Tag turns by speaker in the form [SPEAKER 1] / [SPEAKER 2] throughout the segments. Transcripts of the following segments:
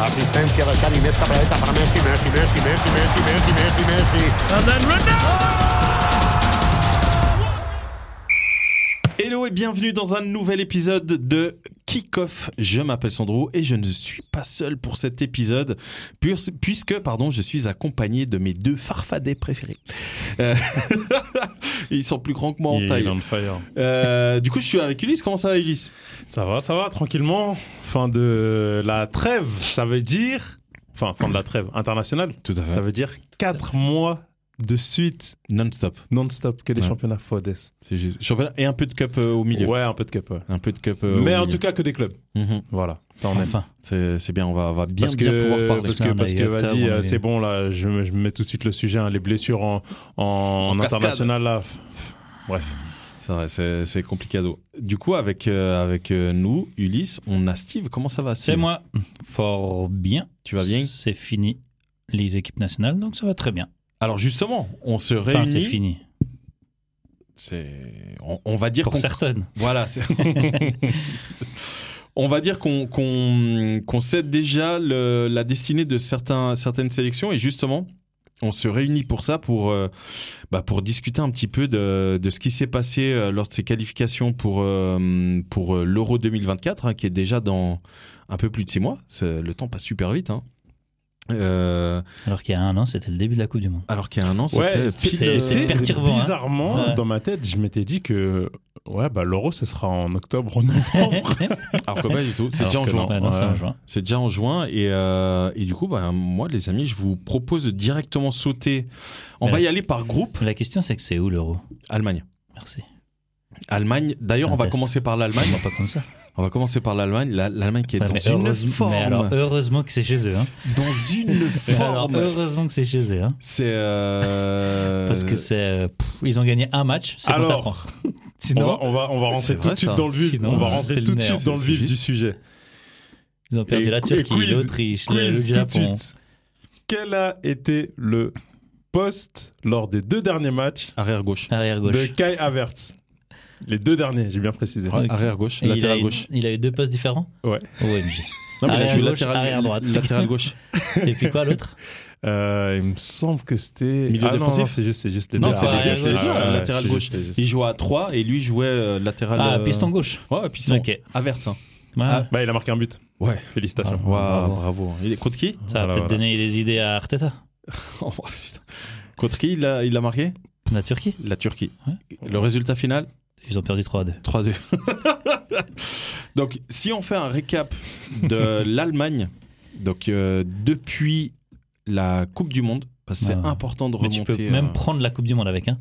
[SPEAKER 1] Asistencia de Xavi, més cap a la dreta per Messi, Messi, Messi, Messi, Messi, Messi, Messi, Messi.
[SPEAKER 2] And then Ronaldo!
[SPEAKER 3] Hello et bienvenue dans un nouvel épisode de Kickoff. Je m'appelle Sandro et je ne suis pas seul pour cet épisode puis- puisque pardon, je suis accompagné de mes deux farfadets préférés. Euh, Ils sont plus grands que moi en
[SPEAKER 2] Il est
[SPEAKER 3] taille.
[SPEAKER 2] on fire.
[SPEAKER 3] Euh, du coup, je suis avec Ulysse. Comment ça va, Ulysse
[SPEAKER 2] Ça va, ça va, tranquillement. Fin de la trêve, ça veut dire. Enfin, fin de la trêve internationale.
[SPEAKER 3] Tout à
[SPEAKER 2] Ça veut dire 4 mois de suite
[SPEAKER 3] Non-stop.
[SPEAKER 2] non-stop que des
[SPEAKER 3] Ouais.
[SPEAKER 2] championnats FODES.
[SPEAKER 3] C'est juste- championnat Et un peu de cup euh, au milieu.
[SPEAKER 2] Ouais, un peu de cup. ouais.
[SPEAKER 3] Un peu de cup. euh,
[SPEAKER 2] Mais en tout cas, que des clubs. Voilà, ça on aime.
[SPEAKER 4] Enfin,
[SPEAKER 3] Mhm. c'est c'est bien. On va, on va bien,
[SPEAKER 2] parce
[SPEAKER 3] bien
[SPEAKER 2] que,
[SPEAKER 3] pouvoir parler.
[SPEAKER 2] Parce que,
[SPEAKER 4] Putain,
[SPEAKER 2] parce
[SPEAKER 4] mais
[SPEAKER 2] que
[SPEAKER 4] octobre,
[SPEAKER 2] vas-y,
[SPEAKER 4] on
[SPEAKER 2] euh,
[SPEAKER 4] est-
[SPEAKER 2] c'est bon, là, je, me- je me mets tout de suite le sujet, hein, les blessures en, en, en
[SPEAKER 3] cascade.
[SPEAKER 2] international, là. pff, Bref.
[SPEAKER 3] C'est vrai, c'est c'est complicado. Du coup, avec, euh, avec euh, nous, Ulysse, on a Steve. Comment ça va, Steve
[SPEAKER 4] c'est moi. Mm. Fort bien.
[SPEAKER 3] Tu vas bien
[SPEAKER 4] C'est fini. Les équipes nationales, donc ça va très bien.
[SPEAKER 3] Alors justement, on se
[SPEAKER 4] Enfin, c'est
[SPEAKER 3] réunit.
[SPEAKER 4] fini.
[SPEAKER 3] C'est on, on va dire
[SPEAKER 4] Pour
[SPEAKER 3] qu'on-
[SPEAKER 4] certaines.
[SPEAKER 3] Voilà. c'est- on va dire qu'on qu'on qu'on cède déjà le- la destinée de certains, certaines sélections et justement. On se réunit pour ça, pour, euh, bah, pour discuter un petit peu de, de ce qui s'est passé euh, lors de ces qualifications pour, euh, pour euh, l'Euro 2024, hein, qui est déjà dans un peu plus de six mois. C'est- Le temps passe super vite. hein. Euh,
[SPEAKER 4] Alors qu'il y a un an, c'était le début de la Coupe du Monde.
[SPEAKER 3] alors qu'il y a un an, c'était
[SPEAKER 2] Ouais,
[SPEAKER 3] pile,
[SPEAKER 4] c'est-
[SPEAKER 3] euh,
[SPEAKER 4] c'est perturbant, hein.
[SPEAKER 2] Bizarrement,
[SPEAKER 4] Ouais.
[SPEAKER 2] dans ma tête, je m'étais dit que ouais, bah, l'euro, ce sera en octobre, en novembre.
[SPEAKER 3] Alors que pas du tout, c'est
[SPEAKER 4] Alors
[SPEAKER 3] déjà en
[SPEAKER 4] que non,
[SPEAKER 3] juin.
[SPEAKER 4] bah non, c'est en juin.
[SPEAKER 3] C'est déjà en juin et, euh, et du coup, bah, moi, les amis, je vous propose de directement sauter. On
[SPEAKER 4] Mais
[SPEAKER 3] va
[SPEAKER 4] la-
[SPEAKER 3] y aller par groupe.
[SPEAKER 4] La question, c'est que c'est où l'euro
[SPEAKER 3] Allemagne.
[SPEAKER 4] Merci.
[SPEAKER 3] Allemagne. D'ailleurs,
[SPEAKER 4] C'est un
[SPEAKER 3] on va
[SPEAKER 4] test.
[SPEAKER 3] commencer par l'Allemagne.
[SPEAKER 4] Non, pas comme ça.
[SPEAKER 3] On va commencer par l'Allemagne. La- L'Allemagne qui est
[SPEAKER 4] Ouais,
[SPEAKER 3] dans
[SPEAKER 4] mais
[SPEAKER 3] une
[SPEAKER 4] heureusement-
[SPEAKER 3] forme.
[SPEAKER 4] mais alors, heureusement que c'est chez eux. hein.
[SPEAKER 3] Dans une
[SPEAKER 4] Alors,
[SPEAKER 3] forme.
[SPEAKER 4] heureusement que c'est chez eux. hein.
[SPEAKER 3] C'est. euh,
[SPEAKER 4] Parce que c'est. euh, pff, ils ont gagné un match, c'est contre la
[SPEAKER 2] Alors,
[SPEAKER 4] France.
[SPEAKER 2] on,
[SPEAKER 4] Sinon,
[SPEAKER 2] va, on, va, on va
[SPEAKER 3] C'est
[SPEAKER 2] rentrer tout
[SPEAKER 3] vrai,
[SPEAKER 2] de suite
[SPEAKER 3] ça.
[SPEAKER 2] dans le vif.
[SPEAKER 4] Sinon,
[SPEAKER 2] on va
[SPEAKER 4] c'est
[SPEAKER 2] rentrer
[SPEAKER 4] le
[SPEAKER 2] tout de
[SPEAKER 4] nerf.
[SPEAKER 2] suite dans le
[SPEAKER 3] C'est
[SPEAKER 2] vif
[SPEAKER 3] juste.
[SPEAKER 2] du sujet.
[SPEAKER 4] ils ont perdu
[SPEAKER 2] et
[SPEAKER 4] la
[SPEAKER 2] qu- et
[SPEAKER 4] Turquie,
[SPEAKER 2] quiz,
[SPEAKER 4] l'Autriche, le,
[SPEAKER 2] Quiz
[SPEAKER 4] le
[SPEAKER 2] tout de
[SPEAKER 4] Japon.
[SPEAKER 2] suite. Quel a été le poste lors des deux derniers matchs
[SPEAKER 3] Arrière gauche.
[SPEAKER 4] Arrière gauche.
[SPEAKER 2] de Kai Havertz Les deux derniers, j'ai bien précisé.
[SPEAKER 3] Ouais, Arrière gauche.
[SPEAKER 4] Et il, a
[SPEAKER 3] Latéral
[SPEAKER 4] eu,
[SPEAKER 3] gauche.
[SPEAKER 4] il a eu deux postes différents
[SPEAKER 2] Ouais.
[SPEAKER 4] OMG.
[SPEAKER 3] Non, mais il a
[SPEAKER 4] arrière
[SPEAKER 3] joué
[SPEAKER 4] gauche, arrière droite.
[SPEAKER 3] Latéral gauche.
[SPEAKER 4] Et puis quoi l'autre
[SPEAKER 2] Euh, il me semble que c'était.
[SPEAKER 3] Milieu
[SPEAKER 2] ah, non,
[SPEAKER 3] défensif
[SPEAKER 2] non, c'est juste, c'est juste les
[SPEAKER 3] Non,
[SPEAKER 2] deux.
[SPEAKER 3] c'est les
[SPEAKER 4] arrière
[SPEAKER 3] deux. C'est les
[SPEAKER 4] gauche.
[SPEAKER 3] deux,
[SPEAKER 4] Ah,
[SPEAKER 3] Latéral
[SPEAKER 2] c'est
[SPEAKER 3] gauche.
[SPEAKER 2] juste, c'est juste.
[SPEAKER 3] Il jouait à 3 et lui jouait euh, latéral.
[SPEAKER 4] Ah,
[SPEAKER 3] euh,
[SPEAKER 4] piston gauche.
[SPEAKER 3] Ouais, piston. hein.
[SPEAKER 4] Ok.
[SPEAKER 3] Avertin.
[SPEAKER 4] Voilà.
[SPEAKER 3] Ah.
[SPEAKER 2] Bah, il a marqué un but.
[SPEAKER 3] Ouais. Ah,
[SPEAKER 2] Félicitations.
[SPEAKER 3] Waouh,
[SPEAKER 4] Bravo.
[SPEAKER 3] bravo. Il est contre qui
[SPEAKER 4] Ça va
[SPEAKER 2] Voilà,
[SPEAKER 4] peut-être
[SPEAKER 2] voilà.
[SPEAKER 4] donner des idées à Arteta.
[SPEAKER 3] Oh, putain. Contre qui il a, il a marqué
[SPEAKER 4] La Turquie,
[SPEAKER 3] La Turquie.
[SPEAKER 4] Ouais.
[SPEAKER 3] Le résultat final
[SPEAKER 4] ils ont perdu 3-2.
[SPEAKER 3] 3-2. donc, si on fait un récap de l'Allemagne, donc euh, depuis la Coupe du Monde, parce que c'est
[SPEAKER 4] Ouais.
[SPEAKER 3] important de
[SPEAKER 4] Ah. Mais
[SPEAKER 3] remonter.
[SPEAKER 4] tu peux
[SPEAKER 3] euh,
[SPEAKER 4] même prendre la Coupe du Monde avec. Hein.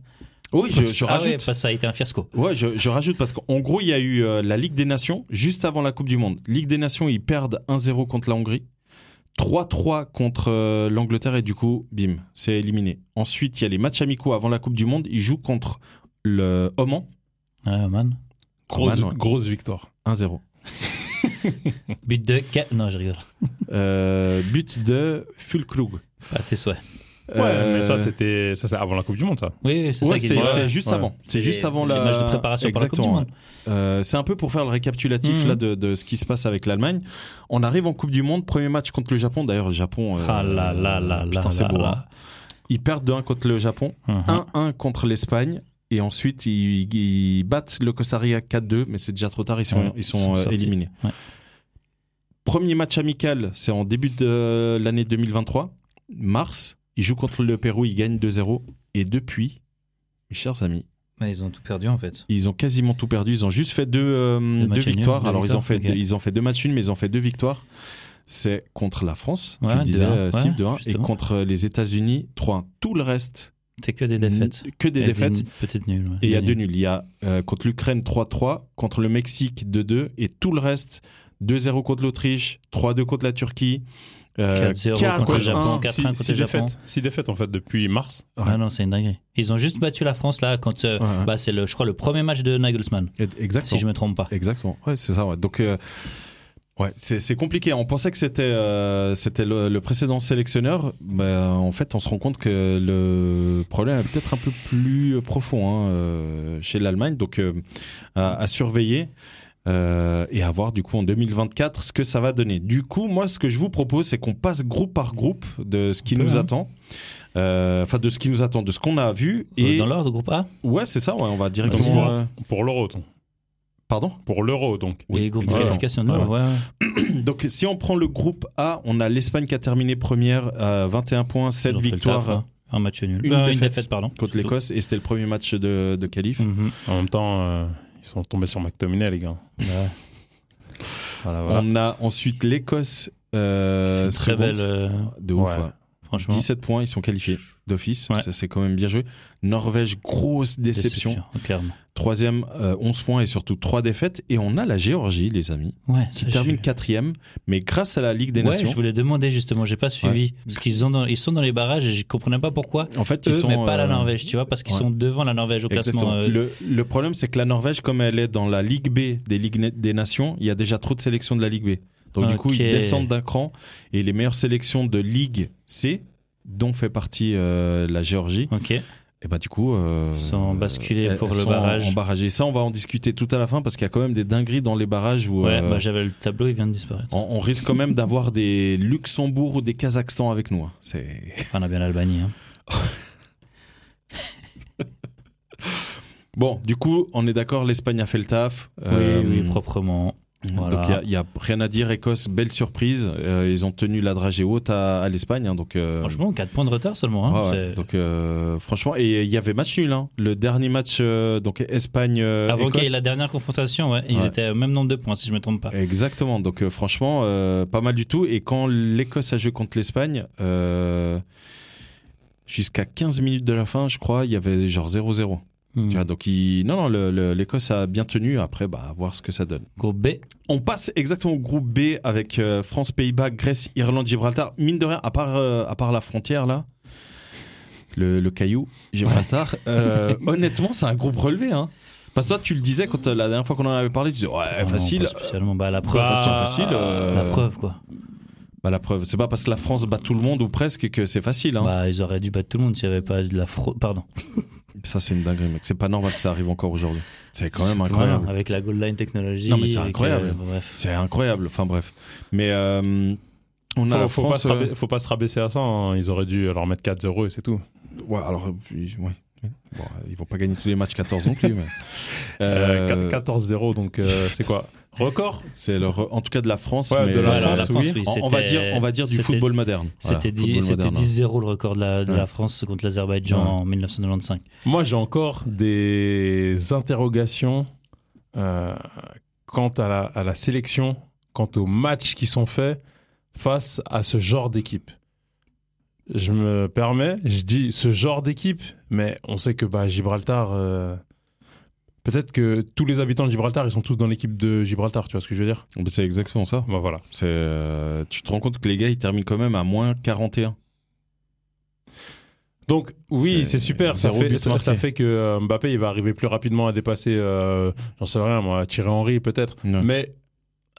[SPEAKER 3] Oui, je, je
[SPEAKER 4] Ah ouais,
[SPEAKER 3] rajoute.
[SPEAKER 4] parce que ça a été un fiasco.
[SPEAKER 3] Ouais, je, je rajoute parce qu'en gros, il y a eu euh, la Ligue des Nations juste avant la Coupe du Monde. Ligue des Nations, ils perdent 1-0 contre la Hongrie, 3-3 contre euh, l'Angleterre et du coup, bim, c'est éliminé. Ensuite, il y a les matchs amicaux avant la Coupe du Monde. Ils jouent contre le Oman,
[SPEAKER 4] Ah, man.
[SPEAKER 2] Grosse,
[SPEAKER 3] Oman, ouais.
[SPEAKER 2] grosse victoire.
[SPEAKER 3] 1-0.
[SPEAKER 4] But de. Ka- Non, je rigole.
[SPEAKER 3] Euh, but de Fulkrug.
[SPEAKER 4] À tes souhaits.
[SPEAKER 2] Ouais, mais ça, c'était ça, c'est avant la Coupe du Monde, ça.
[SPEAKER 4] Oui, oui, c'est
[SPEAKER 3] Ouais,
[SPEAKER 4] ça qui
[SPEAKER 3] c'est
[SPEAKER 4] est
[SPEAKER 2] Ouais.
[SPEAKER 3] c'est juste
[SPEAKER 2] Ouais.
[SPEAKER 3] avant. C'est
[SPEAKER 4] Les-
[SPEAKER 3] juste avant
[SPEAKER 4] les
[SPEAKER 3] la.
[SPEAKER 4] matchs de préparation pour la Coupe du
[SPEAKER 3] Exactement,
[SPEAKER 4] Monde.
[SPEAKER 3] ouais. Euh, c'est un peu pour faire le récapitulatif
[SPEAKER 4] Mhm.
[SPEAKER 3] là de, de ce qui se passe avec l'Allemagne. On arrive en Coupe du Monde, premier match contre le Japon. D'ailleurs, le Japon. euh,
[SPEAKER 4] Ah là là là
[SPEAKER 3] putain,
[SPEAKER 4] là
[SPEAKER 3] c'est
[SPEAKER 4] là
[SPEAKER 3] beau.
[SPEAKER 4] là.
[SPEAKER 3] hein. Ils perdent 2-1 contre le Japon,
[SPEAKER 4] Mhm.
[SPEAKER 3] 1-1 contre l'Espagne. Et ensuite, ils, ils battent le Costa Rica 4-2, mais c'est déjà trop tard, ils sont,
[SPEAKER 4] Ouais,
[SPEAKER 3] ils sont,
[SPEAKER 4] ils sont
[SPEAKER 3] euh,
[SPEAKER 4] sortis.
[SPEAKER 3] éliminés.
[SPEAKER 4] Ouais.
[SPEAKER 3] Premier match amical, c'est en début de l'année 2023, mars. Ils jouent contre le Pérou, ils gagnent 2-0. Et depuis, mes chers amis,
[SPEAKER 4] Mais Ah, ils ont tout perdu en fait.
[SPEAKER 3] ils ont quasiment tout perdu. Ils ont juste fait deux, euh, deux
[SPEAKER 4] matchs nuls,
[SPEAKER 3] victoires.
[SPEAKER 4] deux
[SPEAKER 3] Alors, ils, ont
[SPEAKER 4] victoires,
[SPEAKER 3] fait,
[SPEAKER 4] ok.
[SPEAKER 3] ils ont fait deux matchs nuls, mais ils ont fait deux victoires. C'est contre la France,
[SPEAKER 4] Ouais,
[SPEAKER 3] tu le disais,
[SPEAKER 4] 2-1,
[SPEAKER 3] euh, Steve,
[SPEAKER 4] ouais,
[SPEAKER 3] 2-1, et
[SPEAKER 4] justement.
[SPEAKER 3] contre les États-Unis, 3-1. Tout le reste,
[SPEAKER 4] C'est que des défaites.
[SPEAKER 3] n- que des
[SPEAKER 4] Et
[SPEAKER 3] défaites.
[SPEAKER 4] Peut-être nul.
[SPEAKER 3] Et il y a deux nuls. Il y a euh, contre l'Ukraine 3-3, contre le Mexique 2-2, et tout le reste 2-0 contre l'Autriche, 3-2 contre la Turquie, euh,
[SPEAKER 4] 4-0
[SPEAKER 3] 4-1.
[SPEAKER 4] contre le Japon.
[SPEAKER 2] 4
[SPEAKER 4] 4-1 contre le Japon.
[SPEAKER 2] défaites. Six défaites, en fait, depuis mars.
[SPEAKER 4] Ah non, c'est une dinguerie. Ils ont juste battu la France là quand. euh,
[SPEAKER 3] Ouais, ouais.
[SPEAKER 4] Bah, c'est le, je crois, le premier match de Nagelsmann,
[SPEAKER 3] Et- Exactement.
[SPEAKER 4] si je me trompe pas.
[SPEAKER 3] Exactement. Ouais, c'est ça. ouais. Donc, euh, ouais, c'est c'est compliqué. On pensait que c'était euh, c'était le, le précédent sélectionneur. mais euh, en fait, on se rend compte que le problème est peut-être un peu plus profond hein, euh, chez l'Allemagne. Donc, euh, à, à surveiller. Euh, et à voir du coup en 2024 ce que ça va donner. Du coup, moi, ce que je vous propose, c'est qu'on passe groupe par groupe de ce qui
[SPEAKER 2] peut,
[SPEAKER 3] nous
[SPEAKER 2] hein.
[SPEAKER 3] attend. Euh, Enfin, de ce qui nous attend, de ce qu'on a vu.
[SPEAKER 2] Euh,
[SPEAKER 3] Et
[SPEAKER 4] Euh, Dans l'ordre, groupe A
[SPEAKER 3] ouais, c'est ça. ouais, on va directement.
[SPEAKER 2] Comment-
[SPEAKER 3] euh,
[SPEAKER 2] Pour l'euro, donc.
[SPEAKER 3] Pardon.
[SPEAKER 2] Pour l'euro, donc.
[SPEAKER 3] Oui,
[SPEAKER 4] et groupe de
[SPEAKER 3] exactement.
[SPEAKER 4] qualification de
[SPEAKER 2] Ouais,
[SPEAKER 4] l'euro, ouais. ouais.
[SPEAKER 3] Donc, si on prend le groupe A, on a l'Espagne qui a terminé première, euh, à 21 points, 7
[SPEAKER 4] Ils ont fait le taf,
[SPEAKER 3] victoires
[SPEAKER 4] ouais. Un match nul.
[SPEAKER 3] Une
[SPEAKER 4] Euh,
[SPEAKER 3] défaite.
[SPEAKER 4] Une défaite, pardon.
[SPEAKER 3] contre
[SPEAKER 4] Surtout.
[SPEAKER 3] l'Écosse, et c'était le premier match de, de qualif.
[SPEAKER 4] Mhm.
[SPEAKER 2] En même temps, euh, ils sont tombés sur McTominay, les gars.
[SPEAKER 4] Bah,
[SPEAKER 2] Voilà, voilà.
[SPEAKER 3] On a ensuite l'Écosse. euh,
[SPEAKER 4] Ah, Très
[SPEAKER 3] seconde.
[SPEAKER 4] belle, euh,
[SPEAKER 3] De ouf,
[SPEAKER 2] Ouais.
[SPEAKER 3] ouais.
[SPEAKER 4] franchement.
[SPEAKER 3] 17 points, ils sont qualifiés d'office.
[SPEAKER 4] Ouais.
[SPEAKER 3] Ça, c'est quand même bien joué. Norvège, grosse déception.
[SPEAKER 4] Clairement.
[SPEAKER 3] Troisième, euh, 11 points et surtout 3 défaites. Et on a la Géorgie, les amis,
[SPEAKER 4] Ouais,
[SPEAKER 3] qui
[SPEAKER 4] ça,
[SPEAKER 3] termine
[SPEAKER 4] je-
[SPEAKER 3] quatrième. Mais grâce à la Ligue des
[SPEAKER 4] Ouais,
[SPEAKER 3] Nations,
[SPEAKER 4] je voulais demander justement, j'ai pas suivi. Parce qu'ils ont dans- ils sont dans les barrages et je comprenais pas pourquoi.
[SPEAKER 3] en fait,
[SPEAKER 4] Eux,
[SPEAKER 3] ils sont.
[SPEAKER 4] mais pas la
[SPEAKER 3] euh,
[SPEAKER 4] Norvège, tu vois, parce qu'ils
[SPEAKER 3] ouais.
[SPEAKER 4] sont devant la Norvège au classement.
[SPEAKER 3] Exactement.
[SPEAKER 4] euh,
[SPEAKER 3] Le, le problème, c'est que la Norvège, comme elle est dans la Ligue B des Ligues na- des Nations, il y a déjà trop de sélections de la Ligue B. Donc, du coup,
[SPEAKER 4] Ok.
[SPEAKER 3] ils descendent d'un cran et les meilleures sélections de Ligue C, dont fait partie euh, la Géorgie,
[SPEAKER 4] Ok.
[SPEAKER 3] et bah, du coup. euh,
[SPEAKER 4] Ils sont basculés
[SPEAKER 3] elles-
[SPEAKER 4] pour
[SPEAKER 3] elles
[SPEAKER 4] le
[SPEAKER 3] sont
[SPEAKER 4] barrage.
[SPEAKER 3] En barrage. Et ça, on va en discuter tout à la fin parce qu'il y a quand même des dingueries dans les barrages où.
[SPEAKER 4] Ouais,
[SPEAKER 3] euh,
[SPEAKER 4] bah, j'avais le tableau, il vient de disparaître.
[SPEAKER 3] on, on risque quand même d'avoir des Luxembourg ou des Kazakhstan avec nous. hein. C'est.
[SPEAKER 4] On a bien l'Albanie. hein.
[SPEAKER 3] Bon, du coup, on est d'accord, l'Espagne a fait le taf.
[SPEAKER 4] Oui,
[SPEAKER 3] Euh,
[SPEAKER 4] oui, proprement. Mhm. Voilà.
[SPEAKER 3] Donc il y a- il y a, rien à dire, Écosse, belle surprise. Euh, ils ont tenu la dragée haute à, à l'Espagne. hein, donc, euh,
[SPEAKER 4] Franchement, 4 points de retard seulement. hein,
[SPEAKER 3] ouais, ouais.
[SPEAKER 4] c'est-
[SPEAKER 3] donc euh, franchement, et il y avait match nul. hein. Le dernier match, euh, donc Espagne. euh,
[SPEAKER 4] Avant qu'il y ait
[SPEAKER 3] Écosse.
[SPEAKER 4] la dernière confrontation, ouais, ils
[SPEAKER 3] Ouais.
[SPEAKER 4] étaient au même nombre de points, si je me trompe pas.
[SPEAKER 3] Exactement. Donc euh, franchement, euh, pas mal du tout. Et quand l'Écosse a joué contre l'Espagne, euh, jusqu'à 15 minutes de la fin, je crois, il y avait genre 0-0.
[SPEAKER 4] Hmm.
[SPEAKER 3] Tu vois, donc il- non, non, le- le- l'Écosse a bien tenu. Après, bah, à voir ce que ça donne.
[SPEAKER 4] Groupe B,
[SPEAKER 3] On passe exactement au groupe B avec euh, France, Pays-Bas, Grèce, Irlande, Gibraltar. Mine de rien, à part, euh, à part la frontière là, le, le caillou, Gibraltar, euh, honnêtement, c'est un groupe relevé. Hein. Parce que toi, tu le disais quand euh, la dernière fois qu'on en avait parlé, tu disais ouais,
[SPEAKER 4] Ah non,
[SPEAKER 3] facile.
[SPEAKER 4] pas spécialement, bah, la preuve.
[SPEAKER 2] Bah,
[SPEAKER 3] façon facile, euh,
[SPEAKER 4] La preuve, quoi.
[SPEAKER 3] Bah, la preuve, c'est pas parce que la France bat tout le monde ou presque que c'est facile. hein.
[SPEAKER 4] Bah, ils auraient dû battre tout le monde s'il n'y avait pas de la fraude. Pardon.
[SPEAKER 3] Ça, c'est une dinguerie, mec. C'est pas normal que ça arrive encore aujourd'hui. C'est quand même incroyable.
[SPEAKER 4] Voilà, avec la goal line technologie.
[SPEAKER 3] Non, mais c'est
[SPEAKER 4] avec,
[SPEAKER 3] incroyable.
[SPEAKER 4] euh, bref.
[SPEAKER 3] C'est incroyable. Enfin, bref. Mais euh, on a la
[SPEAKER 2] Faut, faut pas
[SPEAKER 3] France.
[SPEAKER 2] se
[SPEAKER 3] euh,
[SPEAKER 2] rabaisser- faut pas se rabaisser à ça. hein. Ils auraient dû leur mettre 4-0 et c'est tout.
[SPEAKER 3] Ouais, alors, euh, puis, ouais. Bon, euh, ils vont pas gagner tous les matchs 14 non plus. Mais...
[SPEAKER 2] Euh,
[SPEAKER 3] Euh,
[SPEAKER 2] 4- 14-0, donc euh, c'est quoi Record
[SPEAKER 3] c'est le re- en tout cas de la France.
[SPEAKER 2] Ouais,
[SPEAKER 3] mais-
[SPEAKER 2] de la
[SPEAKER 3] Voilà,
[SPEAKER 2] France, oui.
[SPEAKER 3] On- On, va dire,
[SPEAKER 4] c'était-
[SPEAKER 3] on va dire du
[SPEAKER 4] c'était-
[SPEAKER 3] football moderne. Voilà,
[SPEAKER 4] C'était
[SPEAKER 3] football
[SPEAKER 4] dix- c'était
[SPEAKER 3] moderne.
[SPEAKER 4] 10-0 le record de la, de
[SPEAKER 3] Ouais.
[SPEAKER 4] la France contre l'Azerbaïdjan
[SPEAKER 3] Ouais.
[SPEAKER 4] en 1995.
[SPEAKER 2] Moi, j'ai encore des interrogations euh, quant à la, à la sélection, quant aux matchs qui sont faits face à ce genre d'équipe. Je me permets, je dis ce genre d'équipe, mais on sait que bah, Gibraltar, euh, peut-être que tous les habitants de Gibraltar, ils sont tous dans l'équipe de Gibraltar, tu vois ce que je veux dire
[SPEAKER 3] Bah, C'est exactement ça.
[SPEAKER 2] Bah voilà.
[SPEAKER 3] C'est, euh, tu te rends compte que les gars, ils terminent quand même à moins 41.
[SPEAKER 2] Donc oui,
[SPEAKER 3] C'est
[SPEAKER 2] c'est super, ça
[SPEAKER 3] zéro
[SPEAKER 2] fait,
[SPEAKER 3] but
[SPEAKER 2] ça,
[SPEAKER 3] marqué.
[SPEAKER 2] ça fait que euh, Mbappé il va arriver plus rapidement à dépasser, euh, j'en sais rien moi, Thierry Henry peut-être.
[SPEAKER 3] Ouais.
[SPEAKER 2] Mais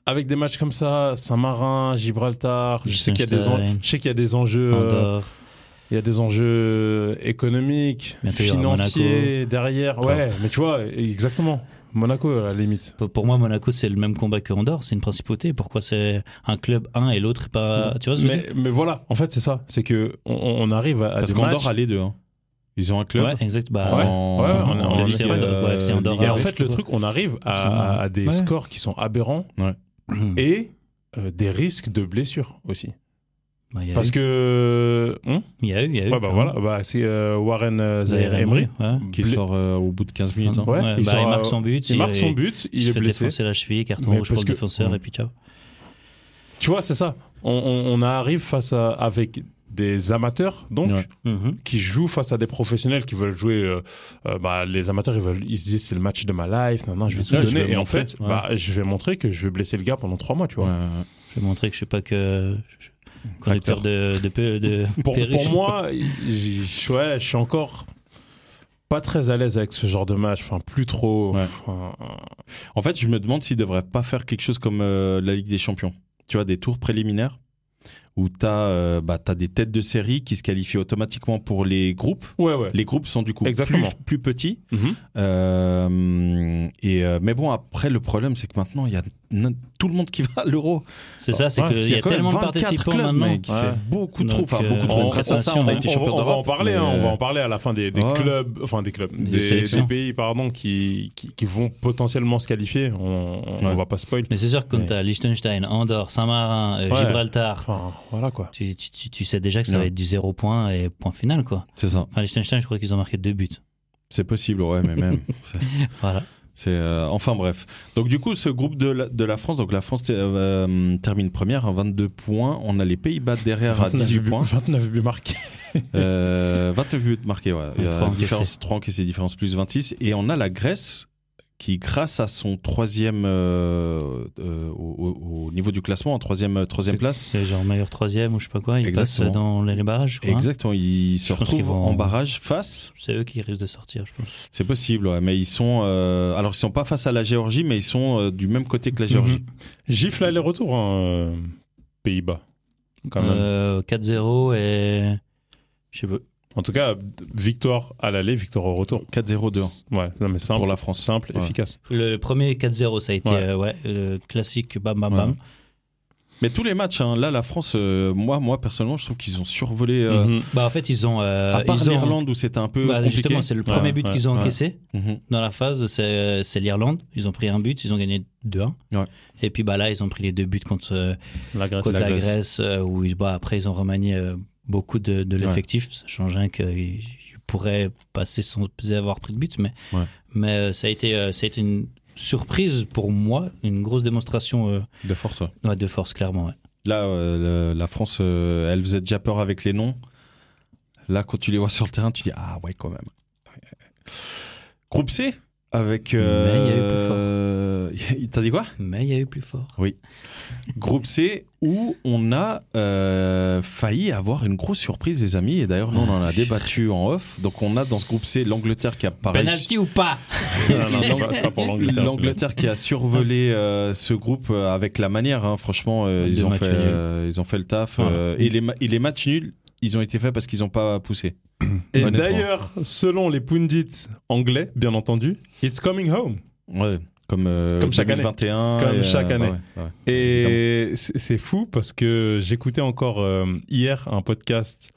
[SPEAKER 2] avec des matchs comme ça, Saint-Marin, Gibraltar, je sais qu'il y a des en-
[SPEAKER 4] Liechtenstein.
[SPEAKER 2] je sais qu'il y a des enjeux, euh,
[SPEAKER 4] Andorre.
[SPEAKER 2] il y a des enjeux économiques,
[SPEAKER 4] Bientôt, il y aura
[SPEAKER 2] financiers derrière. Ouais, mais tu vois, exactement. Monaco à la limite.
[SPEAKER 4] Pour- Pour moi, Monaco, c'est le même combat que Andorre, c'est une principauté. Pourquoi c'est un club un et l'autre pas. Tu vois ce que je veux
[SPEAKER 2] Mais, mais voilà, en fait c'est ça, c'est que on, on arrive à, à
[SPEAKER 3] Parce
[SPEAKER 2] des
[SPEAKER 3] qu'Andorre
[SPEAKER 2] matchs-
[SPEAKER 3] a les deux. hein. Ils ont un
[SPEAKER 4] dire
[SPEAKER 3] club.
[SPEAKER 4] Ouais, exact. Bah,
[SPEAKER 2] Ah Ouais.
[SPEAKER 3] En,
[SPEAKER 2] on a- on a
[SPEAKER 3] Ligue,
[SPEAKER 2] fait,
[SPEAKER 3] euh,
[SPEAKER 4] ouais, FC Andorre.
[SPEAKER 3] Ligue
[SPEAKER 2] Et en
[SPEAKER 3] un.
[SPEAKER 2] fait, le truc, on arrive à, à- à des
[SPEAKER 4] Ouais.
[SPEAKER 2] scores qui sont aberrants
[SPEAKER 4] ouais.
[SPEAKER 2] et euh, des risques de blessures aussi.
[SPEAKER 3] Eh
[SPEAKER 4] Bah, il y a
[SPEAKER 2] Parce
[SPEAKER 4] eu-
[SPEAKER 2] que. Hum
[SPEAKER 4] Il y a eu, il y a eu.
[SPEAKER 2] ouais, bah voilà, bah, c'est euh, Warren euh, Zahir
[SPEAKER 4] Zaire
[SPEAKER 2] Emery.
[SPEAKER 4] Emery. ouais.
[SPEAKER 3] qui
[SPEAKER 2] blé-
[SPEAKER 3] sort euh, au bout de 15 minutes. hein.
[SPEAKER 2] Ouais,
[SPEAKER 4] Ouais,
[SPEAKER 2] il
[SPEAKER 4] bah,
[SPEAKER 2] sort,
[SPEAKER 4] il
[SPEAKER 2] euh,
[SPEAKER 4] marque son but.
[SPEAKER 2] Il marque son
[SPEAKER 4] est-
[SPEAKER 2] but,
[SPEAKER 4] Il
[SPEAKER 2] il
[SPEAKER 4] se
[SPEAKER 2] est
[SPEAKER 4] fait
[SPEAKER 2] blessé.
[SPEAKER 4] défoncer la cheville, carton
[SPEAKER 2] Mais
[SPEAKER 4] rouge pour
[SPEAKER 2] parce
[SPEAKER 4] le
[SPEAKER 2] que-
[SPEAKER 4] défenseur,
[SPEAKER 2] Ouais.
[SPEAKER 4] et puis ciao.
[SPEAKER 2] Tu vois, c'est ça. On, on- on arrive face à, avec des amateurs, donc,
[SPEAKER 3] Ouais.
[SPEAKER 4] Mhm.
[SPEAKER 2] qui jouent face à des professionnels qui veulent jouer. euh, euh, bah, les amateurs, ils, veulent, ils se disent c'est le match de ma life, non, non, je vais tout
[SPEAKER 3] Ouais, je
[SPEAKER 2] donner.
[SPEAKER 3] vais
[SPEAKER 2] Et en
[SPEAKER 3] montrer,
[SPEAKER 2] fait,
[SPEAKER 3] ouais.
[SPEAKER 2] bah, je vais montrer que je vais blesser le gars pendant trois mois, tu vois.
[SPEAKER 3] Ouais, ouais, ouais.
[SPEAKER 4] Je vais montrer que je suis pas que je- conducteur de, de, P- de
[SPEAKER 2] Pour,
[SPEAKER 4] Perruche.
[SPEAKER 2] pour moi, j- j- ouais, je suis encore pas très à l'aise avec ce genre de match, enfin, plus trop.
[SPEAKER 3] Ouais.
[SPEAKER 2] enfin,
[SPEAKER 3] En fait, je me demande s'ils devraient pas faire quelque chose comme euh, la Ligue des Champions. Tu vois, des tours préliminaires où tu as, des têtes de série qui se qualifient automatiquement pour les groupes.
[SPEAKER 2] Ouais, ouais.
[SPEAKER 3] Les groupes sont du coup
[SPEAKER 2] Exactement.
[SPEAKER 3] plus, plus petits.
[SPEAKER 2] Mhm.
[SPEAKER 3] Euh, et, euh, mais bon, après, le problème, c'est que maintenant, il y a n- tout le monde qui va à l'euro.
[SPEAKER 4] C'est ça, c'est
[SPEAKER 2] Ouais,
[SPEAKER 4] qu'il y a
[SPEAKER 3] quand même
[SPEAKER 4] tellement de
[SPEAKER 3] 24
[SPEAKER 4] participants
[SPEAKER 3] clubs,
[SPEAKER 4] maintenant.
[SPEAKER 3] mec. C'est
[SPEAKER 2] Ouais.
[SPEAKER 3] beaucoup
[SPEAKER 4] Donc,
[SPEAKER 3] trop. Enfin,
[SPEAKER 4] euh,
[SPEAKER 3] beaucoup trop.
[SPEAKER 4] on-
[SPEAKER 3] Grâce à ça, on a été
[SPEAKER 2] on,
[SPEAKER 3] champion
[SPEAKER 2] va- on
[SPEAKER 3] d'Europe.
[SPEAKER 2] va en parler, hein,
[SPEAKER 3] mais,
[SPEAKER 2] on va
[SPEAKER 3] euh,
[SPEAKER 2] en parler à la fin des, des
[SPEAKER 3] Ouais.
[SPEAKER 2] clubs, enfin des clubs,
[SPEAKER 4] Des
[SPEAKER 2] des,
[SPEAKER 4] sélections.
[SPEAKER 2] des pays pardon qui, qui, qui vont potentiellement se qualifier. On, on- on
[SPEAKER 3] Ouais.
[SPEAKER 2] va pas spoil.
[SPEAKER 4] Mais c'est sûr que quand
[SPEAKER 2] Ouais.
[SPEAKER 4] t'as Liechtenstein, Andorre, Saint-Marin, euh,
[SPEAKER 2] Ouais.
[SPEAKER 4] Gibraltar,
[SPEAKER 2] Enfin voilà quoi.
[SPEAKER 4] tu, tu- tu- tu sais déjà que ça va
[SPEAKER 3] Ouais.
[SPEAKER 4] être du zéro point et point final, quoi.
[SPEAKER 3] C'est ça.
[SPEAKER 4] Enfin, Liechtenstein, je crois qu'ils ont marqué deux buts.
[SPEAKER 3] C'est possible, ouais, mais même. c'est-
[SPEAKER 4] Voilà.
[SPEAKER 3] C'est euh, enfin bref. Donc du coup, ce groupe de la, de la France, donc la France euh, termine première à 22 points. On a les Pays-Bas derrière à 18
[SPEAKER 2] buts,
[SPEAKER 3] points.
[SPEAKER 2] 29 buts marqués.
[SPEAKER 3] Euh, 29 buts marqués, ouais. Il y a
[SPEAKER 4] Trois encaissés.
[SPEAKER 3] différence, 3 encaissés, différence plus 26. Et on a la Grèce qui, grâce à son troisième euh, euh, au, au- au niveau du classement, en troisième, euh, troisième place,
[SPEAKER 4] C'est genre meilleur troisième ou je sais pas quoi, ils
[SPEAKER 3] Exactement.
[SPEAKER 4] passent dans les les barrages, je crois. hein.
[SPEAKER 3] exactement, ils se
[SPEAKER 4] Je pense qu'ils
[SPEAKER 3] retrouvent
[SPEAKER 4] vont-
[SPEAKER 3] en barrage face.
[SPEAKER 4] C'est eux qui risquent de sortir, je pense.
[SPEAKER 3] C'est possible, ouais, mais ils sont. euh, alors, ils sont pas face à la Géorgie, mais ils sont euh, du même côté
[SPEAKER 4] Mhm.
[SPEAKER 3] que la Géorgie.
[SPEAKER 2] Gifle aller-retour hein, euh, Pays-Bas quand même.
[SPEAKER 4] Euh, 4-0 et. Je sais pas.
[SPEAKER 2] En tout cas victoire à l'aller, victoire au retour.
[SPEAKER 3] 4-0-2
[SPEAKER 2] Ouais, non mais
[SPEAKER 3] pour
[SPEAKER 2] simple,
[SPEAKER 3] la France.
[SPEAKER 2] simple,
[SPEAKER 3] Ouais.
[SPEAKER 2] efficace.
[SPEAKER 4] Le premier 4-0, ça a été
[SPEAKER 2] Ouais.
[SPEAKER 4] euh, ouais, euh, classique, bam bam bam.
[SPEAKER 2] Ouais.
[SPEAKER 3] Mais tous les matchs, hein, là, la France, euh, moi, moi, personnellement, je trouve qu'ils ont survolé. euh,
[SPEAKER 2] Mhm.
[SPEAKER 4] Bah, en fait, ils ont. euh,
[SPEAKER 3] À part
[SPEAKER 4] ils ont-
[SPEAKER 3] l'Irlande où c'était un peu
[SPEAKER 4] Bah,
[SPEAKER 3] compliqué.
[SPEAKER 4] justement, c'est le
[SPEAKER 2] Ouais,
[SPEAKER 4] premier but
[SPEAKER 2] ouais,
[SPEAKER 4] qu'ils ont
[SPEAKER 2] ouais.
[SPEAKER 4] encaissé.
[SPEAKER 3] Mhm.
[SPEAKER 4] Dans la phase, c'est euh, c'est l'Irlande. Ils ont pris un but, ils ont gagné 2-1.
[SPEAKER 3] Ouais.
[SPEAKER 4] Et puis bah, là, ils ont pris les deux buts contre, euh,
[SPEAKER 2] La Grèce.
[SPEAKER 4] contre
[SPEAKER 3] la
[SPEAKER 4] la
[SPEAKER 3] Grèce.
[SPEAKER 4] Grèce, euh, où ils- bah, après, ils ont remanié euh, beaucoup de, de l'effectif. Ça change rien qu'ils pourraient passer sans avoir pris de but. Mais,
[SPEAKER 3] Ouais.
[SPEAKER 4] mais euh, ça, a été, euh, ça a été une surprise pour moi, une grosse démonstration euh,
[SPEAKER 3] De force, ouais.
[SPEAKER 4] ouais, de force, clairement. ouais.
[SPEAKER 3] Là, euh, le- la France, euh, elle faisait déjà peur avec les noms. Là, quand tu les vois sur le terrain, tu dis Ah, ouais, quand même. Groupe C Avec. euh, T'as dit quoi
[SPEAKER 4] Mais il y a eu plus fort.
[SPEAKER 3] Groupe C, où on a euh, failli avoir une grosse surprise, les amis. Et d'ailleurs, nous, on
[SPEAKER 4] Ah,
[SPEAKER 3] en a débattu en off. Donc, on a dans ce groupe C l'Angleterre qui a pareil.
[SPEAKER 4] Penalty ou pas
[SPEAKER 2] Non, non, c'est pas- c'est pas pour l'Angleterre.
[SPEAKER 3] L'Angleterre qui a survolé euh, ce groupe euh, avec la manière, hein, franchement, euh,
[SPEAKER 4] Deux
[SPEAKER 3] ils, ont
[SPEAKER 4] matchs
[SPEAKER 3] fait,
[SPEAKER 4] nuls.
[SPEAKER 3] euh, ils ont fait le taf.
[SPEAKER 2] Ouais.
[SPEAKER 3] euh, et, les ma- et les matchs nuls, ils ont été faits parce qu'ils n'ont pas poussé.
[SPEAKER 2] Et
[SPEAKER 3] Honnêtement.
[SPEAKER 2] d'ailleurs, selon les pundits anglais, bien entendu, it's coming home.
[SPEAKER 3] Ouais, comme, euh,
[SPEAKER 2] Comme chaque année.
[SPEAKER 3] 2021.
[SPEAKER 2] Comme
[SPEAKER 3] et, euh,
[SPEAKER 2] chaque année.
[SPEAKER 3] ouais, ouais.
[SPEAKER 2] Et c'est c'est fou parce que j'écoutais encore euh, hier un podcast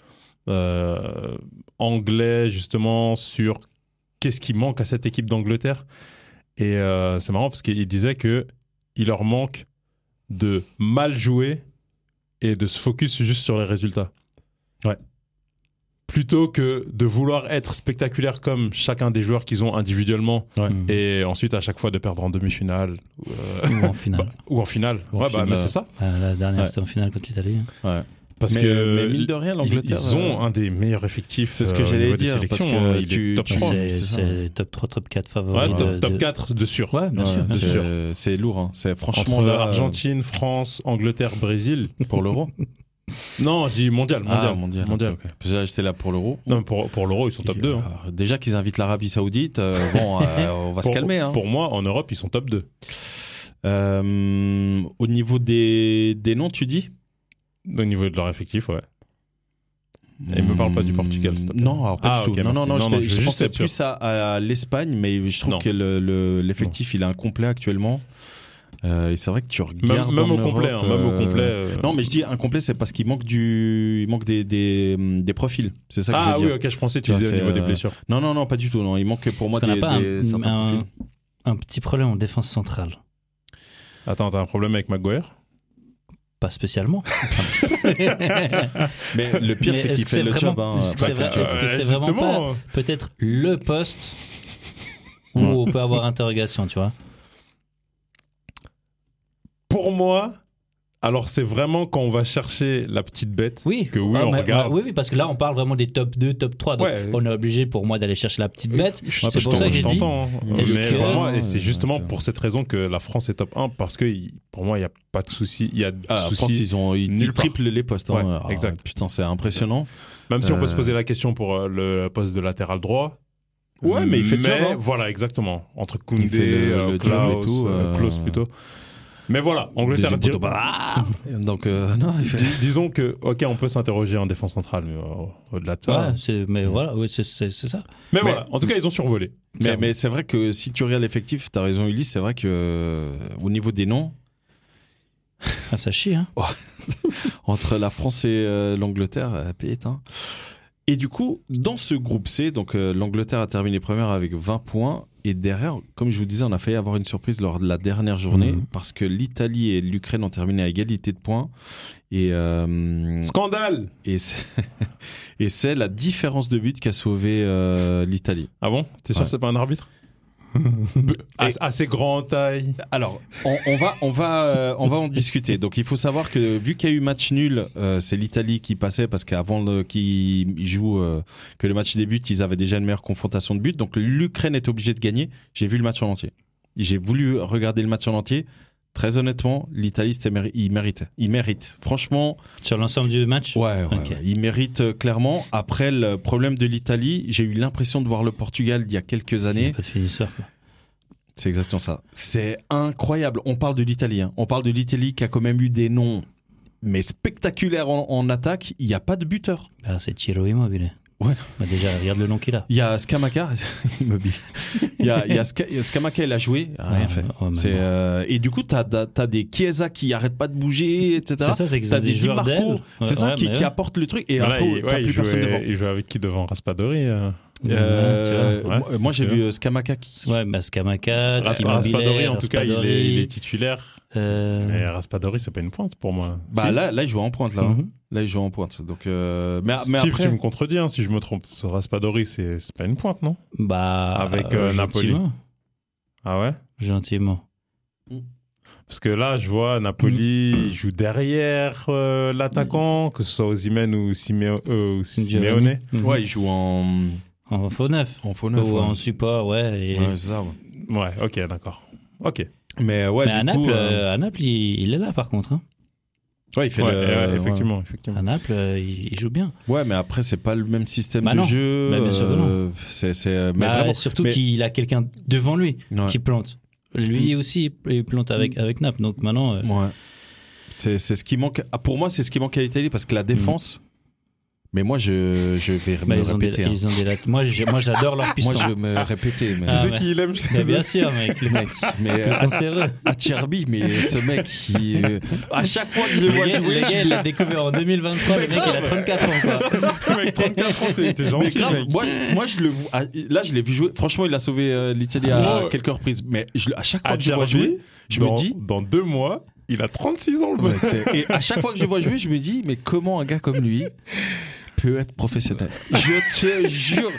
[SPEAKER 2] euh, anglais justement sur qu'est-ce qui manque à cette équipe d'Angleterre. Et euh, c'est marrant parce qu'il disait que il leur manque de mal jouer et de se focus juste sur les résultats.
[SPEAKER 3] Ouais.
[SPEAKER 2] Plutôt que de vouloir être spectaculaire comme chacun des joueurs qu'ils ont individuellement
[SPEAKER 4] Mm.
[SPEAKER 2] et ensuite à chaque fois de perdre en demi-finale ou, euh,
[SPEAKER 4] Ou en finale.
[SPEAKER 2] ou en finale.
[SPEAKER 3] En
[SPEAKER 2] ouais, bah,
[SPEAKER 3] finale.
[SPEAKER 2] mais c'est ça.
[SPEAKER 4] Euh, la dernière,
[SPEAKER 3] Ouais.
[SPEAKER 4] c'était en finale contre l'Italie. hein.
[SPEAKER 2] Parce
[SPEAKER 3] mais,
[SPEAKER 2] que
[SPEAKER 3] mais mine de rien,
[SPEAKER 2] euh, ils,
[SPEAKER 3] l'Angleterre.
[SPEAKER 2] ils ont
[SPEAKER 3] euh,
[SPEAKER 2] un des meilleurs effectifs.
[SPEAKER 3] C'est ce
[SPEAKER 2] euh,
[SPEAKER 3] que
[SPEAKER 2] au
[SPEAKER 3] j'allais
[SPEAKER 2] niveau des
[SPEAKER 3] dire, parce
[SPEAKER 2] sélections. hein.
[SPEAKER 3] que
[SPEAKER 2] Il est
[SPEAKER 3] tu-
[SPEAKER 2] top
[SPEAKER 3] tu
[SPEAKER 2] 3.
[SPEAKER 4] C'est
[SPEAKER 3] c'est ça.
[SPEAKER 4] c'est top 3, top 4
[SPEAKER 2] Ouais,
[SPEAKER 4] favori.
[SPEAKER 2] top,
[SPEAKER 4] de-
[SPEAKER 2] top
[SPEAKER 4] de-
[SPEAKER 2] 4 de sûr.
[SPEAKER 4] Ouais, bien
[SPEAKER 3] ouais,
[SPEAKER 4] sûr. bien
[SPEAKER 3] c'est-
[SPEAKER 4] sûr.
[SPEAKER 3] euh, C'est lourd. hein. C'est franchement.
[SPEAKER 2] Entre
[SPEAKER 3] là, euh,
[SPEAKER 2] Argentine, France, Angleterre, Brésil.
[SPEAKER 3] Pour l'euro.
[SPEAKER 2] Non, j'ai dit mondial, mondial.
[SPEAKER 3] Ah, mondial.
[SPEAKER 2] Mondial.
[SPEAKER 3] ok, ok. Parce que là, j'étais là pour l'euro.
[SPEAKER 2] Non, mais pour, pour l'euro, ils sont top
[SPEAKER 3] Et,
[SPEAKER 2] 2.
[SPEAKER 3] euh,
[SPEAKER 2] hein.
[SPEAKER 3] alors, Déjà qu'ils invitent l'Arabie Saoudite, euh, bon, euh, on va
[SPEAKER 2] Pour-
[SPEAKER 3] se calmer. hein.
[SPEAKER 2] Pour moi, en Europe, ils sont top 2.
[SPEAKER 3] Euh, au niveau des, des noms, tu dis
[SPEAKER 2] Au niveau de leur effectif, ouais. Et me parle pas du Portugal, s'il te plaît.
[SPEAKER 3] Non, alors pas
[SPEAKER 2] Ah,
[SPEAKER 3] du
[SPEAKER 2] ok,
[SPEAKER 3] tout. Non, non,
[SPEAKER 2] merci.
[SPEAKER 3] non,
[SPEAKER 2] Non,
[SPEAKER 3] j'étais-
[SPEAKER 2] non,
[SPEAKER 3] je,
[SPEAKER 2] je veux juste
[SPEAKER 3] pensais
[SPEAKER 2] être sûr.
[SPEAKER 3] plus à, à l'Espagne, mais je trouve
[SPEAKER 2] Non.
[SPEAKER 3] que le- le- l'effectif, il est incomplet actuellement. Euh, et c'est vrai que tu
[SPEAKER 2] Même,
[SPEAKER 3] regardes.
[SPEAKER 2] même
[SPEAKER 3] en
[SPEAKER 2] au complet.
[SPEAKER 3] Europe,
[SPEAKER 2] hein, même au
[SPEAKER 3] euh,
[SPEAKER 2] complet. euh,
[SPEAKER 3] Non, mais je dis incomplet, c'est parce qu'il manque, du... il manque des, des, des profils. C'est ça que
[SPEAKER 2] Ah
[SPEAKER 3] je veux
[SPEAKER 2] oui,
[SPEAKER 3] dire.
[SPEAKER 2] ok, je pensais que
[SPEAKER 3] Tu
[SPEAKER 2] tu
[SPEAKER 3] vois,
[SPEAKER 2] disais au
[SPEAKER 3] c'est,
[SPEAKER 2] niveau des
[SPEAKER 3] euh,
[SPEAKER 2] blessures.
[SPEAKER 3] Non, non, non, pas du tout. Non. Il manque pour moi
[SPEAKER 4] Parce qu'on
[SPEAKER 3] des,
[SPEAKER 4] n'a pas
[SPEAKER 3] des-
[SPEAKER 4] un-
[SPEAKER 3] certains
[SPEAKER 4] un-
[SPEAKER 3] profils.
[SPEAKER 4] Un petit problème en défense centrale.
[SPEAKER 2] Attends, t'as un problème avec Maguire
[SPEAKER 4] Pas spécialement. Un petit peu.
[SPEAKER 3] Mais le pire,
[SPEAKER 4] Mais
[SPEAKER 3] c'est
[SPEAKER 4] est-ce
[SPEAKER 3] qu'il
[SPEAKER 4] que
[SPEAKER 3] fait
[SPEAKER 4] c'est
[SPEAKER 3] le job.
[SPEAKER 4] vraiment-
[SPEAKER 3] hein,
[SPEAKER 4] est-ce que
[SPEAKER 3] Bah,
[SPEAKER 4] c'est vrai- est-ce que c'est vraiment
[SPEAKER 2] euh, Justement.
[SPEAKER 4] Peut-être le poste où
[SPEAKER 2] Ouais.
[SPEAKER 4] on peut avoir interrogation, tu vois.
[SPEAKER 2] Pour moi, alors c'est vraiment quand on va chercher la petite bête.
[SPEAKER 4] Oui.
[SPEAKER 2] Que oui,
[SPEAKER 4] Ah,
[SPEAKER 2] on
[SPEAKER 4] mais-
[SPEAKER 2] regarde.
[SPEAKER 4] Oui, oui, parce que là, on parle vraiment des top 2, top 3. Donc,
[SPEAKER 2] Ouais.
[SPEAKER 4] on est obligé pour moi d'aller chercher la petite bête.
[SPEAKER 2] Je-
[SPEAKER 4] C'est
[SPEAKER 2] je
[SPEAKER 4] pour ça
[SPEAKER 2] t'en-
[SPEAKER 4] que
[SPEAKER 2] je
[SPEAKER 4] j'ai dit.
[SPEAKER 2] t'entends, hein. Mais
[SPEAKER 4] est-ce que-
[SPEAKER 2] pour moi, et
[SPEAKER 3] Ouais,
[SPEAKER 2] c'est
[SPEAKER 3] ouais,
[SPEAKER 2] justement
[SPEAKER 3] c'est-
[SPEAKER 2] pour cette raison que la France est top 1 parce que il- pour moi il n'y a pas de souci, il y a de
[SPEAKER 3] Ah, en
[SPEAKER 2] souci.
[SPEAKER 3] France, ils ont ils,
[SPEAKER 2] Nulle
[SPEAKER 3] ils
[SPEAKER 2] part.
[SPEAKER 3] triplent les postes. hein.
[SPEAKER 2] Ouais,
[SPEAKER 3] Ah,
[SPEAKER 2] exact.
[SPEAKER 3] Putain, c'est impressionnant.
[SPEAKER 2] Même si on peut
[SPEAKER 3] Euh,
[SPEAKER 2] se poser la question pour euh, le poste de latéral droit.
[SPEAKER 3] Ouais, mais il fait le job, hein.
[SPEAKER 2] voilà exactement entre
[SPEAKER 3] Il
[SPEAKER 2] Koundé,
[SPEAKER 3] fait le-
[SPEAKER 2] euh,
[SPEAKER 3] le job et
[SPEAKER 2] Klaus,
[SPEAKER 3] tout,
[SPEAKER 2] euh,
[SPEAKER 3] euh,
[SPEAKER 2] Klaus plutôt. Mais voilà, Angleterre.
[SPEAKER 3] Deuxième
[SPEAKER 2] dis-
[SPEAKER 3] poteau, bah, Donc, euh, non, il fait-
[SPEAKER 2] dis- disons que, ok, on peut s'interroger en défense centrale, mais euh, au-delà de ça.
[SPEAKER 4] Ouais, c'est- mais voilà, oui, c'est c'est- c'est ça.
[SPEAKER 2] Mais, voilà, en tout cas, ils ont survolé.
[SPEAKER 3] mais,
[SPEAKER 2] Clairement.
[SPEAKER 3] mais c'est vrai que si tu regardes l'effectif, t'as raison, Ulysse, c'est vrai que euh, au niveau des noms,
[SPEAKER 4] Ah, ça chie, hein.
[SPEAKER 3] entre la France et euh, l'Angleterre, euh, pétain. Et du coup, dans ce groupe C, donc euh, l'Angleterre a terminé première avec 20 points. Et derrière, comme je vous disais, on a failli avoir une surprise lors de la dernière journée
[SPEAKER 2] Mhm.
[SPEAKER 3] parce que l'Italie et l'Ukraine ont terminé à égalité de points. Et,
[SPEAKER 4] Mm.
[SPEAKER 3] euh,
[SPEAKER 2] Scandale
[SPEAKER 3] et c'est- et c'est la différence de but qui a sauvé euh, l'Italie.
[SPEAKER 2] Ah bon T'es sûr
[SPEAKER 3] Ouais. Ah,
[SPEAKER 2] que c'est pas un arbitre As- Assez grand en taille.
[SPEAKER 3] Alors, on, on va, on va, euh, on va en discuter. Donc, il faut savoir que vu qu'il y a eu match nul, euh, c'est l'Italie qui passait parce qu'avant le- qu'ils jouent, euh, que le match débute, ils avaient déjà une meilleure confrontation de but. Donc, l'Ukraine est obligée de gagner. J'ai vu le match en entier. J'ai voulu regarder le match en entier. Très honnêtement, l'Italie, c'était méri- il mérite. Il mérite. Franchement,
[SPEAKER 4] Sur l'ensemble du match
[SPEAKER 3] Ouais, ouais,
[SPEAKER 4] Ok.
[SPEAKER 3] ouais. il mérite euh, clairement. Après le problème de l'Italie, j'ai eu l'impression de voir le Portugal il y a quelques
[SPEAKER 4] Il n'y a
[SPEAKER 3] années.
[SPEAKER 4] pas de finisseur. quoi.
[SPEAKER 3] C'est exactement ça. C'est incroyable. On parle de l'Italie. hein. On parle de l'Italie qui a quand même eu des noms, mais spectaculaires en, en attaque. Il n'y a pas de buteur.
[SPEAKER 4] Ah, c'est Ciro Immobile.
[SPEAKER 3] Ouais.
[SPEAKER 4] Bah, déjà, regarde le nom qu'il a.
[SPEAKER 3] Il y a Scamaca. Immobile. il y a, il y a Ska- il y a Scamaca, il a joué. Il a Rien
[SPEAKER 4] Ouais,
[SPEAKER 3] fait.
[SPEAKER 4] ouais, Ah, oh, mais
[SPEAKER 3] C'est,
[SPEAKER 4] bon.
[SPEAKER 3] euh, et du coup, tu as, des Chiesa qui arrêtent pas de bouger, etc.
[SPEAKER 4] C'est ça, c'est qu'ils
[SPEAKER 3] T'as
[SPEAKER 4] ont
[SPEAKER 3] des
[SPEAKER 4] des
[SPEAKER 3] Di
[SPEAKER 4] joueurs
[SPEAKER 3] Marco.
[SPEAKER 4] d'aile.
[SPEAKER 3] C'est
[SPEAKER 4] Ouais,
[SPEAKER 3] ça
[SPEAKER 4] ouais,
[SPEAKER 3] qui,
[SPEAKER 4] mais
[SPEAKER 3] qui
[SPEAKER 4] ouais.
[SPEAKER 3] apporte le truc. Et
[SPEAKER 2] Voilà,
[SPEAKER 3] après,
[SPEAKER 2] il,
[SPEAKER 3] t'as
[SPEAKER 2] ouais, il
[SPEAKER 3] plus personne devant.
[SPEAKER 2] jouait, il jouait avec qui devant Raspadori euh.
[SPEAKER 3] Euh,
[SPEAKER 2] tu vois, ouais,
[SPEAKER 3] moi-
[SPEAKER 2] c'est
[SPEAKER 3] moi, j'ai
[SPEAKER 2] sûr.
[SPEAKER 3] vu euh, Scamaca qui.
[SPEAKER 4] Ouais, bah,
[SPEAKER 3] Ah,
[SPEAKER 4] Scamaca,
[SPEAKER 2] Ras-
[SPEAKER 4] Immobile,
[SPEAKER 2] Raspadori, en tout cas, il est,
[SPEAKER 4] Raspadori,
[SPEAKER 2] il est titulaire.
[SPEAKER 4] euh,
[SPEAKER 2] Mais Raspadori, c'est pas une pointe pour moi.
[SPEAKER 3] Bah
[SPEAKER 2] Si.
[SPEAKER 3] là, là, il joue en pointe là. hein.
[SPEAKER 4] mhm.
[SPEAKER 3] Là, il joue en pointe. Donc, euh, mais, mais
[SPEAKER 2] Steve,
[SPEAKER 3] après,
[SPEAKER 2] tu me contredis hein, si je me trompe. Ce Raspadori, c'est c'est pas une pointe, non
[SPEAKER 4] Bah,
[SPEAKER 2] Avec, euh, Napoli.
[SPEAKER 4] gentiment.
[SPEAKER 2] Ah ouais
[SPEAKER 4] Gentiment.
[SPEAKER 2] Parce que là, je vois Napoli
[SPEAKER 3] Mm.
[SPEAKER 2] il joue derrière euh, l'attaquant, que ce soit Osimhen ou, Simeo- euh, ou Simeone.
[SPEAKER 4] Mhm.
[SPEAKER 3] Ouais, il joue en,
[SPEAKER 4] En faux neuf.
[SPEAKER 3] en faux
[SPEAKER 4] Ou
[SPEAKER 3] neuf. ouais.
[SPEAKER 4] en support, ouais. et-
[SPEAKER 3] Ouais, c'est ça, ouais.
[SPEAKER 2] Ouais, ok, d'accord. Ok.
[SPEAKER 3] Mais ouais,
[SPEAKER 4] mais
[SPEAKER 3] du
[SPEAKER 4] à
[SPEAKER 3] coup,
[SPEAKER 4] Naples,
[SPEAKER 3] euh,
[SPEAKER 4] euh, à Naples il, il est là par contre. hein.
[SPEAKER 3] ouais, il fait
[SPEAKER 2] Ouais,
[SPEAKER 3] le-
[SPEAKER 2] ouais,
[SPEAKER 3] ouais.
[SPEAKER 2] euh, effectivement, effectivement.
[SPEAKER 3] Mm.
[SPEAKER 4] À Naples, euh, il, il joue bien.
[SPEAKER 3] Ouais, mais après, c'est pas le même système
[SPEAKER 4] Bah
[SPEAKER 3] de
[SPEAKER 4] non.
[SPEAKER 3] jeu.
[SPEAKER 4] Bah, bien sûr que non.
[SPEAKER 3] euh, c'est, c'est, mais
[SPEAKER 4] Bah,
[SPEAKER 3] vraiment,
[SPEAKER 4] surtout
[SPEAKER 3] mais-
[SPEAKER 4] qu'il a quelqu'un devant lui
[SPEAKER 3] ouais. Mm.
[SPEAKER 4] qui plante. Lui aussi, il plante avec, avec Naples. Donc maintenant, euh,
[SPEAKER 3] Ouais. C'est, c'est ce qui manque. ah, pour moi, c'est ce qui manque à l'Italie parce que la défense. Mais moi, je, je vais
[SPEAKER 4] Mm. bah,
[SPEAKER 3] me
[SPEAKER 4] ils, ont des,
[SPEAKER 3] répéter. hein.
[SPEAKER 4] ils ont des lattes. Moi, j'ai- moi, j'adore leur piston.
[SPEAKER 3] Moi, je vais me répéter. Mais, euh,
[SPEAKER 4] Ah, ouais.
[SPEAKER 2] il aime
[SPEAKER 4] Mais bien sûr, mec, le mec,
[SPEAKER 3] mais
[SPEAKER 4] le
[SPEAKER 3] euh,
[SPEAKER 4] cancéreux.
[SPEAKER 3] à Cherby, mais ce mec, qui à chaque fois que je le
[SPEAKER 4] Le
[SPEAKER 3] vois
[SPEAKER 4] gars,
[SPEAKER 3] jouer,
[SPEAKER 4] le gars, il l'a découvert en 2023. Le mec, il a 34 ans, quoi.
[SPEAKER 2] mec, 34 ans, t'es- t'es
[SPEAKER 3] Ah, Mais
[SPEAKER 2] gentil,
[SPEAKER 3] grave,
[SPEAKER 2] mec.
[SPEAKER 3] moi, moi, je le vois. ah, Là, je l'ai vu jouer. Franchement, il a sauvé euh, l'Italie à
[SPEAKER 2] Moi,
[SPEAKER 3] quelques reprises. Mais je le- à chaque fois
[SPEAKER 2] À
[SPEAKER 3] que je le vois
[SPEAKER 2] Derby,
[SPEAKER 3] jouer, je
[SPEAKER 2] dans,
[SPEAKER 3] me dis.
[SPEAKER 2] Dans deux mois, il a 36 ans, le
[SPEAKER 3] Ouais,
[SPEAKER 2] mec.
[SPEAKER 3] c'est- et à chaque fois que je le vois jouer, je me dis, mais comment un gars comme lui peut être professionnel Je te jure.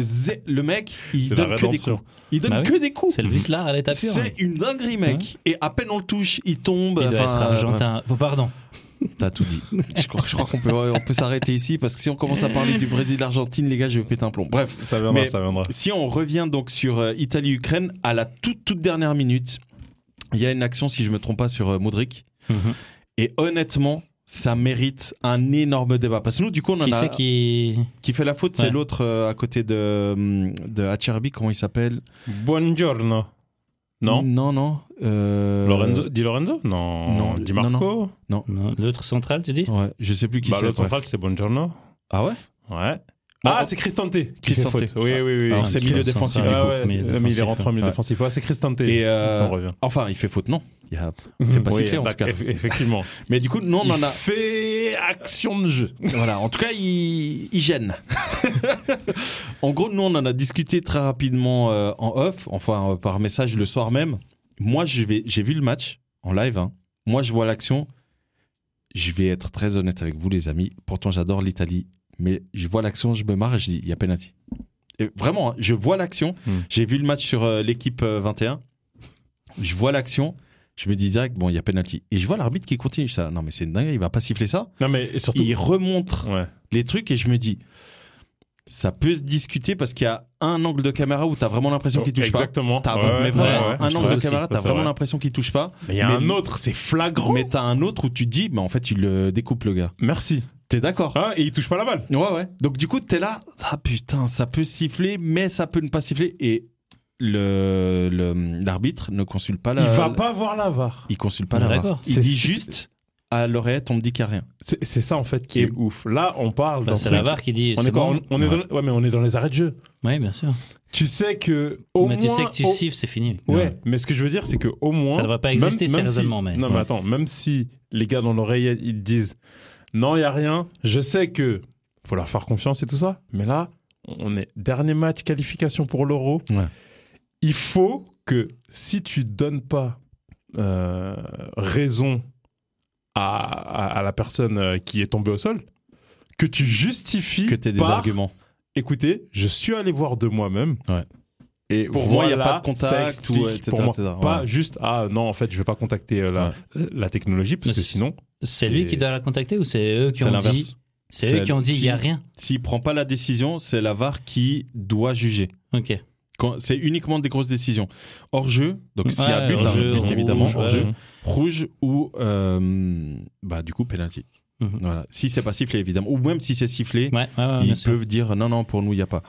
[SPEAKER 3] zé- Le mec, il
[SPEAKER 2] C'est la
[SPEAKER 3] donne que des
[SPEAKER 2] rédemption.
[SPEAKER 3] coups. Il donne
[SPEAKER 4] Bah oui.
[SPEAKER 3] que des coups.
[SPEAKER 4] C'est le vice-là à l'état pur. hein.
[SPEAKER 3] C'est une dinguerie, mec. Et à peine on le touche, il tombe.
[SPEAKER 4] Il doit
[SPEAKER 3] Enfin,
[SPEAKER 4] être argentin. Oh, pardon.
[SPEAKER 3] T'as tout dit. Je crois, je crois qu'on peut, on peut s'arrêter ici parce que si on commence à parler du Brésil-Argentine, les gars, je vais péter un plomb. Bref.
[SPEAKER 2] Ça viendra,
[SPEAKER 3] Mais-
[SPEAKER 2] ça viendra.
[SPEAKER 3] Si on revient donc sur euh, Italie-Ukraine, à la toute, toute dernière minute, il y a une action, si je me trompe pas, sur euh, Modric.
[SPEAKER 4] Mhm.
[SPEAKER 3] Et honnêtement, ça mérite un énorme débat. Parce que nous, du coup, on en
[SPEAKER 4] Qui
[SPEAKER 3] a.
[SPEAKER 4] c'est qui.
[SPEAKER 3] qui fait la faute, c'est
[SPEAKER 4] Ouais.
[SPEAKER 3] l'autre euh, à côté de, hum, de Acerbi, comment il s'appelle
[SPEAKER 2] Buongiorno. Non
[SPEAKER 3] Non, non. euh,
[SPEAKER 2] Lorenzo Di Lorenzo Non.
[SPEAKER 3] Non,
[SPEAKER 2] Di
[SPEAKER 3] non,
[SPEAKER 2] Marco
[SPEAKER 4] Non, L'autre central, tu dis
[SPEAKER 3] Ouais, je sais plus qui
[SPEAKER 2] Bah,
[SPEAKER 3] c'est.
[SPEAKER 2] l'autre
[SPEAKER 3] bref.
[SPEAKER 2] central, c'est Buongiorno.
[SPEAKER 3] Ah ouais
[SPEAKER 2] Ouais.
[SPEAKER 3] Non,
[SPEAKER 2] Ah,
[SPEAKER 3] on-
[SPEAKER 2] c'est Cristante. qui
[SPEAKER 3] Cristante.
[SPEAKER 2] fait faute. Oui, oui, oui.
[SPEAKER 3] Alors,
[SPEAKER 2] Ah,
[SPEAKER 3] c'est
[SPEAKER 2] ok.
[SPEAKER 3] milieu
[SPEAKER 2] Ouais,
[SPEAKER 3] défensif,
[SPEAKER 2] ouais,
[SPEAKER 4] du coup.
[SPEAKER 2] c'est-
[SPEAKER 4] Milieu
[SPEAKER 2] mais il est
[SPEAKER 4] défensif,
[SPEAKER 2] rentré en milieu
[SPEAKER 3] ouais.
[SPEAKER 2] défensif. Ouais, c'est Cristante.
[SPEAKER 3] Et, euh,
[SPEAKER 2] Ça, on revient.
[SPEAKER 3] Enfin, il fait faute, non. Il y a- C'est pas si
[SPEAKER 2] Oui,
[SPEAKER 3] clair, en tout
[SPEAKER 2] d'accord,
[SPEAKER 3] cas.
[SPEAKER 2] eff- Effectivement.
[SPEAKER 3] Mais du coup, non, on
[SPEAKER 2] Il
[SPEAKER 3] en a.
[SPEAKER 2] fait action de jeu.
[SPEAKER 3] Voilà, en tout cas, il, il gêne. en gros, nous, on en a discuté très rapidement euh, en off, enfin euh, par message le soir même. Moi, je vais- j'ai vu le match en live. hein. Moi, je vois l'action. Je vais être très honnête avec vous, les amis. Pourtant, j'adore l'Italie. Mais je vois l'action, je me marre et je dis, il y a penalty. Et vraiment, hein, je vois l'action.
[SPEAKER 2] Hmm.
[SPEAKER 3] J'ai vu le match sur euh, l'équipe euh, 21. Je vois l'action. Je me dis direct, bon, il y a penalty. Et je vois l'arbitre qui continue. ça. Non, mais c'est dingue, il va pas siffler ça.
[SPEAKER 2] Non, mais surtout.
[SPEAKER 3] Il remontre
[SPEAKER 2] Ouais.
[SPEAKER 3] les trucs et je me dis ça peut se discuter parce qu'il y a un angle de caméra où t'as vraiment l'impression qu'il touche
[SPEAKER 2] Exactement.
[SPEAKER 3] pas. T'as
[SPEAKER 2] Ouais,
[SPEAKER 3] mais
[SPEAKER 2] ouais,
[SPEAKER 3] vraiment
[SPEAKER 2] ouais, ouais,
[SPEAKER 3] un
[SPEAKER 2] je
[SPEAKER 3] angle de
[SPEAKER 2] trouve
[SPEAKER 3] caméra,
[SPEAKER 2] aussi.
[SPEAKER 3] t'as
[SPEAKER 2] Ça, c'est
[SPEAKER 3] vraiment
[SPEAKER 2] vrai.
[SPEAKER 3] l'impression qu'il touche pas.
[SPEAKER 2] Mais il y a
[SPEAKER 3] Mais-
[SPEAKER 2] un autre, c'est flagrant.
[SPEAKER 3] Mais t'as un autre où tu te dis, mais en fait, il le découpe le gars.
[SPEAKER 2] Merci.
[SPEAKER 3] T'es d'accord
[SPEAKER 2] Ah, et il touche pas la balle.
[SPEAKER 3] Ouais, ouais. Donc du coup, t'es là, ah putain, ça peut siffler, mais ça peut ne pas siffler. Et le- le- l'arbitre ne consulte pas la.
[SPEAKER 2] Il va pas voir la VAR.
[SPEAKER 3] Il consulte pas
[SPEAKER 4] Mais
[SPEAKER 3] la. VAR.
[SPEAKER 4] d'accord.
[SPEAKER 3] Il
[SPEAKER 2] C'est-
[SPEAKER 3] dit
[SPEAKER 2] c'est-
[SPEAKER 3] juste à l'oreillette, on me dit qu'il n'y a rien.
[SPEAKER 2] C'est c'est ça en fait qui est
[SPEAKER 3] Et-
[SPEAKER 2] ouf. Là, on parle d'un
[SPEAKER 4] Bah, c'est
[SPEAKER 2] truc-
[SPEAKER 4] la VAR qui dit.
[SPEAKER 2] On est,
[SPEAKER 4] c'est
[SPEAKER 2] quoi
[SPEAKER 4] bon.
[SPEAKER 2] On- on est dans- ouais, mais on est dans les arrêts de jeu.
[SPEAKER 4] Ouais, bien sûr.
[SPEAKER 2] Tu sais que au
[SPEAKER 4] mais
[SPEAKER 2] moins,
[SPEAKER 4] tu sais que tu
[SPEAKER 2] au-
[SPEAKER 4] siffles, c'est fini.
[SPEAKER 2] Ouais, mais ce que je veux dire, c'est que au moins,
[SPEAKER 4] Ça devrait pas exister,
[SPEAKER 2] même-
[SPEAKER 4] ces
[SPEAKER 2] même si-
[SPEAKER 4] raisonnements, mais.
[SPEAKER 2] Non, mais
[SPEAKER 4] Ouais.
[SPEAKER 2] attends, même si les gars dans l'oreillette ils te disent non, il y a rien, je sais que faut leur faire confiance et tout ça, mais là, on est dernier match qualification pour l'Euro.
[SPEAKER 3] Ouais.
[SPEAKER 2] Il faut que si tu donnes pas euh, raison à, à- à la personne euh, qui est tombée au sol, que tu justifies
[SPEAKER 3] Que tu des
[SPEAKER 2] par,
[SPEAKER 3] arguments.
[SPEAKER 2] Écoutez, je suis allé voir de moi-même.
[SPEAKER 3] Ouais.
[SPEAKER 2] Et
[SPEAKER 3] Pour moi, il y a
[SPEAKER 2] voilà,
[SPEAKER 3] pas de contact
[SPEAKER 2] ça explique
[SPEAKER 3] ou, euh, etc.,
[SPEAKER 2] pour moi.
[SPEAKER 3] etc., ouais.
[SPEAKER 2] Pas juste ah non, en fait, je vais pas contacter euh, la, la technologie parce
[SPEAKER 4] Mais
[SPEAKER 2] que
[SPEAKER 4] c'est-
[SPEAKER 2] sinon,
[SPEAKER 4] C'est
[SPEAKER 2] C'est-
[SPEAKER 4] lui qui doit la contacter ou c'est eux qui
[SPEAKER 3] C'est
[SPEAKER 4] ont
[SPEAKER 3] l'inverse.
[SPEAKER 4] dit C'est
[SPEAKER 3] C'est-
[SPEAKER 4] eux qui ont dit il
[SPEAKER 3] si.
[SPEAKER 4] n'y a rien.
[SPEAKER 3] S'il prend pas la décision, c'est la VAR qui doit juger.
[SPEAKER 4] Ok.
[SPEAKER 3] Quand- C'est uniquement des grosses décisions. Hors jeu, donc s'il y a
[SPEAKER 4] Ouais,
[SPEAKER 3] but,
[SPEAKER 4] hors
[SPEAKER 3] hein,
[SPEAKER 4] jeu,
[SPEAKER 3] but,
[SPEAKER 4] rouge,
[SPEAKER 3] évidemment,
[SPEAKER 4] ouais.
[SPEAKER 3] hors jeu, rouge ou euh, bah du coup penalty.
[SPEAKER 4] Mhm.
[SPEAKER 3] Voilà. Si c'est pas sifflé évidemment, ou même si c'est sifflé,
[SPEAKER 4] Ouais, ouais, ouais, bien
[SPEAKER 3] ils
[SPEAKER 4] sûr.
[SPEAKER 3] peuvent dire non non pour nous il y a pas.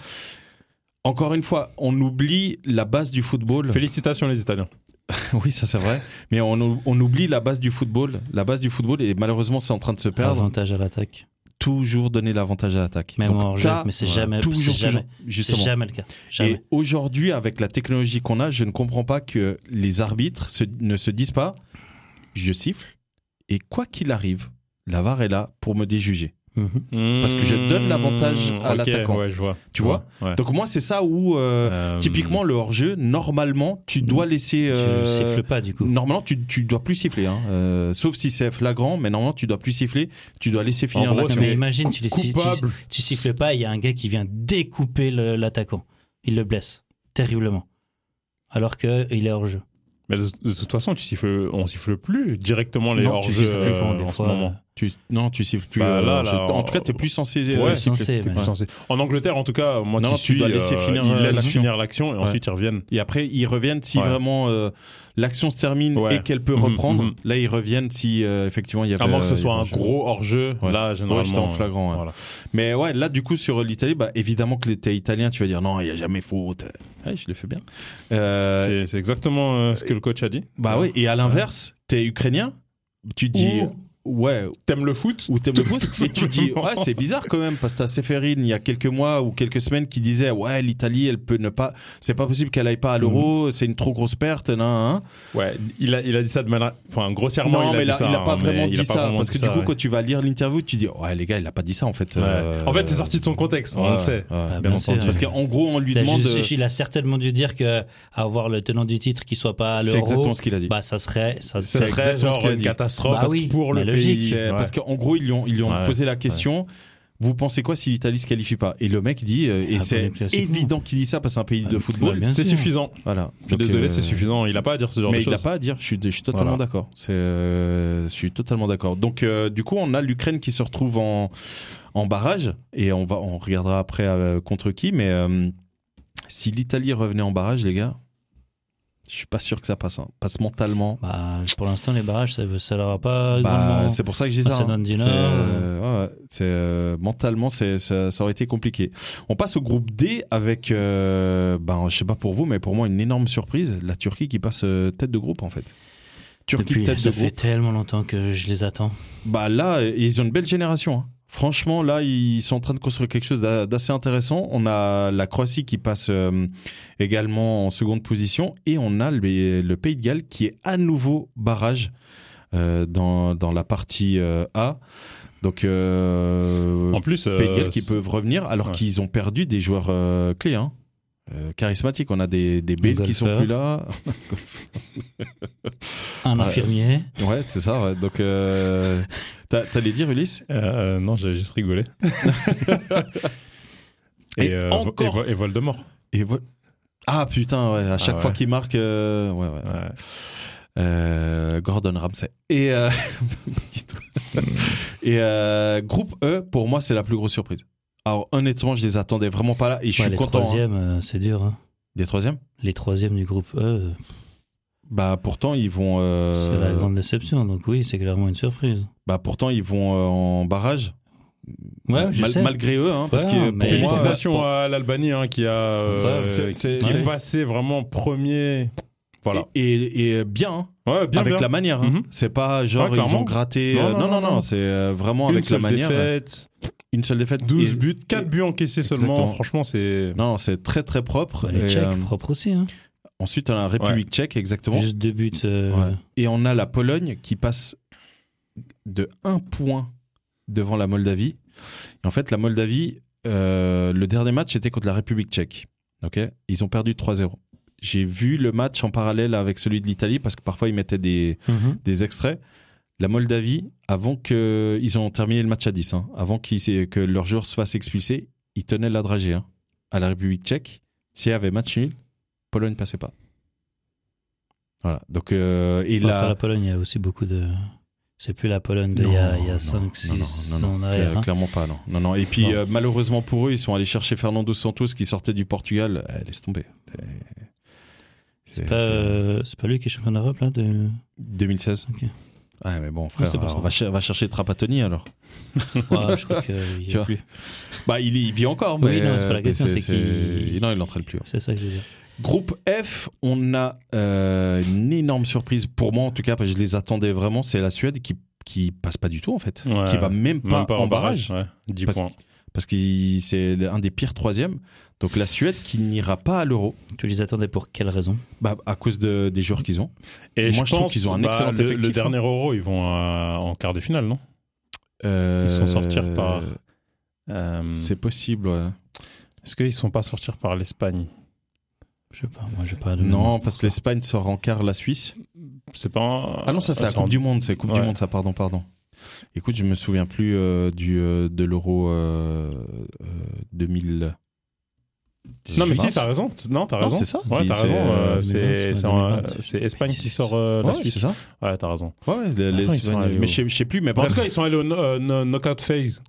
[SPEAKER 3] Encore une fois, on oublie la base du football.
[SPEAKER 2] félicitations les Italiens.
[SPEAKER 3] oui, ça c'est vrai. Mais on, ou- on oublie la base du football. La base du football et malheureusement c'est en train de se perdre.
[SPEAKER 4] Avantage à l'attaque.
[SPEAKER 3] Toujours donner l'avantage à l'attaque.
[SPEAKER 4] Même
[SPEAKER 3] Donc,
[SPEAKER 4] hors jeu,
[SPEAKER 3] t'as
[SPEAKER 4] mais c'est jamais, c'est
[SPEAKER 3] toujours,
[SPEAKER 4] jamais,
[SPEAKER 3] toujours-
[SPEAKER 4] c'est
[SPEAKER 3] justement.
[SPEAKER 4] jamais le cas. Jamais.
[SPEAKER 3] Et aujourd'hui, avec la technologie qu'on a, je ne comprends pas que les arbitres se- ne se disent pas je siffle et quoi qu'il arrive, la VAR est là pour me déjuger.
[SPEAKER 4] Mhm.
[SPEAKER 2] Parce
[SPEAKER 3] que je donne l'avantage à l'attaquant.
[SPEAKER 2] Ouais, je vois.
[SPEAKER 3] Tu vois
[SPEAKER 2] Ouais.
[SPEAKER 3] Donc, moi, c'est ça où, euh,
[SPEAKER 2] Euh,
[SPEAKER 3] typiquement, le hors-jeu, normalement, tu dois laisser.
[SPEAKER 4] Mm. Tu
[SPEAKER 3] euh,
[SPEAKER 4] siffles pas du coup.
[SPEAKER 3] Normalement, tu, tu dois plus siffler, hein. Euh, sauf si c'est flagrant, mais normalement, tu dois plus siffler, tu dois laisser finir
[SPEAKER 2] gros,
[SPEAKER 3] la
[SPEAKER 4] Non,
[SPEAKER 2] c'est
[SPEAKER 4] mais imagine, tu, les- tu,
[SPEAKER 2] coupable.
[SPEAKER 4] tu siffles pas, il y a un gars qui vient découper le- l'attaquant. Il le blesse terriblement. Alors qu'il est hors jeu.
[SPEAKER 2] Mais de, de toute façon, tu siffles, on siffle plus directement les
[SPEAKER 4] Non, tu
[SPEAKER 2] hors
[SPEAKER 4] siffles
[SPEAKER 2] jeux
[SPEAKER 4] plus, bon, des
[SPEAKER 2] en ce
[SPEAKER 4] fois,
[SPEAKER 2] moment.
[SPEAKER 3] Tu, non, tu siffles plus.
[SPEAKER 2] Bah,
[SPEAKER 3] euh,
[SPEAKER 2] là,
[SPEAKER 3] hors-jeu.
[SPEAKER 2] là,
[SPEAKER 3] en tout cas, tu plus censé euh,
[SPEAKER 2] Ouais,
[SPEAKER 3] siffler.
[SPEAKER 4] censé,
[SPEAKER 3] T'es
[SPEAKER 4] mais-
[SPEAKER 3] plus
[SPEAKER 4] Ouais.
[SPEAKER 2] Censé. En Angleterre, en tout cas, moi
[SPEAKER 3] Non,
[SPEAKER 2] qui
[SPEAKER 3] tu
[SPEAKER 2] suis,
[SPEAKER 3] dois laisser
[SPEAKER 2] euh,
[SPEAKER 3] finir,
[SPEAKER 2] ils
[SPEAKER 3] euh,
[SPEAKER 2] laissent
[SPEAKER 3] l'action.
[SPEAKER 2] finir l'action et ensuite ils reviennent.
[SPEAKER 3] Et après, ils reviennent si
[SPEAKER 2] Ouais.
[SPEAKER 3] vraiment euh, l'action se termine
[SPEAKER 2] Ouais.
[SPEAKER 3] et qu'elle peut
[SPEAKER 2] Mhm,
[SPEAKER 3] reprendre.
[SPEAKER 2] mhm.
[SPEAKER 3] Là, ils reviennent si euh, effectivement il y avait.
[SPEAKER 2] À moins que
[SPEAKER 3] euh,
[SPEAKER 2] ce soit
[SPEAKER 3] il y
[SPEAKER 2] un
[SPEAKER 3] avait
[SPEAKER 2] gros hors jeu,
[SPEAKER 3] Ouais.
[SPEAKER 2] là
[SPEAKER 3] jeu. Ouais,
[SPEAKER 2] généralement.
[SPEAKER 3] j'étais en
[SPEAKER 2] euh,
[SPEAKER 3] flagrant. ouais.
[SPEAKER 2] voilà.
[SPEAKER 3] Mais ouais, là, du coup, sur l'Italie, bah, évidemment que t'es italien, tu vas dire non, il n'y a jamais faute. Ouais, je le fais bien. Euh,
[SPEAKER 2] C'est- C'est exactement euh, ce que le coach a dit.
[SPEAKER 3] bah ouais, et à l'inverse, t'es ukrainien, tu dis ouais,
[SPEAKER 2] T'aimes le foot
[SPEAKER 3] ou t'aimes le foot,
[SPEAKER 2] tout
[SPEAKER 3] et tu dis
[SPEAKER 2] simplement.
[SPEAKER 3] ouais, c'est bizarre quand même, parce que t'as Seferin il y a quelques mois ou quelques semaines qui disait ouais, l'Italie, elle peut ne pas, c'est pas possible qu'elle aille pas à
[SPEAKER 2] Mm.
[SPEAKER 3] l'euro, c'est une trop grosse perte, nan, nan, nan.
[SPEAKER 2] Ouais, il a, il a dit ça de manière. Enfin, grossièrement,
[SPEAKER 3] Non,
[SPEAKER 2] il a
[SPEAKER 3] mais
[SPEAKER 2] dit
[SPEAKER 3] là,
[SPEAKER 2] ça.
[SPEAKER 3] il n'a
[SPEAKER 2] hein,
[SPEAKER 3] pas
[SPEAKER 2] mais
[SPEAKER 3] vraiment
[SPEAKER 2] il a
[SPEAKER 3] dit
[SPEAKER 2] pas
[SPEAKER 3] ça.
[SPEAKER 2] vraiment
[SPEAKER 3] Parce
[SPEAKER 2] dit
[SPEAKER 3] que du
[SPEAKER 2] ça,
[SPEAKER 3] coup,
[SPEAKER 2] ouais.
[SPEAKER 3] quand tu vas lire l'interview, tu dis Ouais, les gars, il n'a pas dit ça en fait.
[SPEAKER 2] Ouais.
[SPEAKER 3] Euh,
[SPEAKER 2] En fait, c'est sorti de son contexte, on
[SPEAKER 3] ouais,
[SPEAKER 2] le sait.
[SPEAKER 3] ouais.
[SPEAKER 4] Ah,
[SPEAKER 2] bien
[SPEAKER 4] bien sûr.
[SPEAKER 2] entendu.
[SPEAKER 3] Parce qu'en gros, on lui
[SPEAKER 4] Il a,
[SPEAKER 3] demande.
[SPEAKER 4] juste- il a certainement dû dire que avoir le tenant du titre qui soit pas à
[SPEAKER 3] C'est exactement
[SPEAKER 4] l'euro,
[SPEAKER 3] ce qu'il a dit.
[SPEAKER 4] bah ça serait, ça
[SPEAKER 2] Ce
[SPEAKER 3] C'est
[SPEAKER 2] serait
[SPEAKER 3] exactement ce
[SPEAKER 2] genre
[SPEAKER 3] qu'il a
[SPEAKER 2] une
[SPEAKER 3] dit.
[SPEAKER 2] catastrophe
[SPEAKER 4] Bah
[SPEAKER 2] parce que
[SPEAKER 4] oui,
[SPEAKER 2] pour le
[SPEAKER 4] mais
[SPEAKER 2] pays.
[SPEAKER 4] logique.
[SPEAKER 3] C'est-
[SPEAKER 2] ouais.
[SPEAKER 3] Parce qu'en gros, ils lui ont, ils lui ont
[SPEAKER 2] Ouais.
[SPEAKER 3] posé la question Vous pensez quoi si l'Italie se qualifie pas Et le mec dit euh, Et
[SPEAKER 4] Ah,
[SPEAKER 3] c'est
[SPEAKER 4] bah, les classiques,
[SPEAKER 3] évident qu'il dit ça parce que c'est un pays
[SPEAKER 4] Ah,
[SPEAKER 3] de football.
[SPEAKER 4] bah, bien
[SPEAKER 2] C'est
[SPEAKER 4] sûr.
[SPEAKER 2] suffisant.
[SPEAKER 3] Voilà.
[SPEAKER 2] Je suis
[SPEAKER 3] Donc,
[SPEAKER 2] désolé,
[SPEAKER 3] euh,
[SPEAKER 2] c'est suffisant. Il a pas à dire ce genre
[SPEAKER 3] Mais
[SPEAKER 2] de
[SPEAKER 3] il n'a
[SPEAKER 2] choses.
[SPEAKER 3] pas à dire, je suis, je suis totalement
[SPEAKER 2] Voilà.
[SPEAKER 3] d'accord. C'est, euh, je suis totalement d'accord. Donc, euh, du coup, on a l'Ukraine qui se retrouve en, en barrage, et on, va, on regardera après euh, contre qui, mais euh, si l'Italie revenait en barrage, les gars, je suis pas sûr que ça passe. hein. Passe mentalement.
[SPEAKER 4] Bah, pour l'instant, les barrages, ça ça leur a pas
[SPEAKER 3] Bah,
[SPEAKER 4] grandement-
[SPEAKER 3] c'est pour ça que je dis
[SPEAKER 4] Ah,
[SPEAKER 3] ça.
[SPEAKER 4] ça
[SPEAKER 3] hein.
[SPEAKER 4] donne du
[SPEAKER 3] C'est,
[SPEAKER 4] nord.
[SPEAKER 3] euh, ouais, ouais. C'est, euh, mentalement, c'est, ça, ça aurait été compliqué. On passe au groupe D avec, euh, ben, je sais pas pour vous, mais pour moi, une énorme surprise la Turquie qui passe euh, tête de groupe en fait. Turquie
[SPEAKER 4] Depuis,
[SPEAKER 3] tête
[SPEAKER 4] ça
[SPEAKER 3] de
[SPEAKER 4] fait
[SPEAKER 3] groupe.
[SPEAKER 4] tellement longtemps que je les attends.
[SPEAKER 3] Bah là, euh, ils ont une belle génération. hein. Franchement, là, ils sont en train de construire quelque chose d'a- d'assez intéressant. On a la Croatie qui passe euh, également en seconde position et on a le, le Pays de Galles qui est à nouveau barrage euh, dans, dans la partie euh, A. Donc, euh,
[SPEAKER 2] En plus, euh,
[SPEAKER 3] Pays de Galles qui peuvent revenir alors
[SPEAKER 2] ouais.
[SPEAKER 3] qu'ils ont perdu des joueurs euh, clés. hein. Euh, charismatiques, on a des, des Bale qui sont
[SPEAKER 4] golfeur.
[SPEAKER 3] plus là.
[SPEAKER 4] Un
[SPEAKER 3] Ouais.
[SPEAKER 4] infirmier.
[SPEAKER 3] Ouais, c'est ça. ouais. Donc, euh, t'a- t'allais dire, Ulysse
[SPEAKER 2] euh, non, j'avais juste rigolé.
[SPEAKER 3] Et
[SPEAKER 2] euh,
[SPEAKER 3] encore-
[SPEAKER 2] Vo- et Vo- et Voldemort.
[SPEAKER 3] Et voilà. Ah putain, ouais, à chaque
[SPEAKER 2] ouais.
[SPEAKER 3] fois qu'il marque, euh, ouais, ouais.
[SPEAKER 2] Ouais.
[SPEAKER 3] Euh, Gordon Ramsay. Et, euh, pas du tout.
[SPEAKER 2] Hmm.
[SPEAKER 3] et euh, groupe E, pour moi, c'est la plus grosse surprise. Alors honnêtement, je les attendais vraiment pas là et je
[SPEAKER 4] Ouais,
[SPEAKER 3] suis
[SPEAKER 4] les
[SPEAKER 3] content. hein.
[SPEAKER 4] troisièmes, euh, c'est dur. hein.
[SPEAKER 3] Des troisièmes
[SPEAKER 4] Les troisièmes du groupe E,
[SPEAKER 3] Bah pourtant ils vont, euh,
[SPEAKER 4] c'est la grande déception. Donc oui, c'est clairement une surprise.
[SPEAKER 3] bah pourtant ils vont euh, en barrage.
[SPEAKER 4] Ouais, je
[SPEAKER 3] Mal-
[SPEAKER 4] sais.
[SPEAKER 3] malgré eux, hein, parce
[SPEAKER 4] Ouais,
[SPEAKER 3] que
[SPEAKER 4] mais-
[SPEAKER 3] pour moi,
[SPEAKER 2] Félicitations à l'Albanie hein, qui a euh,
[SPEAKER 3] C'est-
[SPEAKER 2] qui-
[SPEAKER 3] c'est-
[SPEAKER 2] qui
[SPEAKER 3] c'est-
[SPEAKER 2] est passé vraiment premier. Voilà.
[SPEAKER 3] et, et bien, hein,
[SPEAKER 2] ouais, bien
[SPEAKER 3] avec
[SPEAKER 2] bien.
[SPEAKER 3] la manière. hein.
[SPEAKER 2] Mhm.
[SPEAKER 3] C'est pas genre
[SPEAKER 2] Ouais,
[SPEAKER 3] ils
[SPEAKER 2] clairement.
[SPEAKER 3] ont gratté. euh, Non,
[SPEAKER 2] Non, non,
[SPEAKER 3] non, non,
[SPEAKER 2] non, non.
[SPEAKER 3] c'est euh, vraiment
[SPEAKER 2] Une
[SPEAKER 3] avec la
[SPEAKER 2] seule
[SPEAKER 3] manière. euh,
[SPEAKER 2] défaite,
[SPEAKER 3] Une seule défaite.
[SPEAKER 2] 12
[SPEAKER 3] et-
[SPEAKER 2] buts, 4 buts encaissés seulement.
[SPEAKER 3] Exactement.
[SPEAKER 2] Franchement, c'est.
[SPEAKER 3] Non, c'est très très propre.
[SPEAKER 4] Bah, les
[SPEAKER 3] Et,
[SPEAKER 4] Tchèques,
[SPEAKER 3] euh,
[SPEAKER 4] propre aussi. Hein.
[SPEAKER 3] ensuite, on a la République tchèque, exactement.
[SPEAKER 4] Juste deux buts. euh,
[SPEAKER 3] Ouais. Et on a la Pologne qui passe de 1 point devant la Moldavie. Et en fait, la Moldavie, euh, le dernier match était contre la République tchèque. Ok, Ils ont perdu 3-0. J'ai vu le match en parallèle avec celui de l'Italie parce que parfois ils mettaient des,
[SPEAKER 4] Mhm.
[SPEAKER 3] des extraits. La Moldavie, avant que ils ont terminé le match à 10, hein, avant qu'ils- que leur joueur se fasse expulser, ils tenaient la dragée hein, à la République tchèque. S'il y avait match nul, Pologne passait pas. Voilà. Donc, euh, et
[SPEAKER 4] Enfin,
[SPEAKER 3] la,
[SPEAKER 4] la Pologne, il y a aussi beaucoup de. C'est plus la Pologne d'il y a, il y a 5, 6
[SPEAKER 3] non,
[SPEAKER 4] ans
[SPEAKER 3] non, non,
[SPEAKER 4] en
[SPEAKER 3] non,
[SPEAKER 4] arrière.
[SPEAKER 3] cla-
[SPEAKER 4] hein.
[SPEAKER 3] clairement pas, non. Non, non. Et puis,
[SPEAKER 4] Non.
[SPEAKER 3] euh, malheureusement pour eux, ils sont allés chercher Fernando Santos qui sortait du Portugal. Eh, laisse tomber. C'est-
[SPEAKER 4] C'est pas, euh, c'est pas lui qui est champion d'Europe, là de...
[SPEAKER 3] 2016.
[SPEAKER 4] Ok.
[SPEAKER 3] Ouais, Ah, mais bon, frère,
[SPEAKER 4] c'est pour ça.
[SPEAKER 3] on va, cher- va chercher Trapatoni alors.
[SPEAKER 4] Ouais, Je crois qu'il
[SPEAKER 3] Tu
[SPEAKER 4] y a
[SPEAKER 3] vois.
[SPEAKER 4] plus.
[SPEAKER 3] Bah, il, il vit encore, mais.
[SPEAKER 4] Oui, non, c'est pas la
[SPEAKER 3] mais
[SPEAKER 4] question, c'est qu'il-
[SPEAKER 3] Non, il n'entraîne plus. hein.
[SPEAKER 4] C'est ça que je veux dire.
[SPEAKER 3] Groupe F, on a euh, une énorme surprise pour moi en tout cas, parce que je les attendais vraiment. C'est la Suède qui qui passe pas du tout en fait,
[SPEAKER 2] Ouais.
[SPEAKER 3] qui va même pas,
[SPEAKER 2] Même pas
[SPEAKER 3] en barrage,
[SPEAKER 2] ouais. 10
[SPEAKER 3] Parce-
[SPEAKER 2] points.
[SPEAKER 3] parce que c'est un des pires troisièmes. Donc la Suède qui n'ira pas à l'Euro,
[SPEAKER 4] Tu les attendais pour quelle raison
[SPEAKER 3] bah, à cause de- des joueurs qu'ils ont.
[SPEAKER 2] Et
[SPEAKER 3] Moi, je trouve
[SPEAKER 2] pense,
[SPEAKER 3] qu'ils ont un
[SPEAKER 2] bah,
[SPEAKER 3] excellent
[SPEAKER 2] le,
[SPEAKER 3] effectif,
[SPEAKER 2] le
[SPEAKER 3] hein.
[SPEAKER 2] dernier Euro, ils vont euh, en quart de finale, non
[SPEAKER 3] Euh,
[SPEAKER 2] Ils sont sortis par- Est-ce
[SPEAKER 3] C'est possible. ouais.
[SPEAKER 2] Euh, qu'ils ne sont pas sortis par l'Espagne
[SPEAKER 4] Je sais pas, moi j'ai pas de.
[SPEAKER 3] Non, parce que l'Espagne sort en quart la Suisse.
[SPEAKER 2] C'est pas. un- euh,
[SPEAKER 3] Ah non, ça c'est
[SPEAKER 2] un
[SPEAKER 3] la Coupe du Monde, c'est Coupe du
[SPEAKER 2] Ouais.
[SPEAKER 3] Monde, ça pardon, pardon. Écoute, je me souviens plus euh, du euh, de l'Euro euh, euh, 2000.
[SPEAKER 2] Non, mais
[SPEAKER 3] Je sais
[SPEAKER 2] si,
[SPEAKER 3] pas.
[SPEAKER 2] t'as raison. t- Non, t'as
[SPEAKER 3] Non,
[SPEAKER 2] raison.
[SPEAKER 3] c'est ça,
[SPEAKER 2] Ouais,
[SPEAKER 3] c'est-
[SPEAKER 2] t'as
[SPEAKER 3] c'est,
[SPEAKER 2] raison.
[SPEAKER 3] euh,
[SPEAKER 2] euh, C'est
[SPEAKER 4] 2020,
[SPEAKER 2] c'est en, euh,
[SPEAKER 4] 2020,
[SPEAKER 2] c'est
[SPEAKER 4] je sais
[SPEAKER 2] Espagne
[SPEAKER 4] plus.
[SPEAKER 2] qui sort euh, la
[SPEAKER 3] Ouais,
[SPEAKER 2] Suisse.
[SPEAKER 3] c'est ça.
[SPEAKER 2] Ouais, t'as raison.
[SPEAKER 3] Ouais, les- les
[SPEAKER 2] ils sont
[SPEAKER 3] Espagnols.
[SPEAKER 2] allés au-
[SPEAKER 3] mais je, sais- je sais plus, mais
[SPEAKER 2] Bon, en
[SPEAKER 3] bref,
[SPEAKER 2] tout cas, ils sont allés au no- euh, no- knockout phase.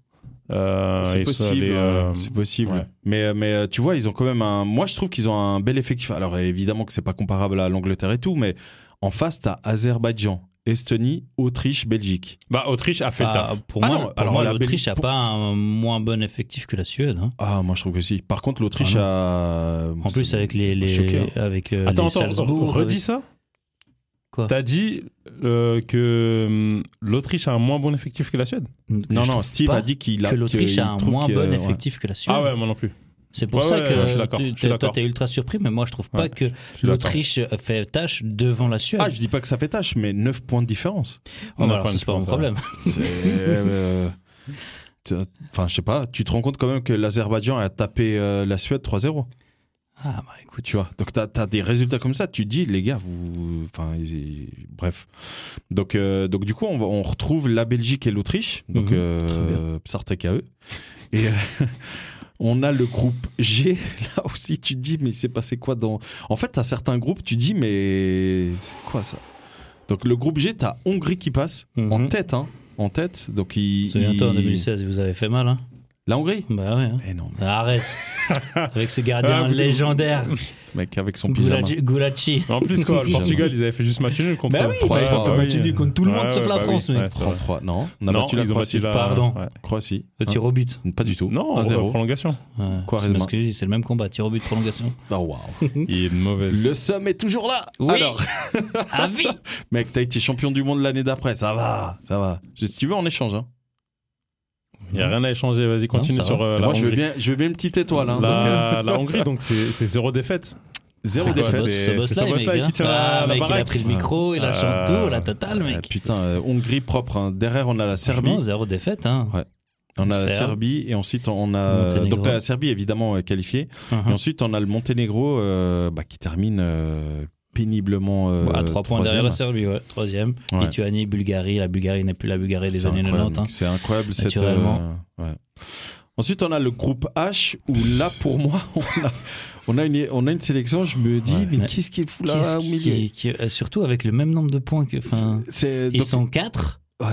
[SPEAKER 2] Euh,
[SPEAKER 3] c'est
[SPEAKER 2] ils sont
[SPEAKER 3] possible.
[SPEAKER 2] allés,
[SPEAKER 3] euh,
[SPEAKER 2] euh,
[SPEAKER 3] c'est possible.
[SPEAKER 2] ouais.
[SPEAKER 3] Mais euh, mais euh, tu vois, ils ont quand même un. Moi, je trouve qu'ils ont un bel effectif. Alors évidemment que c'est pas comparable à l'Angleterre et tout, mais en face, t'as Azerbaïdjan, Estonie, Autriche, Belgique.
[SPEAKER 2] Bah, Autriche a fait le
[SPEAKER 4] Ah,
[SPEAKER 2] taf.
[SPEAKER 4] pour
[SPEAKER 3] Ah
[SPEAKER 4] moi,
[SPEAKER 3] non,
[SPEAKER 4] pour
[SPEAKER 3] alors
[SPEAKER 4] moi,
[SPEAKER 3] la
[SPEAKER 4] l'Autriche
[SPEAKER 3] Belgique-
[SPEAKER 4] n'a pas un moins bon effectif que la Suède. hein.
[SPEAKER 3] Ah, moi je trouve que si. Par contre, l'Autriche
[SPEAKER 2] Ah
[SPEAKER 3] a.
[SPEAKER 4] En plus, avec les, les-
[SPEAKER 3] Choqué, hein.
[SPEAKER 4] avec le,
[SPEAKER 2] Attends,
[SPEAKER 4] Euh, les
[SPEAKER 2] attends,
[SPEAKER 4] Salzbourg,
[SPEAKER 2] redis
[SPEAKER 4] avec-
[SPEAKER 2] ça.
[SPEAKER 4] Quoi
[SPEAKER 2] T'as dit euh, que hum, l'Autriche a un moins bon effectif que la Suède
[SPEAKER 3] Non,
[SPEAKER 4] Je
[SPEAKER 3] non,
[SPEAKER 4] trouve
[SPEAKER 3] Steve
[SPEAKER 4] pas
[SPEAKER 3] a dit qu'il a.
[SPEAKER 4] que l'Autriche
[SPEAKER 3] qu'il
[SPEAKER 4] a un
[SPEAKER 3] trouve
[SPEAKER 4] moins
[SPEAKER 3] que-
[SPEAKER 4] bon
[SPEAKER 3] ouais.
[SPEAKER 4] effectif que la Suède.
[SPEAKER 2] Ah ouais, moi non plus.
[SPEAKER 4] C'est pour
[SPEAKER 2] Ouais,
[SPEAKER 4] ça
[SPEAKER 2] ouais, ouais, je suis d'accord,
[SPEAKER 4] que
[SPEAKER 2] je
[SPEAKER 4] tu,
[SPEAKER 2] suis
[SPEAKER 4] t'es- toi
[SPEAKER 2] d'accord.
[SPEAKER 4] t'es ultra surpris, mais moi je trouve pas
[SPEAKER 2] Ouais,
[SPEAKER 4] que
[SPEAKER 2] Je suis d'accord.
[SPEAKER 4] l'Autriche euh, fait tâche devant la Suède.
[SPEAKER 3] Ah, je dis pas que ça fait tâche, mais 9 points de différence.
[SPEAKER 4] Bon,
[SPEAKER 2] on a
[SPEAKER 4] alors,
[SPEAKER 2] faim,
[SPEAKER 4] c'est
[SPEAKER 2] je
[SPEAKER 4] pas mon
[SPEAKER 2] pense, ouais.
[SPEAKER 4] problème.
[SPEAKER 3] C'est, euh, tu- Enfin, je sais pas, tu te rends compte quand même que l'Azerbaïdjan a tapé euh, la Suède 3-0.
[SPEAKER 4] Ah bah écoute,
[SPEAKER 3] Tu vois, donc t'as as des résultats comme ça, tu te dis, les gars, vous. Enfin, ils- bref. Donc, euh, donc du coup, on, va- on retrouve la Belgique et l'Autriche. Donc,
[SPEAKER 4] Mhm,
[SPEAKER 3] euh, Psartek à eux. Et euh, on a le groupe G. Là aussi, tu te dis, mais il s'est passé quoi dans. En fait, t'as certains groupes, tu te dis, mais. C'est quoi ça Donc, le groupe G, t'as Hongrie qui passe en
[SPEAKER 4] Mhm.
[SPEAKER 3] tête, hein. En tête. Donc, il.
[SPEAKER 4] souviens-toi en
[SPEAKER 3] il-
[SPEAKER 4] 2016, vous avez fait mal. Hein
[SPEAKER 3] La Hongrie
[SPEAKER 4] bah ouais. hein.
[SPEAKER 3] Eh non,
[SPEAKER 4] Arrête avec ce gardien
[SPEAKER 2] Ah, vous-
[SPEAKER 4] légendaire,
[SPEAKER 3] mec, avec son pyjama.
[SPEAKER 4] Gulacci. Gulacci.
[SPEAKER 2] En plus, quoi, le
[SPEAKER 3] Jamais.
[SPEAKER 2] Portugal, ils avaient fait juste match nul contre
[SPEAKER 4] Bah oui,
[SPEAKER 3] bah, ils ont fait
[SPEAKER 4] match nul contre tout le monde, sauf
[SPEAKER 2] bah
[SPEAKER 4] la France, mec.
[SPEAKER 2] mais
[SPEAKER 3] 33, non, on a
[SPEAKER 2] Non,
[SPEAKER 3] battu la
[SPEAKER 2] ils ont
[SPEAKER 3] Croatie.
[SPEAKER 2] battu la
[SPEAKER 4] Pardon.
[SPEAKER 2] ouais.
[SPEAKER 3] Croatie.
[SPEAKER 4] Le
[SPEAKER 3] Hein
[SPEAKER 4] tir au but.
[SPEAKER 3] Pas du tout.
[SPEAKER 2] Non,
[SPEAKER 3] 1-0.
[SPEAKER 2] en prolongation.
[SPEAKER 4] Ouais,
[SPEAKER 3] Quaresma.
[SPEAKER 4] c'est parce que je dis, c'est le même combat, tir au but, prolongation.
[SPEAKER 3] Oh, wow.
[SPEAKER 4] Mmh.
[SPEAKER 2] Il est mauvais.
[SPEAKER 3] Le somme est toujours là.
[SPEAKER 4] Oui.
[SPEAKER 3] Alors, Ah,
[SPEAKER 4] à vie
[SPEAKER 3] mec, t'as été champion du monde l'année d'après. Ça va, ça va. Je- Si tu veux, on échange. Hein.
[SPEAKER 2] Il n'y a rien à échanger. Vas-y, continue
[SPEAKER 4] ça va.
[SPEAKER 2] sur euh,
[SPEAKER 3] Et
[SPEAKER 2] la
[SPEAKER 3] moi, je veux,
[SPEAKER 2] Hongrie.
[SPEAKER 3] bien, je veux bien une petite étoile. Hein, donc, euh,
[SPEAKER 2] La, la Hongrie, donc c'est c'est zéro défaite.
[SPEAKER 3] zéro
[SPEAKER 2] c'est quoi,
[SPEAKER 3] défaite.
[SPEAKER 2] c'est-
[SPEAKER 4] C'est
[SPEAKER 2] ce
[SPEAKER 4] ce boss
[SPEAKER 2] boss-là
[SPEAKER 4] là
[SPEAKER 2] qui tient la- la
[SPEAKER 4] hein. Ah, mec, il a
[SPEAKER 2] baraque.
[SPEAKER 4] pris le micro, il a
[SPEAKER 2] Ah.
[SPEAKER 4] chanté tout, la totale,
[SPEAKER 3] Euh,
[SPEAKER 4] mec.
[SPEAKER 3] putain, euh, Hongrie propre. hein. Derrière, on a la Serbie.
[SPEAKER 4] Franchement, zéro défaite. Hein.
[SPEAKER 3] Ouais. On a la
[SPEAKER 4] Serbe.
[SPEAKER 3] Serbie et ensuite on a
[SPEAKER 4] Monténégro.
[SPEAKER 3] donc la Serbie évidemment euh, qualifiée
[SPEAKER 4] Mhm.
[SPEAKER 3] et ensuite on a le Monténégro euh, bah, qui termine euh, péniblement euh,
[SPEAKER 4] Bon, Bah, à 3 points derrière
[SPEAKER 3] troisième.
[SPEAKER 4] la Serbie, ouais. Troisième.
[SPEAKER 3] Ouais.
[SPEAKER 4] Lituanie, Bulgarie. La Bulgarie n'est plus la Bulgarie des
[SPEAKER 3] C'est
[SPEAKER 4] années
[SPEAKER 3] incroyable,
[SPEAKER 4] 90. hein.
[SPEAKER 3] C'est incroyable cette.
[SPEAKER 4] Naturellement.
[SPEAKER 3] euh, ouais. Ensuite, on a le groupe H où là, pour moi, on a, on a une, on a une sélection. Je me dis,
[SPEAKER 4] Ouais.
[SPEAKER 3] mais
[SPEAKER 4] Mais
[SPEAKER 3] qu'est-ce qu'il fout là
[SPEAKER 4] Qu'est-ce
[SPEAKER 3] au
[SPEAKER 4] qui-
[SPEAKER 3] milieu
[SPEAKER 4] qui- euh, Surtout avec le même nombre de points que. Enfin,
[SPEAKER 3] C'est-
[SPEAKER 4] ils
[SPEAKER 3] donc,
[SPEAKER 4] sont 4
[SPEAKER 3] ouais,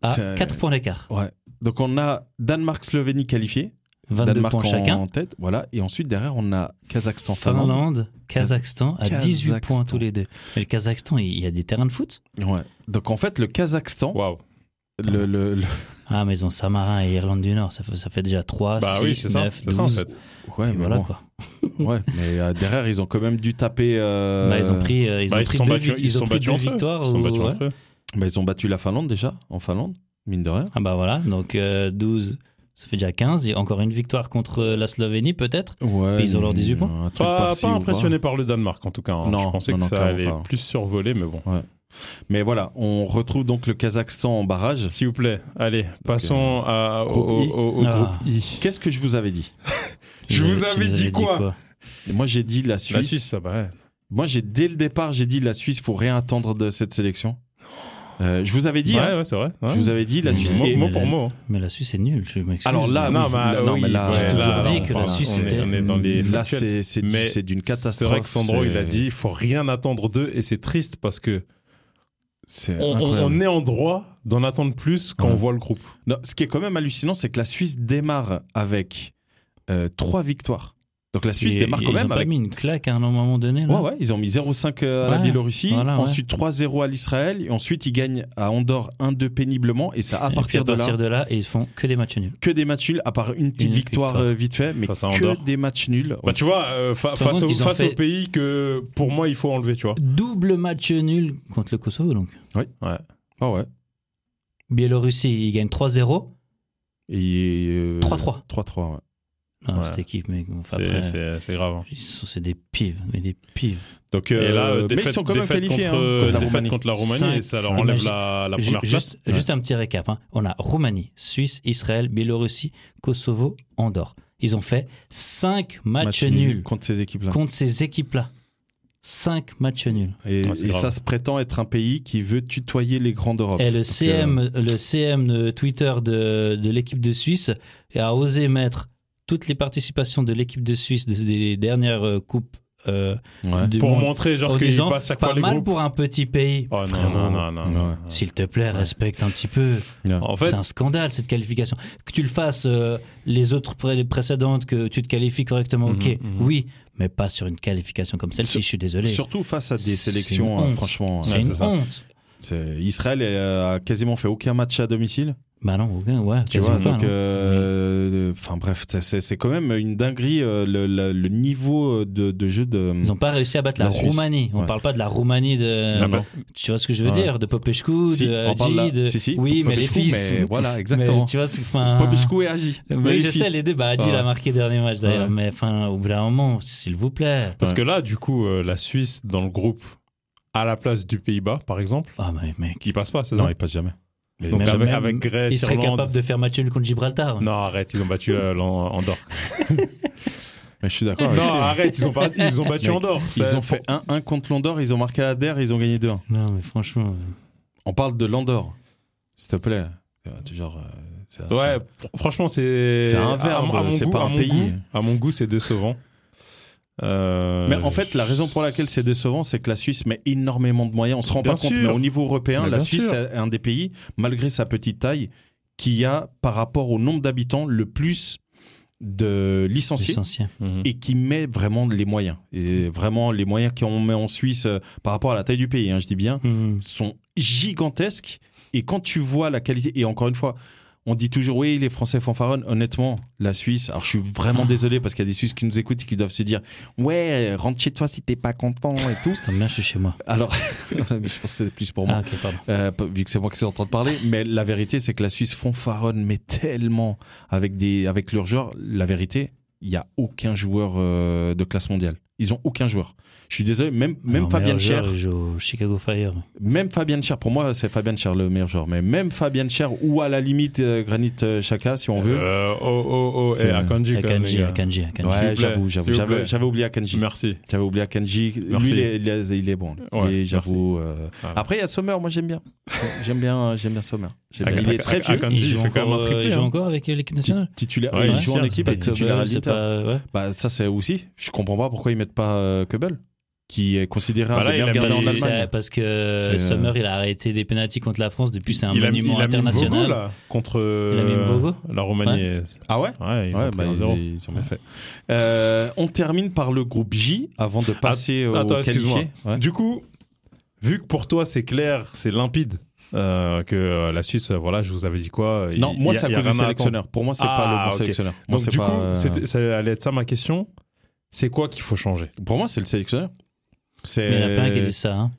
[SPEAKER 4] à
[SPEAKER 3] C'est-
[SPEAKER 4] 4 points d'écart.
[SPEAKER 3] ouais. Donc, on a Danemark, Slovénie qualifiés.
[SPEAKER 4] 22
[SPEAKER 3] Danemark
[SPEAKER 4] points
[SPEAKER 3] en
[SPEAKER 4] chacun.
[SPEAKER 3] tête, voilà. Et ensuite, derrière, on a Kazakhstan, Finlande.
[SPEAKER 4] Finlande, Kazakhstan à 18
[SPEAKER 3] Kazakhstan.
[SPEAKER 4] points tous les deux. Mais le Kazakhstan, il il y a des terrains de foot
[SPEAKER 3] Ouais. Donc, en fait, le Kazakhstan,
[SPEAKER 2] Waouh.
[SPEAKER 3] le, le- le-
[SPEAKER 4] Ah, mais ils ont Samarin et Irlande du Nord. Ça fait, ça fait déjà 3,
[SPEAKER 2] Bah
[SPEAKER 4] 6,
[SPEAKER 2] oui, c'est ça.
[SPEAKER 4] 9,
[SPEAKER 2] C'est
[SPEAKER 4] 12.
[SPEAKER 2] ça en fait.
[SPEAKER 3] Ouais,
[SPEAKER 4] Et
[SPEAKER 3] mais
[SPEAKER 4] voilà
[SPEAKER 3] bon.
[SPEAKER 4] quoi.
[SPEAKER 3] Ouais, mais euh, derrière, ils ont quand même dû taper. euh,
[SPEAKER 4] Bah, ils ont pris, euh, ils
[SPEAKER 2] Bah,
[SPEAKER 4] ont
[SPEAKER 2] ils se
[SPEAKER 4] pris
[SPEAKER 2] sont
[SPEAKER 4] deux,
[SPEAKER 2] battus-
[SPEAKER 4] vi-
[SPEAKER 2] ils
[SPEAKER 4] ils
[SPEAKER 2] se
[SPEAKER 4] ont
[SPEAKER 2] sont
[SPEAKER 4] pris
[SPEAKER 2] battus
[SPEAKER 4] deux
[SPEAKER 2] entre eux.
[SPEAKER 4] victoires.
[SPEAKER 2] Ils sont
[SPEAKER 4] ou-
[SPEAKER 2] battus
[SPEAKER 4] ouais.
[SPEAKER 2] entre eux.
[SPEAKER 3] bah, ils ont battu la Finlande déjà, en Finlande, mine de rien.
[SPEAKER 4] Ah bah voilà, donc euh, 12, ça fait déjà 15. Il y a encore une victoire contre euh, la Slovénie peut-être.
[SPEAKER 3] Ouais.
[SPEAKER 4] ils ont leurs 18 points.
[SPEAKER 3] un truc
[SPEAKER 2] Pas,
[SPEAKER 3] par-ci
[SPEAKER 2] pas
[SPEAKER 3] ou
[SPEAKER 2] impressionné par le Danemark en tout cas. hein.
[SPEAKER 3] Non,
[SPEAKER 2] je pensais
[SPEAKER 3] non,
[SPEAKER 2] que
[SPEAKER 3] non,
[SPEAKER 2] ça
[SPEAKER 3] clairement
[SPEAKER 2] allait
[SPEAKER 3] pas.
[SPEAKER 2] plus survoler, mais bon.
[SPEAKER 3] pas. Mais voilà, on retrouve donc le Kazakhstan en barrage.
[SPEAKER 2] S'il vous plaît, allez, passons à, au,
[SPEAKER 3] Groupe I.
[SPEAKER 2] au- au- au
[SPEAKER 4] Ah.
[SPEAKER 2] groupe I.
[SPEAKER 3] Qu'est-ce que je vous avais dit
[SPEAKER 2] Je
[SPEAKER 4] Tu
[SPEAKER 2] vous
[SPEAKER 4] nous
[SPEAKER 2] avais dit quoi
[SPEAKER 3] Moi, j'ai dit la
[SPEAKER 2] La
[SPEAKER 3] Suisse.
[SPEAKER 2] Suisse, ça va. ouais.
[SPEAKER 3] Moi, j'ai dès le départ, j'ai dit la Suisse, faut rien attendre de cette sélection. Euh, je vous avais dit,
[SPEAKER 2] Ouais,
[SPEAKER 3] hein,
[SPEAKER 2] ouais, c'est vrai. ouais.
[SPEAKER 3] je vous avais dit la
[SPEAKER 4] Mais
[SPEAKER 3] Suisse.
[SPEAKER 4] moi,
[SPEAKER 3] Et-
[SPEAKER 2] Mot, mot
[SPEAKER 4] Mais
[SPEAKER 2] pour
[SPEAKER 4] la-
[SPEAKER 2] mot. hein.
[SPEAKER 4] Mais la Suisse est nulle. Je m'excuse.
[SPEAKER 3] Alors là,
[SPEAKER 2] non,
[SPEAKER 3] oui,
[SPEAKER 2] mais,
[SPEAKER 3] là,
[SPEAKER 2] oui,
[SPEAKER 3] non, mais là,
[SPEAKER 2] ouais,
[SPEAKER 4] J'ai toujours
[SPEAKER 2] là,
[SPEAKER 4] dit
[SPEAKER 2] on
[SPEAKER 4] que
[SPEAKER 2] parle-
[SPEAKER 4] la Suisse
[SPEAKER 2] on est-
[SPEAKER 4] était-
[SPEAKER 2] On est dans les
[SPEAKER 3] là,
[SPEAKER 2] factuels.
[SPEAKER 3] c'est c'est du-
[SPEAKER 2] Mais
[SPEAKER 3] c'est d'une catastrophe.
[SPEAKER 2] C'est vrai que Sandro,
[SPEAKER 3] c'est-
[SPEAKER 2] il a dit il faut rien attendre d'eux et c'est triste parce que
[SPEAKER 3] C'est
[SPEAKER 2] on, on-
[SPEAKER 3] incroyable.
[SPEAKER 2] on est en droit d'en attendre plus quand
[SPEAKER 3] Ouais.
[SPEAKER 2] on voit le groupe.
[SPEAKER 3] Non,
[SPEAKER 2] Bah,
[SPEAKER 3] ce qui est quand même hallucinant, c'est que la Suisse démarre avec euh, trois victoires. Donc la Suisse
[SPEAKER 4] Ils-
[SPEAKER 3] démarre quand
[SPEAKER 4] ils ont
[SPEAKER 3] même
[SPEAKER 4] pas
[SPEAKER 3] avec.
[SPEAKER 4] mis une claque à un moment donné.
[SPEAKER 3] Ouais,
[SPEAKER 4] Là.
[SPEAKER 3] ouais, ils ont mis 0,5 à la
[SPEAKER 4] Ouais,
[SPEAKER 3] Biélorussie,
[SPEAKER 4] voilà, ouais.
[SPEAKER 3] ensuite 3-0 à l'Israël, et ensuite ils gagnent à Andorre 1-2 péniblement, et ça à
[SPEAKER 4] Et puis,
[SPEAKER 3] partir, de là,
[SPEAKER 4] de là, et ils font que des matchs nuls.
[SPEAKER 3] que des matchs nuls, à part une petite
[SPEAKER 4] Une
[SPEAKER 3] victoire,
[SPEAKER 4] victoire.
[SPEAKER 3] euh, vite fait, mais
[SPEAKER 2] Face à Andorre.
[SPEAKER 3] que des matchs nuls.
[SPEAKER 2] Bah, tu vois, euh, fa-
[SPEAKER 4] Tout le
[SPEAKER 2] face,
[SPEAKER 4] monde,
[SPEAKER 2] au,
[SPEAKER 4] ils ont
[SPEAKER 2] face
[SPEAKER 4] fait-
[SPEAKER 2] au pays que pour moi il faut enlever, tu vois.
[SPEAKER 4] Double match nul contre le Kosovo donc.
[SPEAKER 3] Oui, ouais. Ah ouais.
[SPEAKER 4] Biélorussie, ils gagnent 3-0,
[SPEAKER 3] Et euh,
[SPEAKER 4] 3-3.
[SPEAKER 3] 3-3, ouais.
[SPEAKER 4] Non,
[SPEAKER 2] Ouais.
[SPEAKER 4] cette équipe, mais enfin,
[SPEAKER 2] C'est-
[SPEAKER 4] après,
[SPEAKER 2] C'est c'est grave. hein.
[SPEAKER 4] ils sont- c'est des pives, mais des pives.
[SPEAKER 3] Donc,
[SPEAKER 2] Et là,
[SPEAKER 3] euh,
[SPEAKER 2] euh, défaite,
[SPEAKER 3] mais ils sont quand même
[SPEAKER 2] défaite
[SPEAKER 3] qualifiés
[SPEAKER 2] contre, euh,
[SPEAKER 3] hein, contre la
[SPEAKER 2] défaite
[SPEAKER 3] Roumanie.
[SPEAKER 2] contre la Roumanie
[SPEAKER 4] Cinq.
[SPEAKER 2] et ça leur enlève
[SPEAKER 4] Imagine-
[SPEAKER 2] la, la
[SPEAKER 4] Ju-
[SPEAKER 2] première place.
[SPEAKER 4] juste, juste un petit récap. hein. On a Roumanie, Suisse, Israël, Biélorussie, Kosovo, Andorre. Ils ont fait 5
[SPEAKER 3] Match
[SPEAKER 4] matchs
[SPEAKER 3] nul
[SPEAKER 4] nuls
[SPEAKER 3] contre ces équipes-là.
[SPEAKER 4] contre ces équipes-là. 5 matchs nuls.
[SPEAKER 3] Et,
[SPEAKER 2] Ouais, c'est
[SPEAKER 3] et
[SPEAKER 2] grave.
[SPEAKER 3] ça se prétend être un pays qui veut tutoyer les grandes
[SPEAKER 2] Oh,
[SPEAKER 3] Europes.
[SPEAKER 4] Et le
[SPEAKER 3] Donc,
[SPEAKER 4] CM, le CM de Twitter de, de l'équipe de Suisse a osé mettre toutes les participations de l'équipe de Suisse des, des dernières euh, coupes euh,
[SPEAKER 3] euh, ouais.
[SPEAKER 4] du
[SPEAKER 2] pour
[SPEAKER 4] monde
[SPEAKER 2] montrer genre
[SPEAKER 4] en
[SPEAKER 2] qu'ils
[SPEAKER 4] disant
[SPEAKER 2] passent chaque
[SPEAKER 4] pas
[SPEAKER 2] fois les
[SPEAKER 4] mal
[SPEAKER 2] groupes.
[SPEAKER 4] pour un petit pays.
[SPEAKER 2] Oh non,
[SPEAKER 4] Frérot,
[SPEAKER 2] non, non, non, non.
[SPEAKER 3] Ouais.
[SPEAKER 4] S'il te plaît, respecte un petit peu.
[SPEAKER 2] En fait,
[SPEAKER 4] C'est un scandale cette qualification. Que tu le fasses euh, les autres pré- les précédentes, que tu te qualifies correctement, ok,
[SPEAKER 2] Mhm, mhm.
[SPEAKER 4] oui, mais pas sur une qualification comme celle-ci.
[SPEAKER 3] Sur-
[SPEAKER 4] Je suis désolé.
[SPEAKER 3] Surtout face à
[SPEAKER 4] C'est
[SPEAKER 3] des sélections,
[SPEAKER 4] une
[SPEAKER 3] euh,
[SPEAKER 4] honte.
[SPEAKER 3] franchement.
[SPEAKER 4] c'est
[SPEAKER 3] euh,
[SPEAKER 4] une
[SPEAKER 2] c'est ça.
[SPEAKER 4] honte.
[SPEAKER 3] c'est- Israël euh, a quasiment fait aucun match à domicile.
[SPEAKER 4] Bah non, aucun, ouais,
[SPEAKER 3] Tu vois,
[SPEAKER 4] quasiment pas, hein.
[SPEAKER 3] donc,
[SPEAKER 4] non.
[SPEAKER 3] euh, enfin bref, c'est- c'est c'est quand même une dinguerie euh, le, le- le niveau euh, de, de jeu de.
[SPEAKER 4] Ils n'ont pas réussi à battre la,
[SPEAKER 3] La Suisse.
[SPEAKER 4] Roumanie. On
[SPEAKER 3] Ouais. Ah bah.
[SPEAKER 4] parle pas de la Roumanie de.
[SPEAKER 2] Non, non.
[SPEAKER 4] Tu vois ce que je veux
[SPEAKER 3] Ouais.
[SPEAKER 4] dire De Popescu,
[SPEAKER 3] Si,
[SPEAKER 4] de
[SPEAKER 3] on parle
[SPEAKER 4] Hadji,
[SPEAKER 3] là-
[SPEAKER 4] de.
[SPEAKER 3] si, si,
[SPEAKER 4] oui, mais les
[SPEAKER 3] Popescu,
[SPEAKER 4] fils.
[SPEAKER 3] mais voilà, exactement.
[SPEAKER 4] Mais tu vois, c'est. enfin,
[SPEAKER 3] Popescu et Agi.
[SPEAKER 4] Oui,
[SPEAKER 3] Mais les
[SPEAKER 4] je sais,
[SPEAKER 3] fils.
[SPEAKER 4] les débats. Hadji
[SPEAKER 3] Ouais.
[SPEAKER 4] l'a marqué dernier match d'ailleurs.
[SPEAKER 3] Ouais.
[SPEAKER 4] Mais enfin, au bout d'un moment, s'il vous plaît.
[SPEAKER 2] Parce
[SPEAKER 3] Ouais.
[SPEAKER 2] que là, du coup, euh, la Suisse dans le groupe à la place du Pays-Bas, par exemple,
[SPEAKER 4] Ah, mais mec.
[SPEAKER 2] qui passe pas, c'est
[SPEAKER 3] Non,
[SPEAKER 2] ça
[SPEAKER 3] ils passent jamais.
[SPEAKER 2] Donc
[SPEAKER 4] Même-
[SPEAKER 2] avec,
[SPEAKER 4] même-
[SPEAKER 2] avec Grèce,
[SPEAKER 4] Il serait
[SPEAKER 2] Irlande.
[SPEAKER 4] capable de faire match nul contre Gibraltar.
[SPEAKER 2] Non, arrête, ils ont battu euh, l'An- Andorre.
[SPEAKER 3] Mais je suis
[SPEAKER 4] Ah,
[SPEAKER 3] d'accord.
[SPEAKER 2] non,
[SPEAKER 3] avec ça.
[SPEAKER 2] arrête, ils ont, pas- ils ont battu
[SPEAKER 3] Mec,
[SPEAKER 2] Andorre.
[SPEAKER 3] Ils
[SPEAKER 2] Ça-
[SPEAKER 3] ont fait 1-1 contre l'Andorre, ils ont marqué à Adair, ils ont gagné 2-1.
[SPEAKER 4] Non, mais franchement. euh,
[SPEAKER 3] On parle de l'Andorre, s'il te plaît. C'est Genre, euh, c'est-
[SPEAKER 2] Ouais,
[SPEAKER 3] c'est-
[SPEAKER 2] fr- franchement, c'est.
[SPEAKER 3] C'est un
[SPEAKER 2] à-
[SPEAKER 3] verbe,
[SPEAKER 2] à mon
[SPEAKER 3] c'est
[SPEAKER 2] goût-
[SPEAKER 3] pas
[SPEAKER 2] à
[SPEAKER 3] un
[SPEAKER 2] mon
[SPEAKER 3] pays.
[SPEAKER 2] goût- à mon goût, c'est décevant. Euh,
[SPEAKER 3] Mais en fait, la raison pour laquelle c'est décevant, c'est que la Suisse met énormément de moyens. On se rend
[SPEAKER 2] Bien
[SPEAKER 3] pas compte,
[SPEAKER 2] sûr.
[SPEAKER 3] mais au niveau européen,
[SPEAKER 2] Mais
[SPEAKER 3] la
[SPEAKER 2] bien
[SPEAKER 3] Suisse
[SPEAKER 2] sûr.
[SPEAKER 3] est un des pays, malgré sa petite taille, qui a, par rapport au nombre d'habitants, le plus de licenciés
[SPEAKER 4] Licencié.
[SPEAKER 2] Mhm.
[SPEAKER 3] et qui met vraiment les moyens. Et vraiment, les moyens qu'on met en Suisse euh, par rapport à la taille du pays, hein, je dis bien,
[SPEAKER 4] Hum,
[SPEAKER 3] sont gigantesques. Et quand tu vois la qualité, et encore une fois, on dit toujours oui, les Français fanfaronnent. Honnêtement, la Suisse, alors je suis
[SPEAKER 4] Ah.
[SPEAKER 3] vraiment désolé parce qu'il y a des Suisses qui nous écoutent et qui doivent se dire ouais, rentre chez toi si t'es pas content et tout.
[SPEAKER 4] Putain, bien, je suis chez moi.
[SPEAKER 3] Alors, je pense que c'est plus pour moi,
[SPEAKER 4] Ah, ok, pardon.
[SPEAKER 3] euh, vu que c'est moi qui suis en train de parler. Mais la vérité, c'est que la Suisse fanfaronne, mais tellement avec, des, avec leurs joueurs. La vérité, il n'y a aucun joueur euh, de classe mondiale. Ils ont aucun joueur. Je suis désolé, même, même
[SPEAKER 4] Alors,
[SPEAKER 3] Fabien
[SPEAKER 4] Ah
[SPEAKER 3] Cher.
[SPEAKER 4] meilleur joueur, il joue au Chicago Fire.
[SPEAKER 3] Même Fabian Cher, pour moi, c'est Fabian Cher le meilleur joueur, mais même Fabian Cher ou à la limite euh, Granit euh, Xhaka, si on veut.
[SPEAKER 2] Euh, oh, oh, oh,
[SPEAKER 3] C'est-
[SPEAKER 2] eh, Akanji, quand même, les
[SPEAKER 4] Akanji,
[SPEAKER 2] gars.
[SPEAKER 4] Akanji,
[SPEAKER 2] s'il vous
[SPEAKER 4] Akanji.
[SPEAKER 3] ouais,
[SPEAKER 2] plaît,
[SPEAKER 3] j'avoue,
[SPEAKER 2] s'il
[SPEAKER 3] j'avoue.
[SPEAKER 2] vous
[SPEAKER 3] J'avais
[SPEAKER 2] plaît.
[SPEAKER 3] j'avais oublié Akanji.
[SPEAKER 2] Merci.
[SPEAKER 3] J'avais oublié Akanji. Lui,
[SPEAKER 2] Merci.
[SPEAKER 3] il est, il est- il est bon.
[SPEAKER 2] Ouais, Ah.
[SPEAKER 3] Et j'avoue. euh,
[SPEAKER 2] Voilà.
[SPEAKER 3] Après, il y a Sommer, moi j'aime bien. j'aime bien, j'aime bien Sommer. J'aime
[SPEAKER 2] Ak-
[SPEAKER 3] bien. Il est
[SPEAKER 2] Ak-
[SPEAKER 3] très
[SPEAKER 2] Ak-
[SPEAKER 3] vieux.
[SPEAKER 2] Akanji,
[SPEAKER 4] Ils
[SPEAKER 2] il
[SPEAKER 4] jouent
[SPEAKER 2] fait quand même un
[SPEAKER 4] encore, euh,
[SPEAKER 2] triplé,
[SPEAKER 4] ils jouent
[SPEAKER 2] hein.
[SPEAKER 4] encore avec euh, l'équipe nationale.
[SPEAKER 3] Ti- Titulaire,
[SPEAKER 2] Ouais,
[SPEAKER 3] il
[SPEAKER 2] bien
[SPEAKER 3] joue en
[SPEAKER 2] sûr,
[SPEAKER 3] équipe
[SPEAKER 2] c'est
[SPEAKER 3] et
[SPEAKER 2] pas
[SPEAKER 3] titulaire à
[SPEAKER 4] Kobe, c'est
[SPEAKER 3] l'Inter.
[SPEAKER 4] pas- ouais.
[SPEAKER 3] Bah, ça, c'est aussi. Je comprends pas pourquoi ils mettent pas euh, Keubel, qui est considéré
[SPEAKER 2] Bah
[SPEAKER 3] un
[SPEAKER 2] là,
[SPEAKER 3] des
[SPEAKER 2] il a
[SPEAKER 3] meilleurs gardiens en
[SPEAKER 2] mis-
[SPEAKER 4] Parce que,
[SPEAKER 2] c'est-
[SPEAKER 3] Allemagne.
[SPEAKER 4] ça- parce que
[SPEAKER 3] C'est, euh,
[SPEAKER 4] Sommer, il a arrêté des pénalties contre la France. Depuis, c'est un
[SPEAKER 2] il a, il
[SPEAKER 4] monument
[SPEAKER 2] a mis
[SPEAKER 4] international.
[SPEAKER 2] Bogo, là, contre
[SPEAKER 4] Il a mis
[SPEAKER 2] euh,
[SPEAKER 4] Bogo
[SPEAKER 2] la Roumanie. et-
[SPEAKER 3] Ah ouais
[SPEAKER 2] Ouais, ils
[SPEAKER 3] Ouais,
[SPEAKER 2] ont pris
[SPEAKER 3] bah,
[SPEAKER 2] un
[SPEAKER 3] ils,
[SPEAKER 2] zéro.
[SPEAKER 3] ils ont bien fait. Euh, on termine par le groupe J avant de passer au
[SPEAKER 2] attends,
[SPEAKER 3] qualifié.
[SPEAKER 2] excuse-moi. Du coup, vu que pour toi c'est clair, c'est limpide, euh, que euh, la Suisse, euh, voilà, je vous avais dit quoi euh,
[SPEAKER 3] Non,
[SPEAKER 2] il-
[SPEAKER 3] moi,
[SPEAKER 2] il y a-
[SPEAKER 3] c'est à
[SPEAKER 2] il y a
[SPEAKER 3] cause du
[SPEAKER 2] Rama à
[SPEAKER 3] sélectionneur. Pour moi, c'est
[SPEAKER 2] Ah,
[SPEAKER 3] pas le bon
[SPEAKER 2] ok.
[SPEAKER 3] sélectionneur. Moi,
[SPEAKER 2] Donc
[SPEAKER 3] c'est
[SPEAKER 2] du
[SPEAKER 3] pas,
[SPEAKER 2] coup,
[SPEAKER 3] euh,
[SPEAKER 2] c'était- ça allait être ça ma question. C'est quoi qu'il faut changer
[SPEAKER 3] pour moi, c'est le sélectionneur. C'est-
[SPEAKER 4] Mais il y en a plein qui disent ça. hein.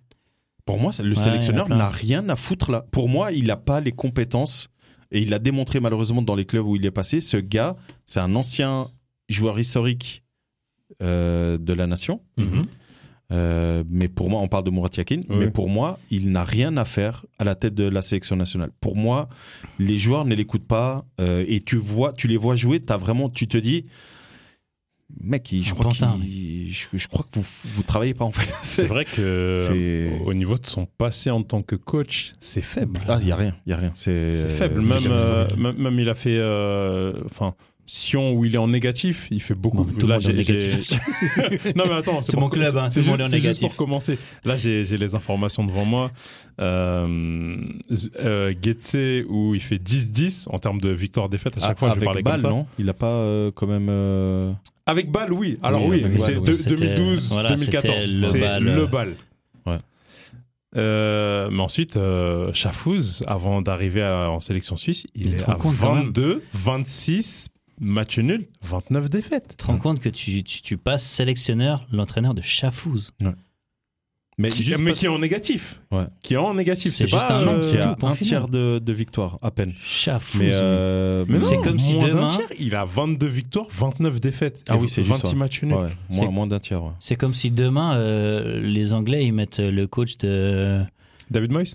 [SPEAKER 3] Pour moi, c'est- le
[SPEAKER 4] Ouais,
[SPEAKER 3] sélectionneur
[SPEAKER 4] il y en a
[SPEAKER 3] n'a
[SPEAKER 4] plein.
[SPEAKER 3] rien à foutre là. Pour moi, il n'a pas les compétences et il l'a démontré malheureusement dans les clubs où il est passé. Ce gars, c'est un ancien joueur historique euh, de la nation.
[SPEAKER 2] Mm-hmm. Mhm.
[SPEAKER 3] Euh, mais pour moi, on parle de Murat Yakin,
[SPEAKER 2] Oui.
[SPEAKER 3] mais pour moi, il n'a rien à faire à la tête de la sélection nationale. Pour moi, les joueurs ne l'écoutent pas euh, et tu vois, tu les vois jouer, t'as vraiment, tu te dis, mec, il- je
[SPEAKER 4] Un
[SPEAKER 3] crois,
[SPEAKER 4] pantin,
[SPEAKER 3] qu'il- je, je crois que vous vous travaillez pas en fait.
[SPEAKER 2] C'est vrai que euh,
[SPEAKER 3] C'est-
[SPEAKER 2] au niveau de son passé en tant que coach, c'est faible.
[SPEAKER 3] Ah, il y a rien, il y a rien. C'est
[SPEAKER 2] C'est faible.
[SPEAKER 3] c'est
[SPEAKER 2] Même, euh,
[SPEAKER 3] catastrophique.
[SPEAKER 2] même, même il a fait. euh, Enfin, Sion où il est en négatif, il fait beaucoup.
[SPEAKER 4] Bon, tout le monde est en
[SPEAKER 2] j'ai-
[SPEAKER 4] négatif.
[SPEAKER 2] j'ai- non mais attends,
[SPEAKER 4] C'est
[SPEAKER 2] pour-
[SPEAKER 4] mon club, hein,
[SPEAKER 2] c'est
[SPEAKER 4] tout le
[SPEAKER 2] juste-
[SPEAKER 4] monde est en
[SPEAKER 2] c'est juste
[SPEAKER 4] négatif.
[SPEAKER 2] pour commencer. Là, j'ai j'ai les informations devant moi. Euh, z- euh, Guetze, où il fait 10-10 en termes de victoire-défaite. euh, À chaque
[SPEAKER 3] Ah,
[SPEAKER 2] fois, je
[SPEAKER 3] avec
[SPEAKER 2] parlais
[SPEAKER 3] Bâle,
[SPEAKER 2] comme ça.
[SPEAKER 3] non Il a pas euh, quand même. euh,
[SPEAKER 2] Avec Bâle, oui. Alors oui,
[SPEAKER 3] avec
[SPEAKER 2] mais
[SPEAKER 3] Bâle,
[SPEAKER 2] c'est
[SPEAKER 3] oui.
[SPEAKER 2] de-
[SPEAKER 4] C'était-
[SPEAKER 2] 2012,
[SPEAKER 4] voilà,
[SPEAKER 2] 2014.
[SPEAKER 4] c'était le euh,
[SPEAKER 2] c'est
[SPEAKER 4] Bâle.
[SPEAKER 2] le bal.
[SPEAKER 3] Ouais.
[SPEAKER 2] mais ensuite, euh, Schaffhouse, avant d'arriver à- en sélection suisse, il
[SPEAKER 4] Mais tu
[SPEAKER 2] est
[SPEAKER 4] te rends
[SPEAKER 2] à
[SPEAKER 4] compte quand même
[SPEAKER 2] 22, 26 matchs nuls, 29 défaites.
[SPEAKER 4] Tu te rends compte que tu, tu, tu passes sélectionneur, l'entraîneur de Chafouz.
[SPEAKER 3] Mais
[SPEAKER 2] Qui-
[SPEAKER 3] juste
[SPEAKER 2] mais
[SPEAKER 3] parce-
[SPEAKER 2] qui est en négatif.
[SPEAKER 3] Ouais.
[SPEAKER 2] Qui est en négatif.
[SPEAKER 4] C'est
[SPEAKER 2] C'est
[SPEAKER 4] juste
[SPEAKER 2] pas,
[SPEAKER 4] un nom,
[SPEAKER 2] euh,
[SPEAKER 4] c'est
[SPEAKER 3] il y a
[SPEAKER 4] tout, point
[SPEAKER 3] un
[SPEAKER 4] final.
[SPEAKER 3] tiers de, de victoire à peine.
[SPEAKER 4] Chafouz.
[SPEAKER 3] Mais, euh,
[SPEAKER 2] mais
[SPEAKER 3] mais
[SPEAKER 2] non,
[SPEAKER 4] C'est comme hein. si
[SPEAKER 2] moins d'un
[SPEAKER 4] demain-
[SPEAKER 2] tiers, il a 22 victoires, 29 défaites.
[SPEAKER 3] Ah
[SPEAKER 2] Et
[SPEAKER 3] oui, c'est juste
[SPEAKER 2] 26
[SPEAKER 3] ça.
[SPEAKER 2] matchs nuls.
[SPEAKER 3] ouais,
[SPEAKER 4] C'est-
[SPEAKER 3] moins, moins d'un tiers. ouais.
[SPEAKER 4] C'est comme si demain, euh, les Anglais, ils mettent le coach de.
[SPEAKER 2] David Moyes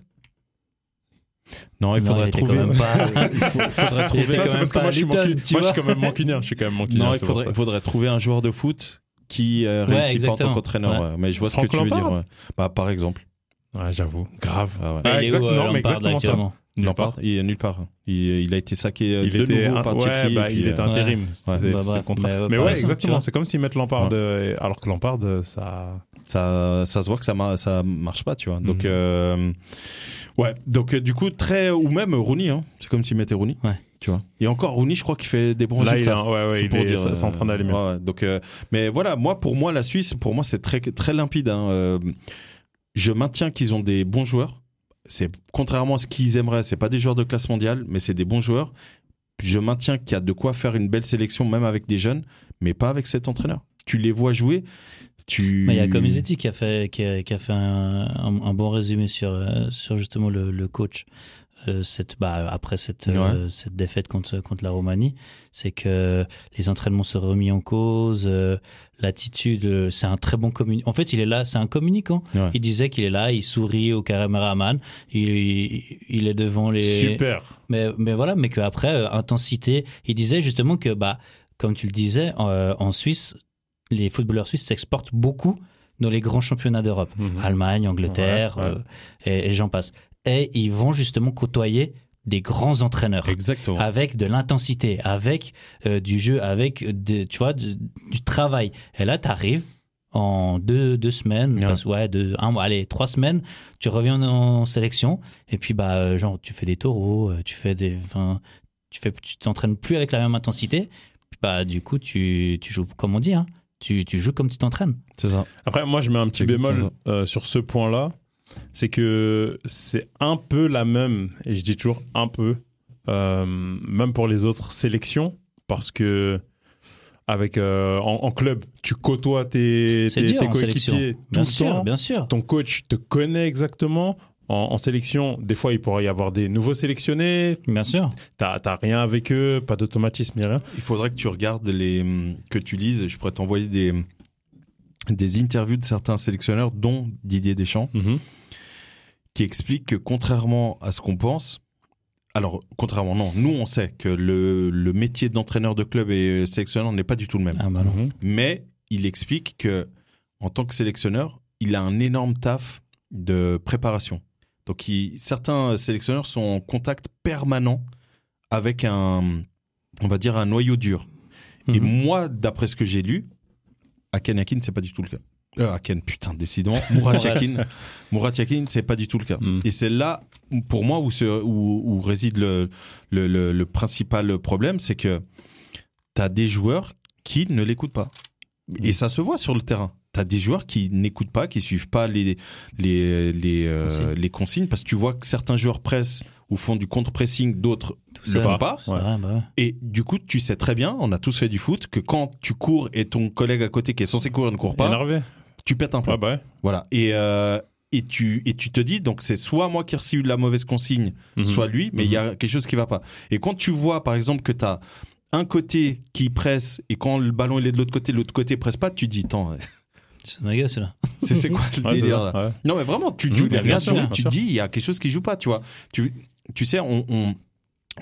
[SPEAKER 3] Non, il
[SPEAKER 4] Non,
[SPEAKER 3] faudrait
[SPEAKER 4] était
[SPEAKER 3] trouver.
[SPEAKER 4] quand même pas-
[SPEAKER 3] Il faut- faudrait
[SPEAKER 4] Il était
[SPEAKER 3] trouver.
[SPEAKER 2] Non,
[SPEAKER 4] quand
[SPEAKER 2] c'est parce
[SPEAKER 4] même
[SPEAKER 2] que
[SPEAKER 4] pas
[SPEAKER 2] moi,
[SPEAKER 4] à
[SPEAKER 2] je suis
[SPEAKER 4] Luton,
[SPEAKER 2] manqui-
[SPEAKER 4] tu
[SPEAKER 2] moi, je
[SPEAKER 4] vois.
[SPEAKER 2] suis quand même mancunien. Je suis quand même mancunien.
[SPEAKER 3] Non, il
[SPEAKER 2] c'est pour
[SPEAKER 3] faudrait,
[SPEAKER 2] ça.
[SPEAKER 3] il faudrait trouver un joueur de foot qui euh,
[SPEAKER 4] Ouais,
[SPEAKER 3] réussit pas en
[SPEAKER 4] exactement.
[SPEAKER 3] tant qu'entraîneur.
[SPEAKER 4] Ouais.
[SPEAKER 3] ouais. Mais je vois
[SPEAKER 2] Franck
[SPEAKER 3] ce que tu veux
[SPEAKER 2] Lampard
[SPEAKER 3] dire. ouais. Bah, par exemple.
[SPEAKER 2] Ouais, j'avoue. Grave.
[SPEAKER 3] Ah ouais.
[SPEAKER 2] Ah,
[SPEAKER 4] Il est
[SPEAKER 2] exact-
[SPEAKER 4] où,
[SPEAKER 2] non,
[SPEAKER 4] euh,
[SPEAKER 2] mais
[SPEAKER 4] Lampard,
[SPEAKER 2] exactement ça.
[SPEAKER 4] actuellement
[SPEAKER 2] Nulle part.
[SPEAKER 3] Lampard, il est nulle part. Il, il a été saqué euh,
[SPEAKER 2] il
[SPEAKER 3] de
[SPEAKER 2] était
[SPEAKER 3] nouveau
[SPEAKER 2] un-
[SPEAKER 3] par
[SPEAKER 2] ouais,
[SPEAKER 3] Chelsea.
[SPEAKER 2] bah,
[SPEAKER 3] et puis,
[SPEAKER 2] il était
[SPEAKER 3] euh,
[SPEAKER 2] intérim. C'est
[SPEAKER 3] ouais.
[SPEAKER 2] c'est
[SPEAKER 4] Bah, bref,
[SPEAKER 2] le contraire.
[SPEAKER 4] mais,
[SPEAKER 2] Mais,
[SPEAKER 4] ouais,
[SPEAKER 2] ouais,
[SPEAKER 4] par exemple, tu
[SPEAKER 2] exactement.
[SPEAKER 4] vois.
[SPEAKER 2] C'est comme s'ils mettent Lampard, euh, et- alors que Lampard, euh, ça.
[SPEAKER 3] ça, ça se voit que ça, mar- ça marche pas, tu vois. Donc,
[SPEAKER 2] Mhm.
[SPEAKER 3] euh, ouais. Donc, euh, du coup, très. Ou même Rooney, hein. c'est comme s'il mettait Rooney.
[SPEAKER 4] Ouais.
[SPEAKER 3] Tu vois. Et encore, Rooney, je crois qu'il fait des bons
[SPEAKER 2] Là, il est,
[SPEAKER 3] résultats.
[SPEAKER 2] un- ouais, ouais,
[SPEAKER 3] C'est
[SPEAKER 2] il est, ça-
[SPEAKER 3] euh,
[SPEAKER 2] c'est en train d'aller mieux.
[SPEAKER 3] ouais, ouais. donc, euh, mais voilà, moi, pour moi, la Suisse, pour moi, c'est très, très limpide. hein. Euh, je maintiens qu'ils ont des bons joueurs. C'est contrairement à ce qu'ils aimeraient, c'est pas des joueurs de classe mondiale, mais c'est des bons joueurs. Je maintiens qu'il y a de quoi faire une belle sélection, même avec des jeunes, mais pas avec cet entraîneur. Tu les vois jouer, tu.
[SPEAKER 4] Mais il y a Comisetti qui a fait, qui a, qui a fait un, un- un bon résumé sur, euh, sur justement le, le coach. euh, cette, bah, après cette, euh, cette défaite contre, contre la Roumanie, c'est que les entraînements se remis en cause, euh, l'attitude, euh, c'est un très bon communicant. En fait, il est là, c'est un communicant.
[SPEAKER 3] Ouais.
[SPEAKER 4] Il disait qu'il est là, il sourit au caméraman, il, il, il est devant les.
[SPEAKER 2] Super.
[SPEAKER 4] Mais, mais voilà, mais qu'après, euh, intensité, il disait justement que, bah, comme tu le disais, euh, en Suisse, les footballeurs suisses s'exportent beaucoup dans les grands championnats d'Europe.
[SPEAKER 2] Mhm.
[SPEAKER 3] Ah,
[SPEAKER 4] Allemagne, Angleterre,
[SPEAKER 2] Ouais, ouais.
[SPEAKER 4] euh, et, et j'en passe. Et ils vont justement côtoyer des grands entraîneurs.
[SPEAKER 3] Exactement.
[SPEAKER 4] Avec de l'intensité, avec euh, du jeu, avec de- tu vois, du, du travail. Et là, tu arrives en deux, deux semaines,
[SPEAKER 3] Ouais.
[SPEAKER 4] parce- ouais, deux, un mois, allez, trois semaines, tu reviens en sélection, et puis, bah, euh, genre, tu fais des taureaux, euh, tu fais des. enfin, tu fais, tu t'entraînes plus avec la même intensité, puis, bah, du coup, tu, tu joues, comme on dit, hein, tu, tu joues comme tu t'entraînes.
[SPEAKER 3] C'est ça.
[SPEAKER 2] Après, moi, je mets un petit
[SPEAKER 3] Exactement
[SPEAKER 2] bémol euh, sur ce point-là. C'est que c'est un peu la même, et je dis toujours un peu, euh, même pour les autres sélections, parce que avec, euh, en, en club, tu côtoies tes,
[SPEAKER 4] C'est
[SPEAKER 2] tes,
[SPEAKER 4] dur
[SPEAKER 2] tes
[SPEAKER 4] en sélection.
[SPEAKER 2] coéquipiers tout
[SPEAKER 4] Bien
[SPEAKER 2] le
[SPEAKER 4] sûr,
[SPEAKER 2] temps.
[SPEAKER 4] bien sûr.
[SPEAKER 2] ton coach te connaît exactement. En, en sélection, des fois, il pourrait y avoir des nouveaux sélectionnés.
[SPEAKER 4] Bien sûr.
[SPEAKER 2] T'as t'as rien avec eux, pas d'automatisme ni rien.
[SPEAKER 3] Il faudrait que tu regardes les que tu lises. Je pourrais t'envoyer des des interviews de certains sélectionneurs, dont Didier Deschamps, qui explique que contrairement à ce qu'on pense, alors contrairement non, nous on sait que le, le métier d'entraîneur de club et euh, sélectionneur n'est pas du tout le même.
[SPEAKER 4] Ah, bah non.
[SPEAKER 3] Mais il explique que en tant que sélectionneur, il a un énorme taf de préparation. Donc il- certains sélectionneurs sont en contact permanent avec un on va dire un noyau dur. Et
[SPEAKER 4] Mhm.
[SPEAKER 3] moi, d'après ce que j'ai lu, Aken Yakin, c'est pas du tout le cas. Euh, Aken, putain, décidément. Murat Yakin, Murat Yakin, c'est pas du tout le cas.
[SPEAKER 2] Mhm.
[SPEAKER 3] Et c'est là, où- pour moi, où, se- où- où réside le, le, le- le principal problème, c'est
[SPEAKER 4] Mm.
[SPEAKER 3] que tu as des joueurs qui ne l'écoutent pas. Et ça se voit sur le terrain. t'as des joueurs qui n'écoutent pas, qui suivent pas les les les, euh,
[SPEAKER 4] Consignes.
[SPEAKER 3] les consignes parce que tu vois que certains joueurs pressent ou font du contre-pressing, d'autres le
[SPEAKER 4] seul.
[SPEAKER 3] font pas.
[SPEAKER 4] C'est vrai, bah ouais.
[SPEAKER 3] Et du coup, tu sais très bien, on a tous fait du foot, que quand tu cours et ton collègue à côté qui est censé courir ne court pas,
[SPEAKER 2] Énervé.
[SPEAKER 3] tu pètes un plomb.
[SPEAKER 2] Ah bah ouais.
[SPEAKER 3] Voilà. Et euh, et tu et tu te dis donc c'est soit moi qui ai reçu la mauvaise consigne
[SPEAKER 2] Mhm.
[SPEAKER 3] soit lui, mais il y a quelque chose qui va pas. Et quand tu vois, par exemple, que tu as un côté qui presse et quand le ballon il est de l'autre côté, l'autre côté presse pas, tu dis, attends,
[SPEAKER 4] C'est de ma gueule, celui-là.
[SPEAKER 3] c'est c'est quoi le
[SPEAKER 2] Ouais, c'est
[SPEAKER 3] délire
[SPEAKER 2] ça,
[SPEAKER 3] là
[SPEAKER 2] ouais.
[SPEAKER 3] Non, mais vraiment, tu,
[SPEAKER 2] Mhm,
[SPEAKER 3] tu les
[SPEAKER 2] bien
[SPEAKER 3] regardes,
[SPEAKER 2] sûr,
[SPEAKER 3] tu-
[SPEAKER 2] bien
[SPEAKER 3] tu
[SPEAKER 2] sûr.
[SPEAKER 3] dis, il y a quelque chose qui joue pas, tu vois. Tu, tu sais, on, on,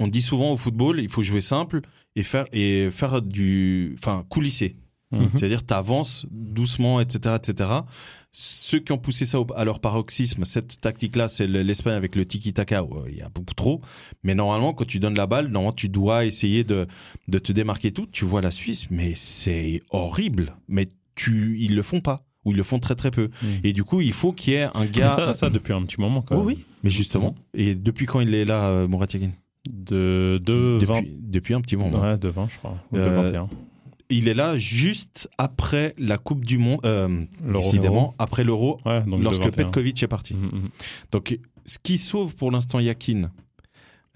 [SPEAKER 3] on dit souvent au football, il faut jouer simple et faire, et faire du. Enfin, coulisser.
[SPEAKER 2] Mhm.
[SPEAKER 3] C'est-à-dire, tu avances doucement, etc., etc. Ceux qui ont poussé ça au- à leur paroxysme, cette tactique-là, c'est le- l'Espagne avec le tiki-taka. Ouais, Il y a beaucoup trop. Mais normalement, quand tu donnes la balle, normalement, tu dois essayer de, de te démarquer et tout. Tu vois la Suisse, mais c'est horrible. Mais tu, ils le font pas. Ou ils le font très, très peu.
[SPEAKER 2] Mm.
[SPEAKER 3] Et du coup, il faut qu'il y ait un
[SPEAKER 2] Mais
[SPEAKER 3] gars. euh,
[SPEAKER 2] ça, ça depuis un petit moment quand
[SPEAKER 3] oui,
[SPEAKER 2] même.
[SPEAKER 3] oui. Mais justement. Et depuis quand il est là, euh, Mourad Yakin
[SPEAKER 2] De, de
[SPEAKER 3] depuis,
[SPEAKER 2] 20.
[SPEAKER 3] depuis un petit moment.
[SPEAKER 2] Euh, Ouais, de 20, je crois. Ou de
[SPEAKER 3] Euh,
[SPEAKER 2] 21.
[SPEAKER 3] Il est là juste après la Coupe du Monde. euh,
[SPEAKER 2] L'Euro.
[SPEAKER 3] décidément, après l'Euro,
[SPEAKER 2] Ouais, donc de
[SPEAKER 3] lorsque
[SPEAKER 2] 21.
[SPEAKER 3] Petkovic est parti.
[SPEAKER 2] Mhm, mhm.
[SPEAKER 3] Donc, ce qui sauve pour l'instant Yakin,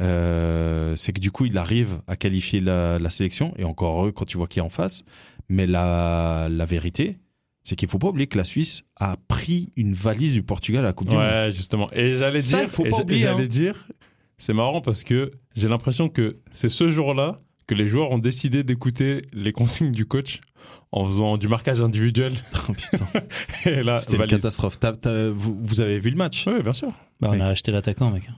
[SPEAKER 3] euh, c'est que du coup, il arrive à qualifier la, la sélection, et encore heureux quand tu vois qui est en face. Mais la, la vérité, c'est qu'il faut pas oublier que la Suisse a pris une valise du Portugal à la Coupe du Monde.
[SPEAKER 2] Ouais, justement. Et j'allais
[SPEAKER 3] Ça,
[SPEAKER 2] dire,
[SPEAKER 3] il faut
[SPEAKER 2] et
[SPEAKER 3] pas
[SPEAKER 2] j'a-
[SPEAKER 3] oublier,
[SPEAKER 2] j'allais
[SPEAKER 3] hein.
[SPEAKER 2] dire, c'est marrant parce que j'ai l'impression que c'est ce jour-là que les joueurs ont décidé d'écouter les consignes du coach en faisant du marquage individuel.
[SPEAKER 3] Oh, putain,
[SPEAKER 2] Et là,
[SPEAKER 3] C'était une
[SPEAKER 2] Ah, valise.
[SPEAKER 3] catastrophe. T'as- t'as- vous, vous avez vu le match
[SPEAKER 2] Oui, bien sûr.
[SPEAKER 4] Bah, on
[SPEAKER 3] Mec.
[SPEAKER 4] a acheté l'attaquant, mec.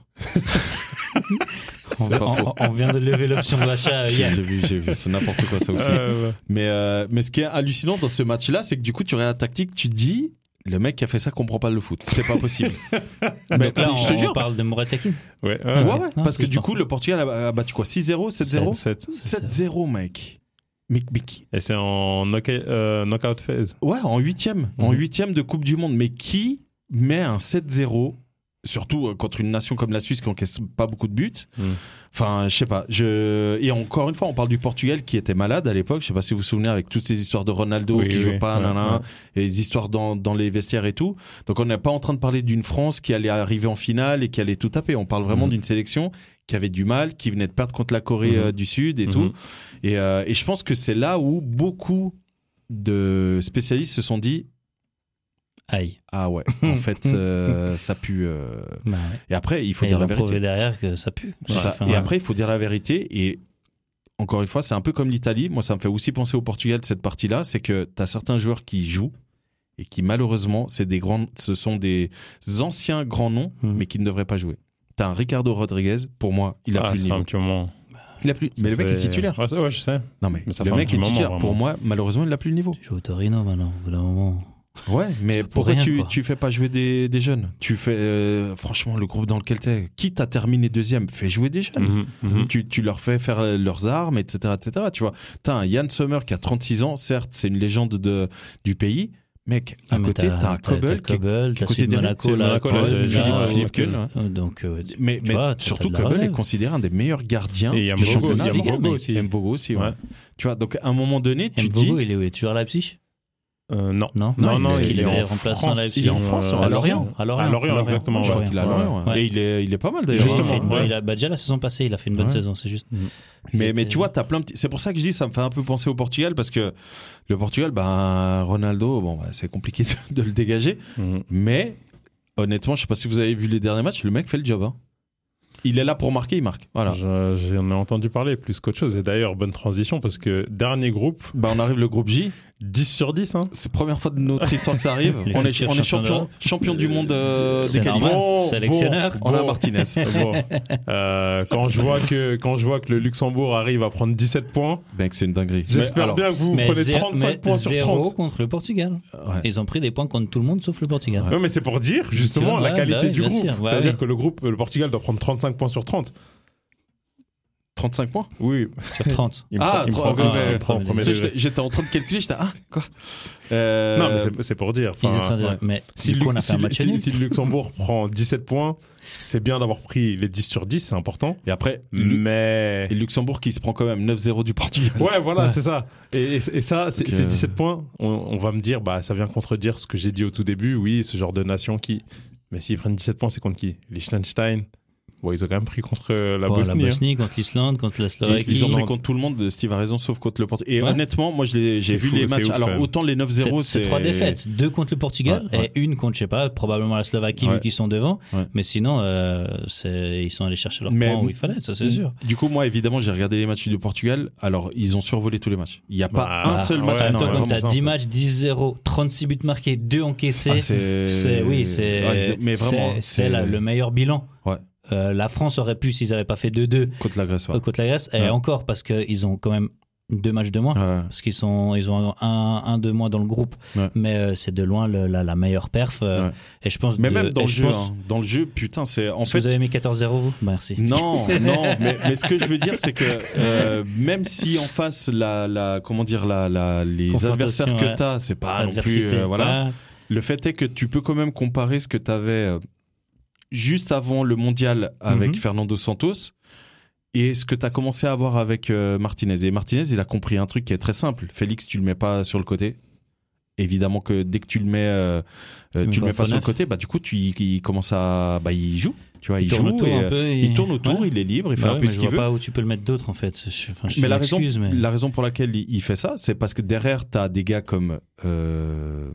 [SPEAKER 4] on,
[SPEAKER 3] pas
[SPEAKER 4] on-
[SPEAKER 3] faux.
[SPEAKER 4] on vient de lever l'option d'achat euh, hier.
[SPEAKER 3] J'ai vu, j'ai vu. C'est n'importe quoi ça aussi.
[SPEAKER 2] Euh, ouais.
[SPEAKER 3] Mais, euh, mais ce qui est hallucinant dans ce match-là, c'est que du coup, tu regardes la tactique, tu te dis, le mec qui a fait ça comprend pas le foot. C'est pas possible.
[SPEAKER 4] Donc là, on,
[SPEAKER 3] je te
[SPEAKER 4] on
[SPEAKER 3] jure.
[SPEAKER 4] parle de Mouratakin.
[SPEAKER 2] Ouais,
[SPEAKER 3] Ouais,
[SPEAKER 2] ouais, ouais.
[SPEAKER 3] ouais,
[SPEAKER 4] Non,
[SPEAKER 3] parce que
[SPEAKER 4] c'est
[SPEAKER 3] du
[SPEAKER 4] parfait.
[SPEAKER 3] coup, le Portugal a a battu quoi 6-0, 7-0
[SPEAKER 2] Sept.
[SPEAKER 3] 7-0, mec. Mais, mais qui-
[SPEAKER 2] Et c'est en knockout, euh, knockout phase.
[SPEAKER 3] Ouais, en huitième. En
[SPEAKER 2] Mhm.
[SPEAKER 3] huitième de Coupe du Monde. Mais qui met un 7-0 Surtout euh, contre une nation comme la Suisse qui encaisse pas beaucoup de buts.
[SPEAKER 2] Mhm.
[SPEAKER 3] Enfin, je sais pas. Je... Et encore une fois, on parle du Portugal qui était malade à l'époque. Je sais pas si vous vous souvenez avec toutes ces histoires de Ronaldo
[SPEAKER 2] Oui,
[SPEAKER 3] qui
[SPEAKER 2] oui,
[SPEAKER 3] joue pas,
[SPEAKER 2] ouais,
[SPEAKER 3] nanana,
[SPEAKER 2] ouais.
[SPEAKER 3] et les histoires dans, dans les vestiaires et tout. Donc on n'est pas en train de parler d'une France qui allait arriver en finale et qui allait tout taper. On parle vraiment
[SPEAKER 2] Mhm.
[SPEAKER 3] d'une sélection qui avait du mal, qui venait de perdre contre la Corée
[SPEAKER 2] Mhm.
[SPEAKER 3] euh, du Sud et
[SPEAKER 2] Mhm.
[SPEAKER 3] tout. Et, euh, et je pense que c'est là où beaucoup de spécialistes se sont dit
[SPEAKER 4] Aïe.
[SPEAKER 3] ah ouais en fait euh, ça pue euh.
[SPEAKER 4] Bah, ouais.
[SPEAKER 3] et après il faut
[SPEAKER 4] Et
[SPEAKER 3] dire
[SPEAKER 4] ils
[SPEAKER 3] la
[SPEAKER 4] vont prouver
[SPEAKER 3] vérité
[SPEAKER 4] derrière que ça pue.
[SPEAKER 3] C'est
[SPEAKER 4] Ouais,
[SPEAKER 3] ça.
[SPEAKER 4] enfin,
[SPEAKER 3] et
[SPEAKER 4] ouais.
[SPEAKER 3] après il faut dire la vérité et encore une fois c'est un peu comme l'Italie moi ça me fait aussi penser au Portugal cette partie là c'est que t'as certains joueurs qui jouent et qui malheureusement c'est des grands ce sont des anciens grands noms
[SPEAKER 4] Mhm.
[SPEAKER 3] mais qui ne devraient pas jouer t'as un Ricardo Rodriguez pour moi il a
[SPEAKER 2] Ah,
[SPEAKER 3] plus le
[SPEAKER 2] ça fait
[SPEAKER 3] niveau
[SPEAKER 2] un petit moment.
[SPEAKER 3] il a plus mais le mec
[SPEAKER 2] Ça
[SPEAKER 3] est
[SPEAKER 2] fait-
[SPEAKER 3] titulaire
[SPEAKER 2] Ouais, ça- ouais, je sais.
[SPEAKER 3] non mais,
[SPEAKER 2] Mais ça
[SPEAKER 3] le
[SPEAKER 2] fait un
[SPEAKER 3] mec
[SPEAKER 2] petit
[SPEAKER 3] est
[SPEAKER 2] moment,
[SPEAKER 3] titulaire
[SPEAKER 2] vraiment.
[SPEAKER 3] pour moi malheureusement il a plus le niveau
[SPEAKER 4] Tu joues au Torino maintenant, au bout d'un moment.
[SPEAKER 3] Ouais, mais
[SPEAKER 4] pas pour
[SPEAKER 3] pourquoi
[SPEAKER 4] rien,
[SPEAKER 3] tu,
[SPEAKER 4] quoi.
[SPEAKER 3] tu fais pas jouer des, des jeunes Tu fais, euh, franchement, le groupe dans lequel t'es, quitte à terminer deuxième, fais jouer des jeunes.
[SPEAKER 2] Mhm, mhm.
[SPEAKER 3] Ah, Tu, tu leur fais faire euh, leurs armes, etc., etc. Tu vois, t'as un Yann Sommer qui a 36 ans, certes, c'est une légende de, du pays. Mec, à
[SPEAKER 4] Ah, Mais
[SPEAKER 3] côté, t'as un
[SPEAKER 4] T'as
[SPEAKER 3] Kobel qui
[SPEAKER 4] Kobel,
[SPEAKER 3] qui est
[SPEAKER 4] t'as celui de
[SPEAKER 3] considéré-
[SPEAKER 4] Monaco,
[SPEAKER 2] c'est
[SPEAKER 4] là.
[SPEAKER 2] Monaco, là,
[SPEAKER 4] Paul,
[SPEAKER 2] j'allais
[SPEAKER 3] dire,
[SPEAKER 4] là,
[SPEAKER 3] Philippe
[SPEAKER 4] ouais.
[SPEAKER 3] Kuhl,
[SPEAKER 4] Euh, Donc, euh, tu-
[SPEAKER 3] Mais,
[SPEAKER 4] tu
[SPEAKER 3] mais
[SPEAKER 4] vois, t'as-
[SPEAKER 3] surtout,
[SPEAKER 4] t'as de la
[SPEAKER 3] Kobel est
[SPEAKER 4] relève.
[SPEAKER 3] considéré un des meilleurs gardiens
[SPEAKER 2] Et il y a
[SPEAKER 3] du
[SPEAKER 2] Mbogo,
[SPEAKER 3] championnat.
[SPEAKER 2] il y a
[SPEAKER 3] de Ligue un,
[SPEAKER 2] Mbogo
[SPEAKER 3] mec.
[SPEAKER 2] aussi.
[SPEAKER 3] Mbogo aussi, ouais.
[SPEAKER 2] Ouais.
[SPEAKER 3] Tu vois, donc à un moment donné, tu te
[SPEAKER 4] Mbogo,
[SPEAKER 3] dis...
[SPEAKER 4] il est, il est toujours à Leipzig
[SPEAKER 2] Euh, non.
[SPEAKER 4] Non
[SPEAKER 3] Non, non,
[SPEAKER 4] parce
[SPEAKER 3] il
[SPEAKER 4] qu'il
[SPEAKER 3] est
[SPEAKER 4] était
[SPEAKER 2] en
[SPEAKER 4] remplaçant
[SPEAKER 2] France,
[SPEAKER 4] à Leipzig.
[SPEAKER 3] il est en France,
[SPEAKER 4] à Lorient. À Lorient,
[SPEAKER 2] À Lorient, exactement,
[SPEAKER 4] ouais,
[SPEAKER 3] Je crois
[SPEAKER 4] ouais.
[SPEAKER 3] qu'il a
[SPEAKER 2] ouais,
[SPEAKER 3] Lorient, ouais.
[SPEAKER 4] ouais.
[SPEAKER 3] Et il est, il est pas mal d'ailleurs. hein.
[SPEAKER 4] Justement,
[SPEAKER 2] Justement,
[SPEAKER 4] il fait une bonne-
[SPEAKER 2] ouais.
[SPEAKER 4] il a- bah, déjà la saison passée, il a fait une bonne
[SPEAKER 2] Ouais.
[SPEAKER 4] saison, c'est juste.
[SPEAKER 2] Mhm.
[SPEAKER 3] Mais,
[SPEAKER 4] Et
[SPEAKER 3] mais
[SPEAKER 4] t'es-
[SPEAKER 3] tu vois, t'as plein de petits- C'est pour ça que je dis, ça me fait un peu penser au Portugal parce que le Portugal, ben, Ronaldo, bon, ben, c'est compliqué de, de le dégager.
[SPEAKER 2] Mhm.
[SPEAKER 3] Mais honnêtement, je sais pas si vous avez vu les derniers matchs, le mec fait le job. hein. Il est là pour marquer, il marque. Voilà.
[SPEAKER 2] Je- J'en ai entendu parler plus qu'autre chose. Et d'ailleurs, bonne transition parce que dernier groupe,
[SPEAKER 3] Ben, on arrive le groupe J.
[SPEAKER 2] 10 sur 10. Hein.
[SPEAKER 3] C'est la première fois de notre histoire que ça arrive.
[SPEAKER 4] Les
[SPEAKER 3] on est,
[SPEAKER 4] futurs
[SPEAKER 3] on est
[SPEAKER 4] champions
[SPEAKER 3] champion,
[SPEAKER 4] d'Europe.
[SPEAKER 3] champion du monde euh, des
[SPEAKER 4] C'est
[SPEAKER 3] qualifs.
[SPEAKER 4] normal.
[SPEAKER 2] Bon,
[SPEAKER 4] Sélectionneur.
[SPEAKER 2] bon,
[SPEAKER 3] On a
[SPEAKER 2] bon.
[SPEAKER 3] Martinez.
[SPEAKER 2] Bon. Euh, quand, je vois que, quand je vois que le Luxembourg arrive à prendre 17 points,
[SPEAKER 3] Mec, c'est une dinguerie. Mais
[SPEAKER 2] j'espère
[SPEAKER 3] alors,
[SPEAKER 2] bien que vous prenez
[SPEAKER 4] zé-
[SPEAKER 2] 35
[SPEAKER 4] mais
[SPEAKER 2] points sur
[SPEAKER 4] zéro
[SPEAKER 2] 30.
[SPEAKER 4] contre le Portugal.
[SPEAKER 3] ouais.
[SPEAKER 4] Ils ont pris des points contre tout le monde sauf le Portugal.
[SPEAKER 2] Ouais, mais c'est pour dire justement
[SPEAKER 4] Ouais,
[SPEAKER 2] la
[SPEAKER 4] bah
[SPEAKER 2] qualité
[SPEAKER 4] oui,
[SPEAKER 2] du
[SPEAKER 4] bien
[SPEAKER 2] groupe.
[SPEAKER 4] sûr. Ouais,
[SPEAKER 2] C'est-à-dire
[SPEAKER 4] oui.
[SPEAKER 2] que le groupe, le Portugal doit prendre 35 points sur 30.
[SPEAKER 3] 35 points
[SPEAKER 2] Oui,
[SPEAKER 4] sur 30.
[SPEAKER 2] il me
[SPEAKER 3] Ah,
[SPEAKER 2] prend- il me
[SPEAKER 3] trois- ouais,
[SPEAKER 2] prend- il me
[SPEAKER 3] ouais,
[SPEAKER 2] prend en
[SPEAKER 4] ouais,
[SPEAKER 2] premier
[SPEAKER 3] Tu sais,
[SPEAKER 2] degré.
[SPEAKER 3] j'étais- J'étais en train de calculer, j'étais ah quoi Euh,
[SPEAKER 2] Non, mais c'est- c'est pour dire.
[SPEAKER 4] Ils
[SPEAKER 2] enfin,
[SPEAKER 4] étaient en train de-
[SPEAKER 2] ouais.
[SPEAKER 4] Mais
[SPEAKER 2] Si,
[SPEAKER 4] du
[SPEAKER 2] le-
[SPEAKER 4] coup, on a
[SPEAKER 2] si
[SPEAKER 4] fait un
[SPEAKER 2] le-
[SPEAKER 4] match
[SPEAKER 2] si-
[SPEAKER 4] nul.
[SPEAKER 2] si le Luxembourg prend 17 points, c'est bien d'avoir pris les 10 sur 10, c'est important.
[SPEAKER 3] Et après,
[SPEAKER 2] Mm.
[SPEAKER 3] Lu-
[SPEAKER 2] Mais.
[SPEAKER 3] et Luxembourg qui se prend quand même 9-0 du Portugal.
[SPEAKER 2] Ouais, voilà,
[SPEAKER 4] Ouais.
[SPEAKER 2] c'est ça. Et, et- et ça, c'est
[SPEAKER 3] Donc,
[SPEAKER 2] c'est
[SPEAKER 3] euh,
[SPEAKER 2] 17 points. On, on va me dire, bah, ça vient contredire ce que j'ai dit au tout début. Oui, ce genre de nation qui. Mais s'ils prennent 17 points, c'est contre qui Liechtenstein Bon, ils ont quand même pris contre euh, la
[SPEAKER 4] Bon,
[SPEAKER 2] Bosnie. hein.
[SPEAKER 4] contre l'Islande, contre la
[SPEAKER 3] Ils-
[SPEAKER 4] Slovaquie.
[SPEAKER 3] Ils ont pris
[SPEAKER 2] Irlande.
[SPEAKER 3] contre tout le monde, Steve a raison, sauf contre le Portugal. Et
[SPEAKER 4] Ouais.
[SPEAKER 3] honnêtement, moi je l'ai- j'ai
[SPEAKER 2] C'est
[SPEAKER 3] vu
[SPEAKER 2] fou,
[SPEAKER 3] les
[SPEAKER 2] c'est
[SPEAKER 3] matchs.
[SPEAKER 2] ouf, quand
[SPEAKER 3] Alors
[SPEAKER 2] même.
[SPEAKER 3] autant les 9-0, c'est.
[SPEAKER 4] C'est trois défaites. Deux contre le Portugal
[SPEAKER 3] Ouais, ouais.
[SPEAKER 4] et une contre, je sais pas, probablement la Slovaquie
[SPEAKER 3] Ouais.
[SPEAKER 4] vu qu'ils sont devant.
[SPEAKER 3] Ouais.
[SPEAKER 4] Mais sinon, euh, c'est- ils sont allés chercher leurs
[SPEAKER 3] Mais-
[SPEAKER 4] points où il fallait, ça c'est sûr.
[SPEAKER 3] Du coup, moi évidemment, j'ai regardé les matchs du Portugal. Alors ils ont survolé tous les matchs. Il n'y a pas
[SPEAKER 2] Bah,
[SPEAKER 3] un seul
[SPEAKER 2] ouais,
[SPEAKER 3] match.
[SPEAKER 4] en même
[SPEAKER 3] non,
[SPEAKER 4] temps,
[SPEAKER 3] vraiment
[SPEAKER 4] Ah, quand
[SPEAKER 3] ça.
[SPEAKER 4] t'as 10 matchs, 10-0, 36 buts marqués, 2 encaissés.
[SPEAKER 3] Ah, c'est.
[SPEAKER 4] c'est oui, c'est
[SPEAKER 3] Ouais, c'est- mais vraiment.
[SPEAKER 4] c'est- c'est la- le meilleur bilan.
[SPEAKER 3] Ouais.
[SPEAKER 4] Euh, la France aurait pu s'ils n'avaient pas fait 2-2
[SPEAKER 3] Contre la Grèce, ouais.
[SPEAKER 4] euh, contre la Grèce et
[SPEAKER 3] Ouais.
[SPEAKER 4] encore parce qu'ils ont quand même deux matchs de moins.
[SPEAKER 3] Ouais.
[SPEAKER 4] parce qu'ils sont ils ont un, un deux mois dans le groupe
[SPEAKER 3] Ouais.
[SPEAKER 4] mais euh, c'est de loin le- la, la meilleure perf euh,
[SPEAKER 3] Ouais.
[SPEAKER 4] et je pense
[SPEAKER 3] Mais
[SPEAKER 4] de-
[SPEAKER 3] même dans
[SPEAKER 4] et
[SPEAKER 3] le
[SPEAKER 4] je
[SPEAKER 3] jeu,
[SPEAKER 4] pense-
[SPEAKER 3] hein. dans le jeu, putain, c'est en
[SPEAKER 4] Est-ce que
[SPEAKER 3] fait.
[SPEAKER 4] vous avez mis 14-0 vous Bah, merci
[SPEAKER 3] Non, non, mais, mais ce que je veux dire, c'est que euh, même si en face, la, la, comment dire, la, la, les
[SPEAKER 4] Confrontation,
[SPEAKER 3] adversaires que
[SPEAKER 4] ouais.
[SPEAKER 3] t'as, c'est pas non plus,
[SPEAKER 4] Adversité.
[SPEAKER 3] euh, voilà.
[SPEAKER 4] Ouais.
[SPEAKER 3] Le fait est que tu peux quand même comparer ce que t'avais euh, juste avant le mondial avec
[SPEAKER 2] Mhm.
[SPEAKER 3] Fernando Santos et ce que t'as commencé à avoir avec euh, Martinez. Et Martinez, il a compris un truc qui est très simple. Félix, tu le mets pas sur le côté. Évidemment que dès que tu le mets, euh, euh,
[SPEAKER 4] Il
[SPEAKER 3] tu
[SPEAKER 4] va
[SPEAKER 3] le mets
[SPEAKER 4] au
[SPEAKER 3] pas sur le
[SPEAKER 4] neuf.
[SPEAKER 3] côté, bah du coup, tu, il, il commence à, bah il joue, tu vois, il, joue.
[SPEAKER 4] tourne autour
[SPEAKER 3] et,
[SPEAKER 4] un
[SPEAKER 3] euh,
[SPEAKER 4] peu et-
[SPEAKER 3] il tourne autour,
[SPEAKER 4] Ouais.
[SPEAKER 3] il est libre, il fait un
[SPEAKER 4] Bah ouais,
[SPEAKER 3] peu
[SPEAKER 4] mais
[SPEAKER 3] ce
[SPEAKER 4] je
[SPEAKER 3] qu'il
[SPEAKER 4] vois
[SPEAKER 3] veut.
[SPEAKER 4] pas où tu peux le mettre d'autre en fait je, enfin, je
[SPEAKER 3] Mais la, raison,
[SPEAKER 4] m'excuse, mais
[SPEAKER 3] la raison pour laquelle il, il fait ça, c'est parce que derrière, tu as des gars comme euh,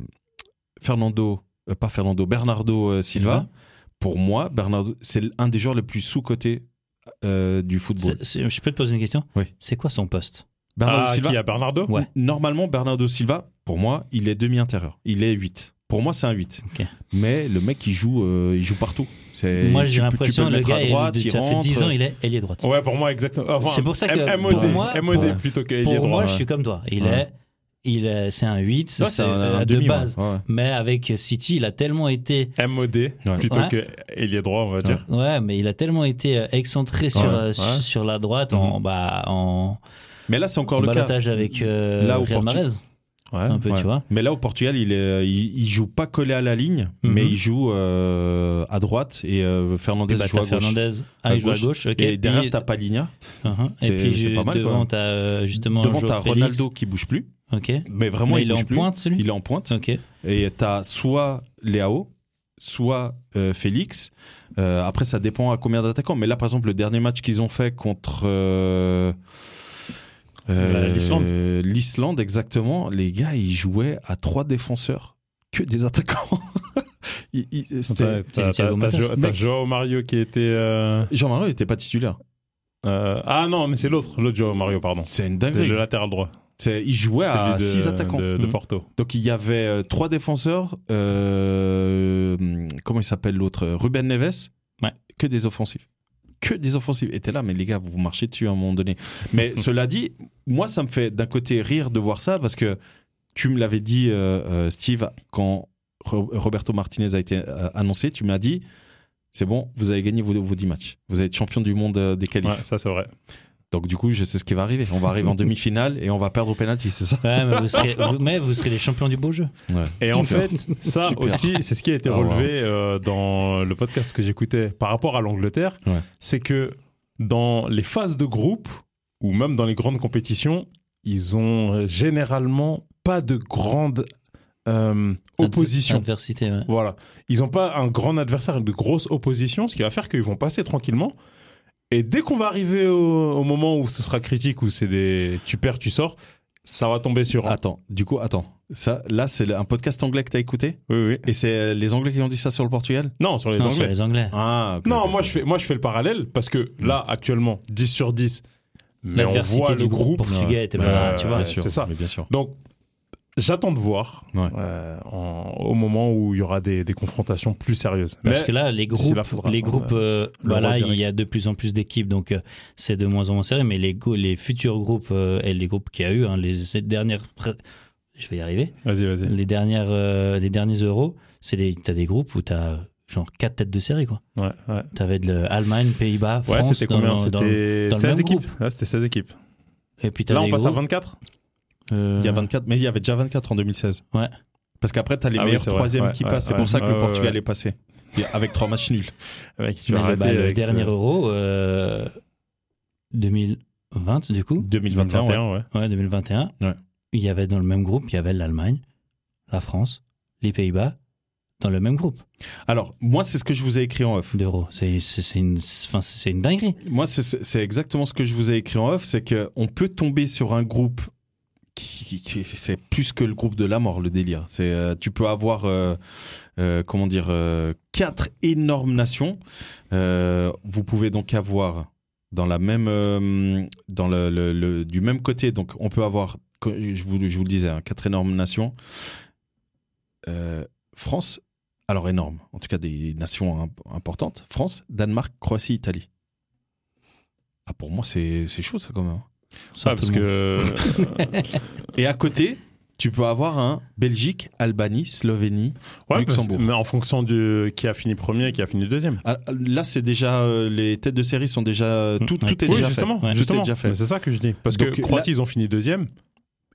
[SPEAKER 3] Fernando, euh, pas Fernando, Bernardo euh, Silva.
[SPEAKER 4] Silva.
[SPEAKER 3] Pour moi, Bernardo, c'est un des joueurs les plus sous-cotés euh, du football.
[SPEAKER 4] C'est- c'est- je peux te poser une question
[SPEAKER 3] Oui.
[SPEAKER 4] c'est quoi son poste
[SPEAKER 3] Bernardo
[SPEAKER 2] Ah,
[SPEAKER 3] Silva,
[SPEAKER 2] qui à Bernardo
[SPEAKER 4] Ouais.
[SPEAKER 3] normalement, Bernardo Silva, pour moi, il est demi-intérieur. Il est 8. Pour moi, c'est un 8.
[SPEAKER 4] Ok.
[SPEAKER 3] Mais le mec, il joue, euh, il joue partout. C'est-
[SPEAKER 4] moi
[SPEAKER 3] tu peux-
[SPEAKER 4] j'ai
[SPEAKER 3] tu peux
[SPEAKER 4] l'impression le
[SPEAKER 3] mettre
[SPEAKER 4] gars
[SPEAKER 3] à
[SPEAKER 4] est-
[SPEAKER 3] droite, il
[SPEAKER 4] ça fait
[SPEAKER 3] rentre.
[SPEAKER 4] 10 ans il est ailier droite
[SPEAKER 2] Ouais, pour moi, exactement. Enfin,
[SPEAKER 4] C'est pour ça que-
[SPEAKER 2] M- MOD,
[SPEAKER 4] pour moi-
[SPEAKER 2] MOD
[SPEAKER 4] pour-
[SPEAKER 2] plutôt qu'ailier
[SPEAKER 4] pour
[SPEAKER 2] droit.
[SPEAKER 4] moi je
[SPEAKER 2] ouais.
[SPEAKER 4] suis comme toi il
[SPEAKER 3] Ouais.
[SPEAKER 4] est il est c'est un 8
[SPEAKER 3] Non,
[SPEAKER 4] c'est
[SPEAKER 3] un-
[SPEAKER 4] euh,
[SPEAKER 3] un
[SPEAKER 4] de
[SPEAKER 3] demi, ouais.
[SPEAKER 4] base
[SPEAKER 3] Ouais.
[SPEAKER 4] mais avec City il a tellement été
[SPEAKER 2] MOD plutôt
[SPEAKER 4] Ouais.
[SPEAKER 2] que ailier droit, on va dire.
[SPEAKER 4] Ouais, mais il a tellement été euh, excentré sur,
[SPEAKER 3] Ouais,
[SPEAKER 4] euh,
[SPEAKER 3] ouais. Mhm.
[SPEAKER 4] su- sur la droite en, bah, en
[SPEAKER 3] Mais là, c'est encore le cas.
[SPEAKER 4] balotage avec euh,
[SPEAKER 3] Là, au
[SPEAKER 4] Riyad
[SPEAKER 3] Portu-
[SPEAKER 4] Mahrez. un peu, tu vois.
[SPEAKER 3] Mais là, au Portugal, il, est, euh, il, il joue pas collé à la ligne,
[SPEAKER 4] Mhm.
[SPEAKER 3] mais il joue euh, à droite et euh, Fernandez
[SPEAKER 4] Et bah,
[SPEAKER 3] joue à
[SPEAKER 4] t'as
[SPEAKER 3] gauche.
[SPEAKER 4] Fernandez, ah,
[SPEAKER 3] À
[SPEAKER 4] il joue à
[SPEAKER 3] gauche.
[SPEAKER 4] gauche. ok.
[SPEAKER 3] Et derrière,
[SPEAKER 4] Puis-
[SPEAKER 3] t'as Palinha.
[SPEAKER 4] Uh-huh. Et
[SPEAKER 3] C'est-
[SPEAKER 4] puis
[SPEAKER 3] c'est pas mal,
[SPEAKER 4] devant,
[SPEAKER 3] quoi.
[SPEAKER 4] t'as euh, justement
[SPEAKER 3] Devant,
[SPEAKER 4] Joao
[SPEAKER 3] t'as
[SPEAKER 4] Félix.
[SPEAKER 3] Ronaldo qui bouge plus.
[SPEAKER 4] Ok.
[SPEAKER 3] Mais vraiment,
[SPEAKER 4] Mais
[SPEAKER 3] il,
[SPEAKER 4] il est
[SPEAKER 3] bouge
[SPEAKER 4] en
[SPEAKER 3] plus.
[SPEAKER 4] pointe, celui
[SPEAKER 3] Il est en pointe.
[SPEAKER 4] Ok.
[SPEAKER 3] Et t'as soit Léao, soit euh, Félix. Euh, après, ça dépend à combien d'attaquants. Mais là, par exemple, le dernier match qu'ils ont fait contre. euh, euh,
[SPEAKER 2] L'Islande.
[SPEAKER 3] L'Islande, exactement. Les gars, ils jouaient à trois défenseurs, que des attaquants. Ils- ils- c'était-
[SPEAKER 2] T'as- T'as
[SPEAKER 4] Thiago
[SPEAKER 2] t'as-
[SPEAKER 4] Matas.
[SPEAKER 2] t'as Jo- t'as
[SPEAKER 3] Mec.
[SPEAKER 2] Joao Mario qui était. euh,
[SPEAKER 3] Jean-Marie il n'était pas titulaire.
[SPEAKER 2] euh, Ah non, mais c'est l'autre, l'autre Joao Mario, pardon.
[SPEAKER 3] C'est une
[SPEAKER 2] C'est
[SPEAKER 3] dinguerie.
[SPEAKER 2] le latéral droit.
[SPEAKER 3] C'est- Il jouait
[SPEAKER 2] Celui
[SPEAKER 3] à
[SPEAKER 2] de-
[SPEAKER 3] 6 attaquants.
[SPEAKER 2] De, de
[SPEAKER 4] Mm.
[SPEAKER 2] Porto.
[SPEAKER 3] Donc il y avait euh, trois défenseurs. euh, comment il s'appelle l'autre euh, Ruben Neves.
[SPEAKER 4] Ouais.
[SPEAKER 3] Que des offensifs. Que des offensifs. Et t'es là, mais les gars, vous vous marchez dessus à un moment donné. Mais cela dit, moi, ça me fait d'un côté rire de voir ça parce que tu me l'avais dit, euh, euh, Steve, quand Ro- Roberto Martinez a été euh, annoncé, tu m'as dit. C'est bon, vous avez gagné vos, vos 10 matchs. Vous êtes champion du monde euh, des qualifs.
[SPEAKER 2] Ouais, ça c'est vrai.
[SPEAKER 3] Donc du coup, je sais ce qui va arriver. On va arriver en demi-finale et on va perdre au penalty, c'est ça
[SPEAKER 4] Ouais, mais vous, serez, vous- mais vous serez les champions du beau jeu.
[SPEAKER 2] Et en
[SPEAKER 3] Super.
[SPEAKER 2] fait, ça
[SPEAKER 3] Super.
[SPEAKER 2] aussi, c'est ce qui a été
[SPEAKER 3] Ah,
[SPEAKER 2] relevé euh, dans le podcast que j'écoutais par rapport à l'Angleterre.
[SPEAKER 3] Ouais.
[SPEAKER 2] C'est que dans les phases de groupe, ou même dans les grandes compétitions, ils ont euh, généralement pas de grande euh, opposition.
[SPEAKER 4] Adversité, ouais.
[SPEAKER 2] Voilà. Ils n'ont pas un grand adversaire, de grosse opposition, ce qui va faire qu'ils vont passer tranquillement. Et dès qu'on va arriver au, au moment où ce sera critique, où c'est des tu perds, tu sors, ça va tomber sur. un.
[SPEAKER 3] Attends, du coup, attends. Ça, là, c'est le- un podcast anglais que t'as écouté
[SPEAKER 2] Oui, oui.
[SPEAKER 3] Et c'est euh, les Anglais qui ont dit ça sur le Portugal
[SPEAKER 2] Non, sur les
[SPEAKER 4] Non,
[SPEAKER 2] Anglais.
[SPEAKER 4] sur les Anglais.
[SPEAKER 3] Ah, ok,
[SPEAKER 2] Non,
[SPEAKER 3] ok,
[SPEAKER 2] moi
[SPEAKER 3] ok.
[SPEAKER 2] je, fais, moi je fais le parallèle parce que là, actuellement, 10 sur 10, mais on voit
[SPEAKER 4] L'adversité
[SPEAKER 2] le
[SPEAKER 4] du
[SPEAKER 2] groupe.
[SPEAKER 4] portugais était
[SPEAKER 2] Ouais,
[SPEAKER 4] pas
[SPEAKER 2] ouais,
[SPEAKER 4] tu
[SPEAKER 2] ouais,
[SPEAKER 4] vois.
[SPEAKER 2] c'est ça.
[SPEAKER 3] Mais bien sûr.
[SPEAKER 2] Donc, j'attends de voir
[SPEAKER 3] Ouais.
[SPEAKER 2] euh, en- au moment où il y aura des, des confrontations plus sérieuses.
[SPEAKER 4] Parce
[SPEAKER 2] Mais-
[SPEAKER 4] que là, les groupes,
[SPEAKER 2] là, faudra
[SPEAKER 4] les
[SPEAKER 2] prendre,
[SPEAKER 4] groupes, euh,
[SPEAKER 2] le
[SPEAKER 4] bah
[SPEAKER 2] roi
[SPEAKER 4] là, il
[SPEAKER 2] direct.
[SPEAKER 4] y a de plus en plus d'équipes, donc euh, c'est de moins en moins serré. Mais les, go- les futurs groupes euh, et les groupes qu'il y a eu, hein, les ces dernières, pre- je vais y arriver,
[SPEAKER 2] Vas-y, vas-y.
[SPEAKER 4] les dernières, euh, les derniers euros, c'est des, t'as des groupes où t'as genre quatre têtes de série quoi.
[SPEAKER 2] Ouais, ouais.
[SPEAKER 4] T'avais de l'Allemagne, Pays-Bas,
[SPEAKER 2] Ouais,
[SPEAKER 4] France.
[SPEAKER 2] c'était
[SPEAKER 4] dans
[SPEAKER 2] combien
[SPEAKER 4] le- dans le-
[SPEAKER 2] C'était
[SPEAKER 4] dans le
[SPEAKER 2] 16
[SPEAKER 4] même
[SPEAKER 2] équipes. Ouais, c'était 16 équipes.
[SPEAKER 4] Et puis
[SPEAKER 2] Là,
[SPEAKER 4] t'avais
[SPEAKER 2] on passe
[SPEAKER 4] gros.
[SPEAKER 2] à 24
[SPEAKER 4] Euh,
[SPEAKER 3] Il y a 24, mais il y avait déjà 24 en 2016.
[SPEAKER 4] Ouais.
[SPEAKER 3] Parce qu'après, t'as les
[SPEAKER 2] Ah oui,
[SPEAKER 3] meilleurs
[SPEAKER 2] c'est vrai.
[SPEAKER 3] troisièmes
[SPEAKER 2] Ouais,
[SPEAKER 3] qui
[SPEAKER 2] ouais,
[SPEAKER 3] passent. C'est
[SPEAKER 2] ouais.
[SPEAKER 3] pour ça que
[SPEAKER 2] Ouais,
[SPEAKER 3] le
[SPEAKER 2] ouais,
[SPEAKER 3] Portugal
[SPEAKER 2] ouais.
[SPEAKER 3] est passé. Et Avec trois matchs nuls.
[SPEAKER 2] Mec, tu
[SPEAKER 4] mais
[SPEAKER 2] vas
[SPEAKER 4] le,
[SPEAKER 2] arrêter
[SPEAKER 4] bah, le
[SPEAKER 2] avec euh, ce-
[SPEAKER 4] dernier Euro euh, 2020 du coup.
[SPEAKER 3] 2021.
[SPEAKER 2] 2021,
[SPEAKER 3] ouais.
[SPEAKER 2] ouais.
[SPEAKER 4] Ouais, 2021.
[SPEAKER 3] Ouais.
[SPEAKER 4] Il y avait dans le même groupe, il y avait l'Allemagne, la France, les Pays-Bas, dans le même groupe
[SPEAKER 3] Alors, moi, c'est ce que je vous ai écrit en off.
[SPEAKER 4] d'euros. C'est c'est- c'est une, enfin, c'est une dinguerie.
[SPEAKER 3] Moi, c'est- c'est c'est exactement ce que je vous ai écrit en off. C'est qu'on peut tomber sur un groupe qui, qui- c'est plus que le groupe de la mort, le délire. C'est, euh, tu peux avoir, euh, euh, comment dire, euh, quatre énormes nations. Euh, vous pouvez donc avoir dans la même, euh, dans le, le- le- du même côté. Donc, on peut avoir, co- je vous, je vous le disais, hein, quatre énormes nations. Euh, France, alors énorme, en tout cas des nations imp- importantes. France, Danemark, Croatie, Italie. Ah, pour moi, c'est c'est chaud ça quand même.
[SPEAKER 4] Sur
[SPEAKER 2] Ah,
[SPEAKER 4] tout
[SPEAKER 2] parce
[SPEAKER 4] le
[SPEAKER 2] que
[SPEAKER 4] monde.
[SPEAKER 2] euh,
[SPEAKER 3] Et à côté, tu peux avoir un Belgique, Albanie, Slovénie.
[SPEAKER 2] ouais,
[SPEAKER 3] Luxembourg.
[SPEAKER 2] parce- mais en fonction de qui a fini premier, qui a fini deuxième.
[SPEAKER 3] Ah, Là, c'est déjà euh, les têtes de série sont déjà euh, tout,
[SPEAKER 4] Ouais.
[SPEAKER 3] tout est
[SPEAKER 4] Oui,
[SPEAKER 3] déjà
[SPEAKER 2] justement,
[SPEAKER 3] fait.
[SPEAKER 4] Ouais.
[SPEAKER 2] justement.
[SPEAKER 3] Tout est déjà fait.
[SPEAKER 2] Mais c'est ça que je dis. Parce
[SPEAKER 3] Donc,
[SPEAKER 2] que
[SPEAKER 3] là-
[SPEAKER 2] Croatie, ils ont fini deuxième.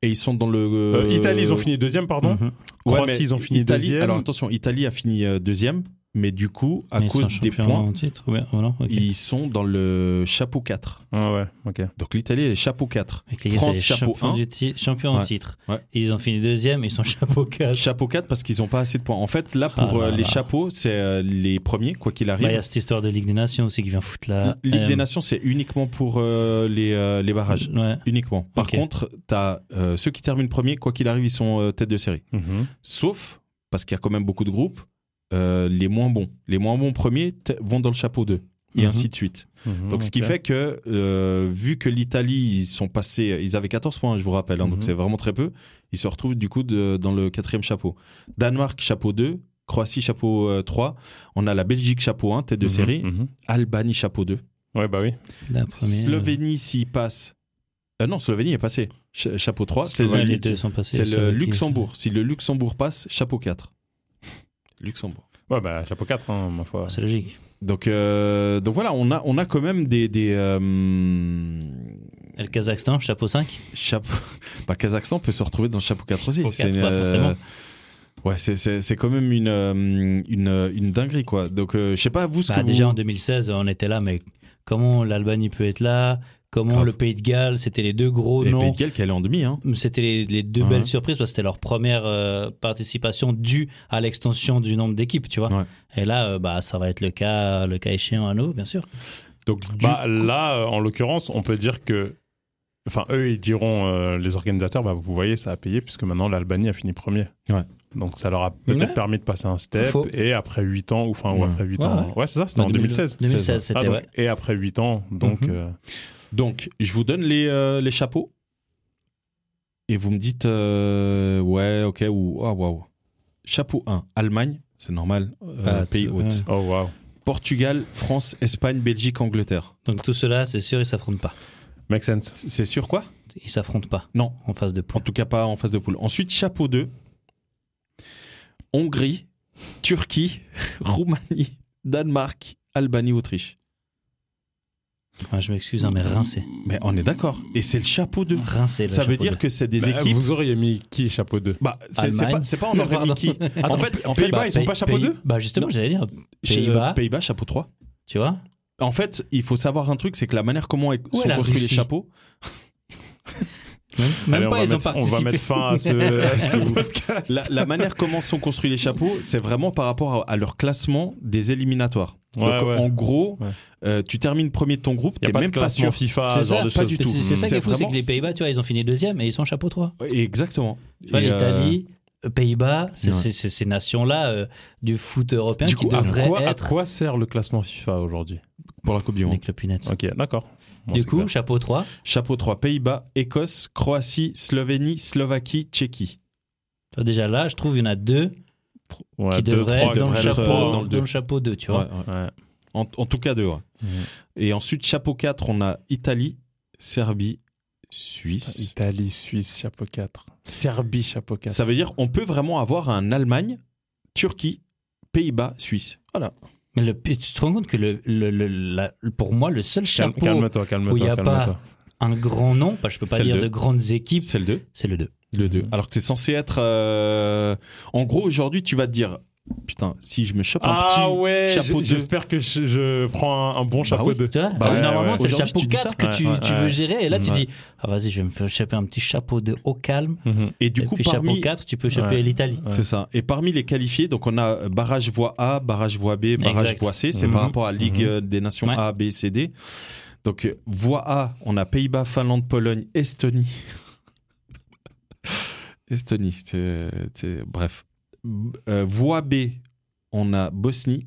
[SPEAKER 3] Et ils sont dans le.
[SPEAKER 2] Euh,
[SPEAKER 3] euh,
[SPEAKER 2] Italie, ils ont fini deuxième, pardon.
[SPEAKER 4] Mhm.
[SPEAKER 3] ouais,
[SPEAKER 2] Croatie,
[SPEAKER 3] mais
[SPEAKER 2] ils ont fini
[SPEAKER 3] Italie-
[SPEAKER 2] deuxième.
[SPEAKER 3] Alors attention, Italie a fini euh, deuxième, mais du coup, à
[SPEAKER 4] Mais ils sont
[SPEAKER 3] cause des
[SPEAKER 4] champions
[SPEAKER 3] points,
[SPEAKER 4] en titre, ouais, voilà, ok.
[SPEAKER 3] ils sont dans le chapeau 4.
[SPEAKER 2] Ah ouais, ok.
[SPEAKER 3] Donc l'Italie est chapeau 4.
[SPEAKER 4] Avec les gars,
[SPEAKER 3] France,
[SPEAKER 4] c'est les
[SPEAKER 3] chapeau
[SPEAKER 4] champions
[SPEAKER 3] 1.
[SPEAKER 4] du ti- champions
[SPEAKER 3] Ouais.
[SPEAKER 4] en titre.
[SPEAKER 3] Ouais.
[SPEAKER 4] Ils ont fini deuxième, ils sont chapeau 4.
[SPEAKER 3] Chapeau 4 parce qu'ils n'ont pas assez de points. En fait, là,
[SPEAKER 4] Ah
[SPEAKER 3] pour euh,
[SPEAKER 4] là
[SPEAKER 3] les
[SPEAKER 4] là.
[SPEAKER 3] chapeaux, c'est euh, les premiers, quoi qu'il
[SPEAKER 4] Bah, Il
[SPEAKER 3] arrive.
[SPEAKER 4] y a cette histoire de Ligue des Nations aussi qui vient foutre la.
[SPEAKER 3] Ligue des
[SPEAKER 4] euh,
[SPEAKER 3] Nations, c'est uniquement pour euh, les, euh, les barrages.
[SPEAKER 4] Ouais.
[SPEAKER 3] Uniquement. Par
[SPEAKER 4] Ok.
[SPEAKER 3] contre, tu as ceux qui terminent premier, quoi qu'il arrive, ils sont euh, tête de série. Sauf, parce qu'il y a quand même beaucoup de groupes, euh, les moins bons. Les moins bons premiers t- vont dans le chapeau 2. Et
[SPEAKER 4] Mhm.
[SPEAKER 3] ainsi de suite. Donc, ce qui fait que, euh, vu que l'Italie, ils sont passés, ils avaient 14 points, je vous rappelle, hein,
[SPEAKER 2] Mhm.
[SPEAKER 3] donc c'est vraiment très peu, ils se retrouvent du coup de- dans le quatrième chapeau. Danemark, chapeau 2, Croatie, chapeau euh, 3, on a la Belgique, chapeau 1, tête
[SPEAKER 4] Mhm.
[SPEAKER 3] de série, Albanie, chapeau 2,
[SPEAKER 2] Mhm, Ouais, bah oui.
[SPEAKER 4] La première.
[SPEAKER 3] Slovénie, s'il passe. Euh, non, Slovénie est passée. Cha- chapeau 3, c'est
[SPEAKER 4] Ouais,
[SPEAKER 3] le,
[SPEAKER 4] les deux sont passés.
[SPEAKER 3] c'est le
[SPEAKER 4] Slovaquie.
[SPEAKER 3] Luxembourg. Si le Luxembourg passe, chapeau 4. Luxembourg.
[SPEAKER 2] Ouais, bah chapeau 4, hein, ma foi.
[SPEAKER 4] C'est logique.
[SPEAKER 3] Donc, euh, donc voilà, on a, on a quand même des. des euh,
[SPEAKER 4] Et le Kazakhstan, chapeau 5.
[SPEAKER 3] chapeau... bah, Kazakhstan peut se retrouver dans le chapeau 4 aussi.
[SPEAKER 4] Chapeau
[SPEAKER 3] C'est
[SPEAKER 4] 4,
[SPEAKER 3] une,
[SPEAKER 4] bah, forcément.
[SPEAKER 3] euh, Ouais, c'est- c'est c'est quand même une, euh, une, une dinguerie, quoi. Donc, euh, je sais pas, vous, ce
[SPEAKER 4] Bah,
[SPEAKER 3] que
[SPEAKER 4] déjà
[SPEAKER 3] vous...
[SPEAKER 4] en 2016, on était là, mais comment l'Albanie peut être là Comment
[SPEAKER 3] Grave.
[SPEAKER 4] le Pays de Galles C'était les deux gros
[SPEAKER 3] Et Pays
[SPEAKER 4] noms.
[SPEAKER 3] de Galles Eh ben, qui allait en demi, hein.
[SPEAKER 4] C'était les, les deux
[SPEAKER 3] Ouais.
[SPEAKER 4] belles surprises parce que c'était leur première euh, participation due à l'extension du nombre d'équipes, tu vois.
[SPEAKER 3] Ouais.
[SPEAKER 4] Et là, euh, bah, ça va être le cas, le cas échéant à nouveau, bien sûr.
[SPEAKER 3] Donc, du-
[SPEAKER 2] Bah, là, euh, en l'occurrence, on peut dire que. Enfin, eux, ils diront, euh, les organisateurs, bah, vous voyez, ça a payé, puisque maintenant l'Albanie a fini premier.
[SPEAKER 3] Ouais.
[SPEAKER 2] Donc ça leur a peut-être
[SPEAKER 4] Ouais.
[SPEAKER 2] permis de passer un step,
[SPEAKER 4] Faut-
[SPEAKER 2] et après 8 ans, ou enfin, ou
[SPEAKER 3] Ouais.
[SPEAKER 2] après 8
[SPEAKER 4] Ouais,
[SPEAKER 2] ans. Ouais, c'est ça, c'était en 2016.
[SPEAKER 4] 2016,
[SPEAKER 2] Ah,
[SPEAKER 4] c'était,
[SPEAKER 2] donc,
[SPEAKER 4] ouais.
[SPEAKER 2] Et après 8 ans, donc.
[SPEAKER 4] Mhm.
[SPEAKER 2] euh,
[SPEAKER 3] Donc, je vous donne les, euh, les chapeaux. Et vous me dites, euh, ouais, ok, ou ah, waouh. Chapeau 1, Allemagne, c'est normal, euh,
[SPEAKER 4] Ah,
[SPEAKER 3] pays
[SPEAKER 4] tu-
[SPEAKER 3] hôte.
[SPEAKER 4] ouais.
[SPEAKER 2] Oh, waouh.
[SPEAKER 3] Portugal, France, Espagne, Belgique, Angleterre.
[SPEAKER 4] Donc tout cela, c'est sûr, ils s'affrontent pas.
[SPEAKER 2] Make sense.
[SPEAKER 3] C- C'est sûr quoi
[SPEAKER 4] Ils s'affrontent pas
[SPEAKER 3] Non,
[SPEAKER 4] en phase de
[SPEAKER 3] en
[SPEAKER 4] points.
[SPEAKER 3] tout cas pas en phase de poule. Ensuite, chapeau 2, Hongrie, Turquie, Roumanie, Danemark, Albanie, Autriche.
[SPEAKER 4] Ah, je m'excuse, hein, mais rincé.
[SPEAKER 3] Mais on est d'accord. Et c'est le chapeau 2.
[SPEAKER 4] Rincé. Ah, le
[SPEAKER 3] Ça veut
[SPEAKER 4] chapeau
[SPEAKER 3] dire
[SPEAKER 4] deux.
[SPEAKER 3] que c'est des
[SPEAKER 2] Bah,
[SPEAKER 3] équipes.
[SPEAKER 2] Vous auriez mis qui chapeau 2
[SPEAKER 3] Bah, c'est c'est
[SPEAKER 4] Allemagne.
[SPEAKER 3] pas, c'est pas on aurait mis
[SPEAKER 4] Pardon.
[SPEAKER 3] qui. En fait, en fait,
[SPEAKER 2] Pays-Bas, ils sont
[SPEAKER 4] Pays-
[SPEAKER 2] pas chapeau
[SPEAKER 4] Pays-
[SPEAKER 2] 2
[SPEAKER 4] Bah justement, j'allais dire, Pays-Bas.
[SPEAKER 3] Euh, Pays-Bas, chapeau 3.
[SPEAKER 4] tu vois.
[SPEAKER 3] En fait, il faut savoir un truc, c'est que la manière comment est-
[SPEAKER 4] Où est
[SPEAKER 3] sont
[SPEAKER 4] la
[SPEAKER 3] construits les
[SPEAKER 4] Russie
[SPEAKER 3] chapeaux.
[SPEAKER 4] Même, même
[SPEAKER 2] Allez, on
[SPEAKER 4] pas,
[SPEAKER 2] va
[SPEAKER 4] ils ont
[SPEAKER 2] mettre-
[SPEAKER 4] participé.
[SPEAKER 2] On va mettre fin à ce, à ce
[SPEAKER 3] Vous-
[SPEAKER 2] podcast.
[SPEAKER 3] La, la manière comment sont construits les chapeaux, c'est vraiment par rapport à, à leur classement des éliminatoires.
[SPEAKER 2] Ouais,
[SPEAKER 3] Donc
[SPEAKER 2] ouais.
[SPEAKER 3] en gros,
[SPEAKER 2] Ouais.
[SPEAKER 3] euh, tu termines premier de ton groupe,
[SPEAKER 2] Il n'y
[SPEAKER 3] t'es
[SPEAKER 2] a pas
[SPEAKER 3] même
[SPEAKER 2] de
[SPEAKER 3] pas
[SPEAKER 2] classement
[SPEAKER 3] sûr.
[SPEAKER 2] FIFA,
[SPEAKER 4] C'est
[SPEAKER 2] ce genre
[SPEAKER 4] ça,
[SPEAKER 2] de
[SPEAKER 4] pas
[SPEAKER 2] choses.
[SPEAKER 4] du tout. C'est c'est ça qui
[SPEAKER 3] C'est
[SPEAKER 4] est fou, c'est que
[SPEAKER 3] vraiment-
[SPEAKER 4] les Pays-Bas, tu vois, ils ont fini deuxième et ils sont chapeau 3.
[SPEAKER 3] Exactement.
[SPEAKER 4] Tu vois,
[SPEAKER 3] Et, euh,
[SPEAKER 4] l'Italie, euh, Pays-Bas, c'est
[SPEAKER 3] ouais.
[SPEAKER 4] c'est- c'est ces nations-là euh, du foot européen
[SPEAKER 3] Du
[SPEAKER 4] qui
[SPEAKER 3] coup, à
[SPEAKER 4] devraient
[SPEAKER 2] À quoi, à
[SPEAKER 4] être
[SPEAKER 2] quoi sert le classement FIFA aujourd'hui
[SPEAKER 3] pour la Coupe du
[SPEAKER 4] les
[SPEAKER 3] Monde.
[SPEAKER 4] clubs lunettes.
[SPEAKER 2] Ok, d'accord. Bon,
[SPEAKER 4] du
[SPEAKER 2] c'est
[SPEAKER 4] coup,
[SPEAKER 2] clair.
[SPEAKER 4] chapeau 3,
[SPEAKER 3] Chapeau 3, Pays-Bas, Écosse, Croatie, Slovénie, Slovaquie, Tchéquie.
[SPEAKER 4] tu vois, déjà là, je trouve il y en a deux
[SPEAKER 2] Ouais,
[SPEAKER 4] qui
[SPEAKER 2] deux,
[SPEAKER 4] devraient
[SPEAKER 2] trois,
[SPEAKER 4] être dans, le
[SPEAKER 2] devraient être euh,
[SPEAKER 4] chapeau,
[SPEAKER 2] trois,
[SPEAKER 3] dans
[SPEAKER 4] dans,
[SPEAKER 3] le
[SPEAKER 4] le
[SPEAKER 3] deux.
[SPEAKER 4] chapeau 2, tu
[SPEAKER 3] Ouais,
[SPEAKER 4] vois.
[SPEAKER 3] ouais.
[SPEAKER 2] hein. Ouais.
[SPEAKER 3] En, en tout cas, deux. ouais.
[SPEAKER 2] Mhm.
[SPEAKER 3] Et ensuite, chapeau 4, on a Italie, Serbie, Suisse.
[SPEAKER 2] Italie, Suisse, chapeau 4. Serbie, chapeau 4.
[SPEAKER 3] Ça veut dire on peut vraiment avoir un Allemagne, Turquie, Pays-Bas, Suisse. Voilà.
[SPEAKER 4] Mais le, tu te rends compte que le, le- le- la- pour moi, le seul
[SPEAKER 2] Calme-
[SPEAKER 4] chapeau
[SPEAKER 2] Calme-toi,
[SPEAKER 4] où il n'y
[SPEAKER 2] calme-toi,
[SPEAKER 4] a
[SPEAKER 2] calme-toi.
[SPEAKER 4] pas un grand nom, pas- je peux pas
[SPEAKER 3] C'est le
[SPEAKER 4] dire
[SPEAKER 3] deux.
[SPEAKER 4] de grandes équipes,
[SPEAKER 3] C'est le 2.
[SPEAKER 4] c'est le 2.
[SPEAKER 3] Le 2. Alors que c'est censé être. euh, En gros, aujourd'hui, tu vas te dire Putain, si je me chope un petit chapeau
[SPEAKER 2] j-
[SPEAKER 3] de.
[SPEAKER 2] Ah j'espère que je, je prends un, un bon
[SPEAKER 3] Bah
[SPEAKER 2] chapeau
[SPEAKER 3] oui.
[SPEAKER 2] de...
[SPEAKER 4] Tu vois
[SPEAKER 2] Bah
[SPEAKER 4] euh,
[SPEAKER 2] ouais,
[SPEAKER 4] Normalement,
[SPEAKER 2] ouais.
[SPEAKER 4] c'est le
[SPEAKER 3] Aujourd'hui,
[SPEAKER 4] chapeau
[SPEAKER 3] tu dis ça.
[SPEAKER 4] 4 que tu,
[SPEAKER 2] Ouais, ouais,
[SPEAKER 4] tu veux
[SPEAKER 2] ouais.
[SPEAKER 4] gérer. Et là, tu
[SPEAKER 2] Ouais.
[SPEAKER 4] dis Ah, vas-y, je vais me faire choper un petit chapeau de haut calme.
[SPEAKER 2] Mhm.
[SPEAKER 3] Et du
[SPEAKER 4] et
[SPEAKER 3] coup,
[SPEAKER 4] puis, chapeau
[SPEAKER 3] parmi.
[SPEAKER 4] 4, tu peux choper
[SPEAKER 2] Ouais.
[SPEAKER 4] l'Italie.
[SPEAKER 2] Ouais.
[SPEAKER 3] C'est ça. Et parmi les qualifiés, donc on a barrage voie A, barrage voie B, barrage
[SPEAKER 4] Exact.
[SPEAKER 3] voie C. C'est
[SPEAKER 2] Mhm.
[SPEAKER 3] par rapport à Ligue
[SPEAKER 2] Mhm.
[SPEAKER 3] euh, des Nations
[SPEAKER 4] Ouais.
[SPEAKER 3] A, B, C, D. Donc euh, voie A, on a Pays-Bas, Finlande, Pologne, Estonie. Estonie, c'est- c'est- bref. B- euh, voie B, on a Bosnie,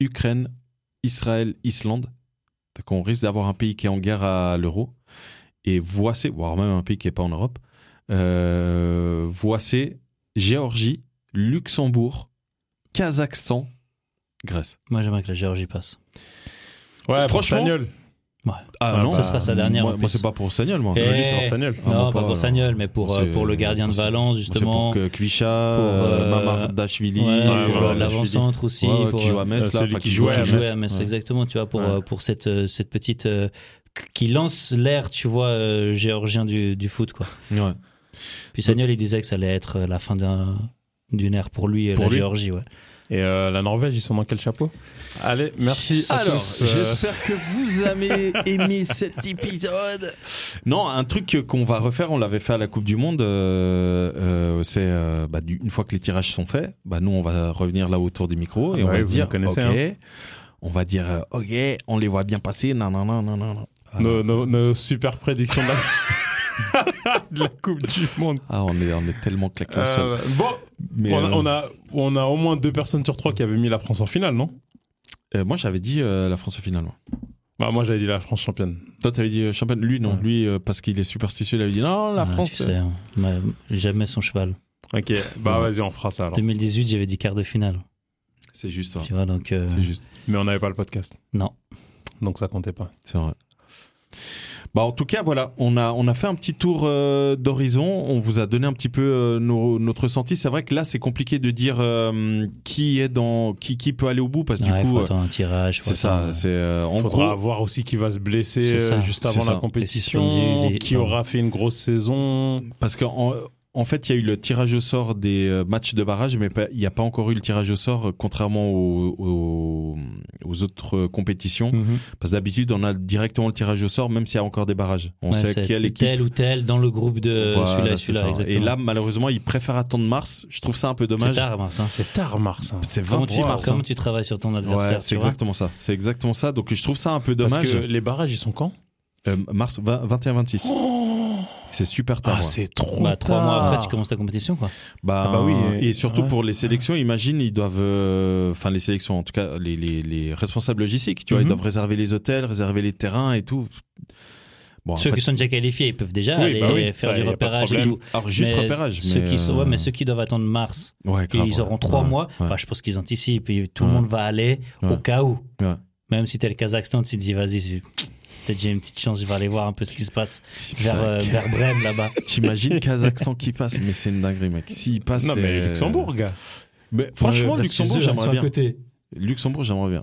[SPEAKER 3] Ukraine, Israël, Islande. Donc on risque d'avoir un pays qui est en guerre à l'euro. Et voie C, voire même un pays qui n'est pas en Europe. Euh, voie C, Géorgie, Luxembourg, Kazakhstan, Grèce.
[SPEAKER 4] Moi, j'aimerais que la Géorgie passe.
[SPEAKER 2] Ouais,
[SPEAKER 3] Franchement,
[SPEAKER 2] franchement,
[SPEAKER 4] Ouais.
[SPEAKER 3] Ah
[SPEAKER 2] Ah
[SPEAKER 3] non,
[SPEAKER 2] bah,
[SPEAKER 4] ce sera sa dernière.
[SPEAKER 3] Moi,
[SPEAKER 4] en
[SPEAKER 3] moi,
[SPEAKER 4] plus.
[SPEAKER 3] c'est pas pour Sagnol, moi.
[SPEAKER 4] Eh,
[SPEAKER 2] lui, c'est pour Sagnol.
[SPEAKER 3] Ah,
[SPEAKER 4] non,
[SPEAKER 3] moi,
[SPEAKER 4] pas,
[SPEAKER 3] pas,
[SPEAKER 4] pour Sagnol, mais pour,
[SPEAKER 3] moi,
[SPEAKER 4] euh,
[SPEAKER 3] c'est-
[SPEAKER 4] pour le gardien de
[SPEAKER 3] moi, c'est-
[SPEAKER 4] Valence,
[SPEAKER 3] Moi, c'est
[SPEAKER 4] justement.
[SPEAKER 3] pour que Kvisha,
[SPEAKER 4] Pour,
[SPEAKER 3] euh,
[SPEAKER 4] euh,
[SPEAKER 3] Mamardashvili,
[SPEAKER 4] Ouais,
[SPEAKER 2] Ouais,
[SPEAKER 4] pour
[SPEAKER 2] voilà,
[SPEAKER 4] l'avant-centre aussi.
[SPEAKER 3] Ouais, ouais,
[SPEAKER 4] pour,
[SPEAKER 3] qui joue à Metz,
[SPEAKER 2] euh,
[SPEAKER 3] là,
[SPEAKER 2] celui
[SPEAKER 3] enfin,
[SPEAKER 2] qui
[SPEAKER 3] qui joue
[SPEAKER 2] jouait
[SPEAKER 3] à
[SPEAKER 2] à
[SPEAKER 4] jouer
[SPEAKER 3] Metz.
[SPEAKER 4] à Metz,
[SPEAKER 3] Ouais.
[SPEAKER 4] exactement, tu vois, pour,
[SPEAKER 3] Ouais.
[SPEAKER 4] euh, pour cette, euh, cette petite. euh, qu- qui lance l'air, tu vois, euh, géorgien du, du foot, quoi.
[SPEAKER 3] Ouais.
[SPEAKER 4] Puis Sagnol, il disait que ça allait être euh, la fin d'un d'une ère pour lui, euh,
[SPEAKER 2] Pour
[SPEAKER 4] la
[SPEAKER 2] lui.
[SPEAKER 4] Géorgie, ouais.
[SPEAKER 2] Et euh, la Norvège, ils sont dans quel chapeau Allez, merci. à
[SPEAKER 3] Alors,
[SPEAKER 2] tous, euh,
[SPEAKER 3] j'espère que vous avez aimé cet épisode. Non, un truc que- qu'on va refaire, on l'avait fait à la Coupe du Monde, euh, euh, c'est euh, bah, du- une fois que les tirages sont faits, bah, nous on va revenir là autour des micros et
[SPEAKER 2] Ah bah
[SPEAKER 3] on va
[SPEAKER 2] oui,
[SPEAKER 3] se
[SPEAKER 2] vous
[SPEAKER 3] dire,
[SPEAKER 2] nous connaissez,
[SPEAKER 3] ok, on va dire, euh, ok, on les voit bien passer, non, non, non, non, non. non. Ah,
[SPEAKER 2] nos, nos- nos super prédictions de la, de la Coupe du Monde.
[SPEAKER 3] Ah, on est, on est tellement claqués au sol.
[SPEAKER 2] Euh, bon,
[SPEAKER 3] Mais,
[SPEAKER 2] on, a,
[SPEAKER 3] euh,
[SPEAKER 2] on, a, on a au moins deux personnes sur trois qui avaient mis la France en finale, non
[SPEAKER 3] euh, moi j'avais dit euh, la France finalement.
[SPEAKER 2] bah, Moi, j'avais dit la France championne.
[SPEAKER 3] Toi t'avais dit euh, champagne, lui non,
[SPEAKER 2] Ouais.
[SPEAKER 3] lui euh, parce qu'il est superstitieux, il avait dit non, la
[SPEAKER 4] Ah,
[SPEAKER 3] France. euh,
[SPEAKER 4] tu sais, hein. Ouais, jamais son cheval.
[SPEAKER 2] Ok, bah vas-y, on fera ça alors.
[SPEAKER 4] 2018, j'avais dit quart de finale.
[SPEAKER 3] C'est juste, ouais.
[SPEAKER 4] Tu vois, donc. euh,
[SPEAKER 3] c'est juste.
[SPEAKER 2] Mais on n'avait pas le podcast,
[SPEAKER 4] Non.
[SPEAKER 2] donc ça comptait pas.
[SPEAKER 3] C'est vrai. Bah en tout cas, voilà, on a, on a fait un petit tour euh, d'horizon, on vous a donné un petit peu euh, nos- notre ressenti. C'est vrai que là, c'est compliqué de dire euh, qui est dans qui, qui peut aller au bout parce que
[SPEAKER 4] Ouais,
[SPEAKER 3] du
[SPEAKER 4] faut
[SPEAKER 3] coup, euh,
[SPEAKER 4] attendre un tirage. faut
[SPEAKER 3] c'est ça,
[SPEAKER 4] attendre-
[SPEAKER 3] c'est euh, en
[SPEAKER 2] Il faudra
[SPEAKER 3] gros,
[SPEAKER 2] voir aussi qui va se blesser
[SPEAKER 4] C'est ça.
[SPEAKER 2] euh, juste
[SPEAKER 3] C'est
[SPEAKER 2] avant
[SPEAKER 3] ça.
[SPEAKER 2] la compétition,
[SPEAKER 4] Les suspendus, les-
[SPEAKER 2] qui aura fait une grosse saison.
[SPEAKER 3] parce que en, en fait, il y a eu le tirage au sort des euh, matchs de barrage, mais pas- il n'y a pas encore eu le tirage au sort, euh, contrairement aux, aux, aux autres euh,
[SPEAKER 4] Mm.
[SPEAKER 3] compétitions.
[SPEAKER 2] Mhm.
[SPEAKER 3] Parce que d'habitude, on a directement le tirage au sort, même s'il y a encore des barrages. On
[SPEAKER 4] Ouais,
[SPEAKER 3] sait
[SPEAKER 4] c'est
[SPEAKER 3] quelle équipe
[SPEAKER 4] Tel ou tel dans le groupe de
[SPEAKER 3] Voilà,
[SPEAKER 4] celui-là,
[SPEAKER 3] c'est
[SPEAKER 4] celui-là,
[SPEAKER 3] ça.
[SPEAKER 4] exactement.
[SPEAKER 3] Et là, malheureusement, ils préfèrent attendre mars. Je trouve ça un peu
[SPEAKER 4] c'est
[SPEAKER 3] dommage.
[SPEAKER 4] tard, Mars. hein.
[SPEAKER 2] C'est tard, Mars. hein.
[SPEAKER 3] C'est
[SPEAKER 4] Comment, tu,
[SPEAKER 3] 23 mars.
[SPEAKER 4] comment tu travailles sur ton
[SPEAKER 3] hein.
[SPEAKER 4] adversaire
[SPEAKER 3] Ouais, c'est
[SPEAKER 4] tu vois
[SPEAKER 3] exactement ça. C'est exactement ça. Donc je trouve ça un peu
[SPEAKER 2] Parce
[SPEAKER 3] dommage.
[SPEAKER 2] que les barrages, ils sont quand Ah,
[SPEAKER 3] Euh, mars 21-26.
[SPEAKER 4] Oh.
[SPEAKER 3] c'est super tard. ouais.
[SPEAKER 2] c'est trop
[SPEAKER 4] Bah, trois mois après, tu commences ta compétition, quoi.
[SPEAKER 3] Bah,
[SPEAKER 2] Ah bah oui,
[SPEAKER 3] et,
[SPEAKER 2] et-
[SPEAKER 3] surtout
[SPEAKER 2] ouais.
[SPEAKER 3] pour les sélections, imagine, ils doivent, euh, enfin les sélections, en tout cas les, les, les responsables logistiques, tu vois, ils
[SPEAKER 2] Mhm.
[SPEAKER 3] doivent réserver les hôtels, réserver les terrains et tout. Bon, en
[SPEAKER 4] ceux
[SPEAKER 3] fait,
[SPEAKER 4] qui sont déjà qualifiés, ils peuvent déjà
[SPEAKER 2] Oui,
[SPEAKER 4] aller
[SPEAKER 2] bah oui,
[SPEAKER 4] faire
[SPEAKER 2] ça,
[SPEAKER 4] du
[SPEAKER 2] y a pas de
[SPEAKER 4] repérage et
[SPEAKER 2] problème.
[SPEAKER 4] tout.
[SPEAKER 3] alors juste
[SPEAKER 4] Mais
[SPEAKER 3] repérage.
[SPEAKER 4] Ceux
[SPEAKER 3] mais,
[SPEAKER 4] qui sont, ouais,
[SPEAKER 3] euh,
[SPEAKER 4] mais ceux qui doivent attendre mars,
[SPEAKER 3] ouais, grave,
[SPEAKER 4] ils
[SPEAKER 3] ouais.
[SPEAKER 4] auront trois
[SPEAKER 3] Ouais,
[SPEAKER 4] mois.
[SPEAKER 3] ouais.
[SPEAKER 4] Enfin, je pense qu'ils anticipent. et tout le
[SPEAKER 3] Ouais.
[SPEAKER 4] monde va aller
[SPEAKER 3] Ouais.
[SPEAKER 4] au cas où.
[SPEAKER 3] Ouais.
[SPEAKER 4] Même si t'es le Kazakhstan, tu te dis, vas-y, c'est- peut-être j'ai une petite chance, je vais aller voir un peu ce qui se passe vers, euh, vers Brême là-bas.
[SPEAKER 3] T'imagines Kazakhstan qui passe, mais c'est une dinguerie, mec. S'il passe.
[SPEAKER 2] Non, mais
[SPEAKER 3] euh,
[SPEAKER 2] Luxembourg, gars.
[SPEAKER 3] mais franchement,
[SPEAKER 4] Ouais, versus
[SPEAKER 3] Luxembourg,
[SPEAKER 4] eux, ils
[SPEAKER 3] j'aimerais
[SPEAKER 4] sont à
[SPEAKER 3] bien.
[SPEAKER 4] côté.
[SPEAKER 3] Luxembourg, j'aimerais bien.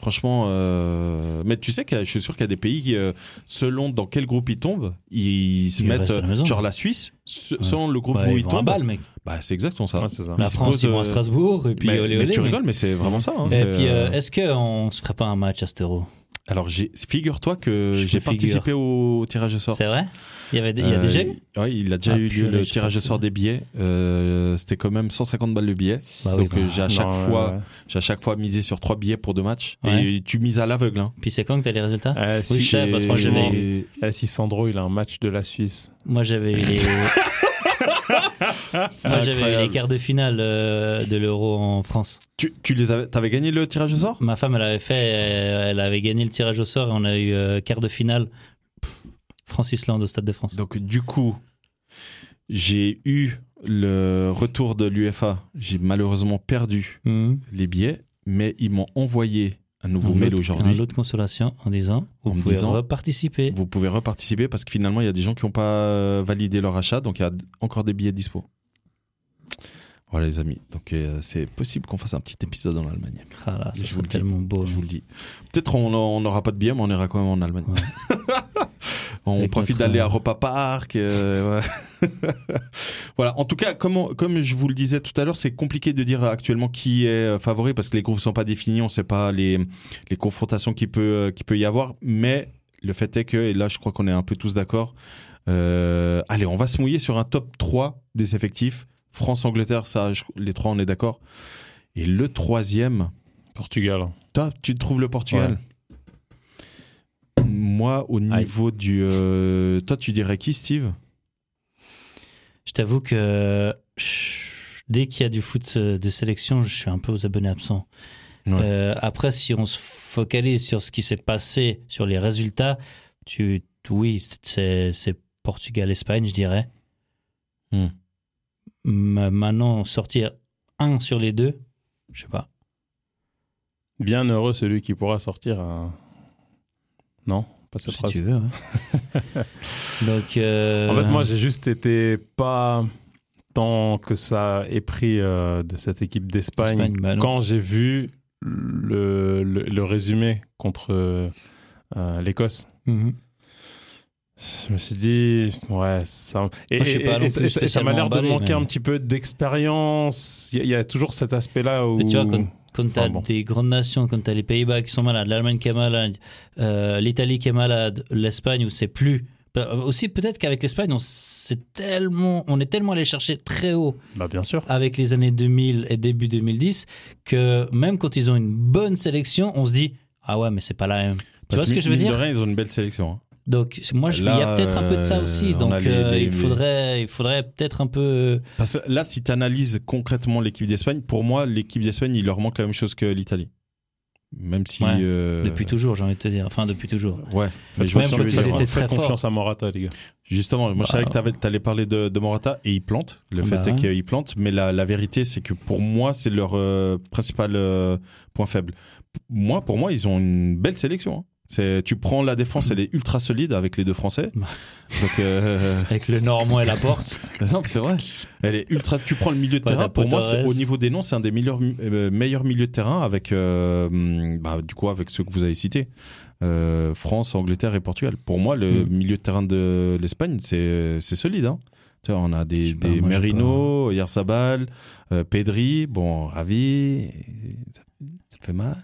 [SPEAKER 3] Franchement, euh, mais tu sais que je suis sûr qu'il y a des pays, qui, euh, selon dans quel groupe ils tombent, ils se
[SPEAKER 4] Ils
[SPEAKER 3] mettent.
[SPEAKER 4] restent à la
[SPEAKER 3] euh,
[SPEAKER 4] maison.
[SPEAKER 3] genre la Suisse, se-
[SPEAKER 4] Ouais.
[SPEAKER 3] selon le groupe
[SPEAKER 4] Ouais,
[SPEAKER 3] où
[SPEAKER 4] ils
[SPEAKER 3] ils
[SPEAKER 4] vont à
[SPEAKER 3] tombent.
[SPEAKER 4] Bâle, mec.
[SPEAKER 3] Bah, c'est exactement ça.
[SPEAKER 2] Ouais, c'est ça.
[SPEAKER 4] La
[SPEAKER 3] Ils se
[SPEAKER 4] France,
[SPEAKER 3] posent,
[SPEAKER 4] ils vont
[SPEAKER 3] euh,
[SPEAKER 4] à Strasbourg, et puis
[SPEAKER 3] mais,
[SPEAKER 4] olé
[SPEAKER 3] mais
[SPEAKER 4] olé.
[SPEAKER 3] tu
[SPEAKER 4] mec.
[SPEAKER 3] rigoles, mais c'est vraiment ça. hein,
[SPEAKER 4] Et
[SPEAKER 3] c'est,
[SPEAKER 4] puis,
[SPEAKER 3] euh,
[SPEAKER 4] euh, est-ce qu'on se ferait pas un match à cet euro
[SPEAKER 3] Alors, j'ai- figure-toi que
[SPEAKER 4] Je me
[SPEAKER 3] j'ai
[SPEAKER 4] figure.
[SPEAKER 3] participé au tirage au sort.
[SPEAKER 4] C'est vrai Il y, avait,
[SPEAKER 3] Euh,
[SPEAKER 4] il y a déjà eu
[SPEAKER 3] Oui, il a déjà
[SPEAKER 4] Ah,
[SPEAKER 3] eu lieu
[SPEAKER 4] purée,
[SPEAKER 3] le
[SPEAKER 4] j'ai
[SPEAKER 3] tirage
[SPEAKER 4] pas
[SPEAKER 3] au sort des billets. Euh, C'était quand même 150 balles le billet.
[SPEAKER 4] Bah oui,
[SPEAKER 3] Donc
[SPEAKER 4] bah.
[SPEAKER 3] euh, j'ai à chaque
[SPEAKER 2] Non,
[SPEAKER 3] fois,
[SPEAKER 2] ouais, ouais.
[SPEAKER 3] j'ai à chaque fois misé sur trois billets pour deux matchs.
[SPEAKER 4] Ouais.
[SPEAKER 3] Et tu mises à l'aveugle. hein.
[SPEAKER 4] Puis c'est quand que t'as les résultats
[SPEAKER 2] Euh, si,
[SPEAKER 4] je sais, parce que moi,
[SPEAKER 2] j'ai-
[SPEAKER 4] j'avais
[SPEAKER 2] Eh, si Sandro il a un match de la Suisse.
[SPEAKER 4] Moi j'avais eu les. Moi j'avais eu les
[SPEAKER 3] incroyable.
[SPEAKER 4] quarts de finale euh, de l'Euro en France.
[SPEAKER 3] Tu, tu les avais, t'avais gagné le tirage au sort
[SPEAKER 4] Ma femme elle avait fait, euh, elle avait gagné le tirage au sort et on a eu euh, quart de finale Pff, France-Islande au Stade de France.
[SPEAKER 3] Donc du coup, j'ai eu le retour de l'UFA. J'ai malheureusement perdu
[SPEAKER 4] Mhm.
[SPEAKER 3] les billets, mais ils m'ont envoyé un nouveau
[SPEAKER 4] Un
[SPEAKER 3] mail
[SPEAKER 4] lot- Un
[SPEAKER 3] aujourd'hui.
[SPEAKER 4] lot de consolation en disant vous
[SPEAKER 3] En me
[SPEAKER 4] pouvez
[SPEAKER 3] disant-
[SPEAKER 4] reparticiper.
[SPEAKER 3] Vous pouvez reparticiper parce que finalement, il y a des gens qui n'ont pas euh, validé leur achat, donc il y a d- encore des billets dispo. Voilà les amis, donc euh, c'est possible qu'on fasse un petit épisode en Allemagne.
[SPEAKER 4] Ah là,
[SPEAKER 3] Je
[SPEAKER 4] ça
[SPEAKER 3] vous
[SPEAKER 4] serait
[SPEAKER 3] le dis.
[SPEAKER 4] tellement beau. hein.
[SPEAKER 3] Je vous le dis. Peut-être on on n'aura pas de billets, mais on ira quand même en Allemagne. on
[SPEAKER 4] Avec
[SPEAKER 3] profite
[SPEAKER 4] notre,
[SPEAKER 3] d'aller à
[SPEAKER 4] euh,
[SPEAKER 3] Europa Park. euh, ouais. voilà. En tout cas, comme, on- comme je vous le disais tout à l'heure, c'est compliqué de dire actuellement qui est euh, favori parce que les groupes sont pas définis, on sait pas les, les confrontations qui peut euh, qui peut y avoir. Mais le fait est que et là, je crois qu'on est un peu tous d'accord. euh, allez, on va se mouiller sur un top 3 des effectifs. France, Angleterre, ça, je- les trois, on est d'accord. Et le troisième,
[SPEAKER 2] Portugal.
[SPEAKER 3] toi, tu trouves le Portugal Moi, au niveau du. euh, toi, tu dirais qui, Steve
[SPEAKER 4] Je t'avoue que je- dès qu'il y a du foot euh, de sélection, je suis un peu aux abonnés absents.
[SPEAKER 3] Ouais.
[SPEAKER 4] Euh, après, si on se focalise sur ce qui s'est passé, sur les résultats, tu, tu- oui, c'est- c'est c'est Portugal-Espagne, je dirais.
[SPEAKER 3] Hmm.
[SPEAKER 4] Ma- Maintenant, sortir un sur les deux, je sais pas.
[SPEAKER 2] Bien heureux celui qui pourra sortir un. Non, pas cette
[SPEAKER 4] si
[SPEAKER 2] phrase.
[SPEAKER 4] tu veux. ouais. Donc, euh,
[SPEAKER 2] En fait, moi, j'ai juste été pas tant que ça ait pris euh, de cette équipe d'Espagne
[SPEAKER 4] Espagne, bah non.
[SPEAKER 2] quand j'ai vu le, le, le résumé contre euh, l'Écosse.
[SPEAKER 4] Mhm.
[SPEAKER 2] Je me suis dit, ouais, ça. Et,
[SPEAKER 4] Moi, je suis
[SPEAKER 2] et-
[SPEAKER 4] pas
[SPEAKER 2] et-
[SPEAKER 4] non
[SPEAKER 2] et-
[SPEAKER 4] plus
[SPEAKER 2] et- et ça m'a
[SPEAKER 4] spécialement
[SPEAKER 2] l'air de
[SPEAKER 4] emballé,
[SPEAKER 2] manquer
[SPEAKER 4] mais-
[SPEAKER 2] un petit peu d'expérience. Il y, a- il y a toujours cet aspect-là où.
[SPEAKER 4] Mais tu vois, quand, quand t'as
[SPEAKER 2] Enfin, bon.
[SPEAKER 4] des grandes nations, quand t'as les Pays-Bas qui sont malades, l'Allemagne qui est malade, euh, l'Italie qui est malade, l'Espagne où c'est plus. Euh, Aussi, peut-être qu'avec l'Espagne, on, s'est tellement, on est tellement allé chercher très haut
[SPEAKER 2] Bah, bien sûr.
[SPEAKER 4] avec les années 2000 et début 2010 que même quand ils ont une bonne sélection, on se dit Ah ouais, mais c'est pas la même. Tu vois
[SPEAKER 3] Parce
[SPEAKER 4] ce que je veux
[SPEAKER 3] mine de
[SPEAKER 4] dire
[SPEAKER 3] rien, ils ont une belle sélection. hein.
[SPEAKER 4] Donc, moi, je- il y
[SPEAKER 3] Là,
[SPEAKER 4] a peut-être un peu de ça
[SPEAKER 3] euh,
[SPEAKER 4] aussi.
[SPEAKER 3] on
[SPEAKER 4] Donc,
[SPEAKER 3] a les-
[SPEAKER 4] euh,
[SPEAKER 3] les-
[SPEAKER 4] il, faudrait, il faudrait peut-être un peu. euh,
[SPEAKER 3] Parce que là, si tu analyses concrètement l'équipe d'Espagne, pour moi, l'équipe d'Espagne, il leur manque la même chose que l'Italie. Même si.
[SPEAKER 4] Ouais,
[SPEAKER 3] euh,
[SPEAKER 4] Depuis toujours, j'ai envie de te dire. Enfin, depuis toujours.
[SPEAKER 3] Ouais, mais je vois
[SPEAKER 4] même
[SPEAKER 3] ce que
[SPEAKER 4] quand
[SPEAKER 3] tu
[SPEAKER 4] ils
[SPEAKER 3] veux dire.
[SPEAKER 4] étaient
[SPEAKER 2] Faites
[SPEAKER 4] très forts.
[SPEAKER 2] confiance à Morata, les gars.
[SPEAKER 3] Justement, moi je savais
[SPEAKER 4] Bah,
[SPEAKER 3] que tu allais parler de, de Morata et il plante. Le
[SPEAKER 4] Bah
[SPEAKER 3] fait est
[SPEAKER 4] ouais.
[SPEAKER 3] qu'il plante, mais la, la vérité c'est que pour moi c'est leur euh, principal euh, point faible. P- Moi, pour moi, ils ont une belle sélection. hein. C'est, tu prends la défense, elle est ultra solide avec les deux Français.
[SPEAKER 4] Bah.
[SPEAKER 3] Donc, euh,
[SPEAKER 4] Avec le Normand et la porte.
[SPEAKER 3] Bah non, mais c'est vrai. Elle est ultra. Tu prends le milieu de
[SPEAKER 4] Ouais,
[SPEAKER 3] terrain.
[SPEAKER 4] t'as
[SPEAKER 3] Pour moi,
[SPEAKER 4] Potores.
[SPEAKER 3] c'est- au niveau des noms, c'est un des meilleurs, euh, meilleurs milieux de terrain avec, euh, hum, bah, du coup, avec ceux que vous avez cités. Euh, France, Angleterre et Portugal. Pour moi, le
[SPEAKER 4] Mm.
[SPEAKER 3] milieu de terrain de l'Espagne, c'est c'est solide. hein. Tu vois, on a
[SPEAKER 4] Je
[SPEAKER 3] des,
[SPEAKER 4] sais pas,
[SPEAKER 3] des
[SPEAKER 4] moi, j'ai
[SPEAKER 3] Merino, Yarzabal, euh, Pedri, bon, Ravi, ça, ça fait mal.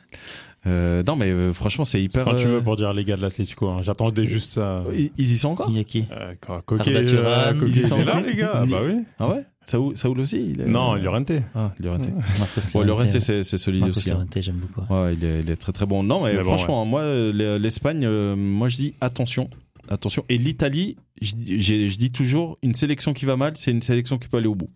[SPEAKER 3] Euh, non, mais euh, franchement, c'est
[SPEAKER 2] C'est
[SPEAKER 3] hyper.
[SPEAKER 2] quand tu
[SPEAKER 3] euh,
[SPEAKER 2] veux pour dire les gars de l'Atlético. hein. J'attendais juste ça.
[SPEAKER 3] ils, ils y sont encore
[SPEAKER 4] Il y a qui
[SPEAKER 2] Euh, quand- Coquet,
[SPEAKER 4] Arda Turan,
[SPEAKER 2] euh, Coquet,
[SPEAKER 3] ils y
[SPEAKER 2] il
[SPEAKER 3] sont
[SPEAKER 2] est là,
[SPEAKER 3] encore
[SPEAKER 2] les gars.
[SPEAKER 3] Ni-
[SPEAKER 2] Bah oui.
[SPEAKER 3] Ah ouais Saoul, Saoul aussi il est-
[SPEAKER 2] Non, Llorente.
[SPEAKER 3] Ah, Llorente.
[SPEAKER 4] Marcos
[SPEAKER 3] Ouais, Llorente,
[SPEAKER 4] Llorente.
[SPEAKER 3] c'est c'est solide
[SPEAKER 4] Marcos
[SPEAKER 3] aussi. hein.
[SPEAKER 4] Llorente, j'aime beaucoup.
[SPEAKER 3] Ouais, il est, il est très très bon. Non, mais,
[SPEAKER 2] Mais bon,
[SPEAKER 3] franchement, moi, euh, l'Espagne, euh, moi je dis attention. Attention. Et l'Italie, je, dis- j'ai- je dis toujours, une sélection qui va mal, c'est une sélection qui peut aller au bout.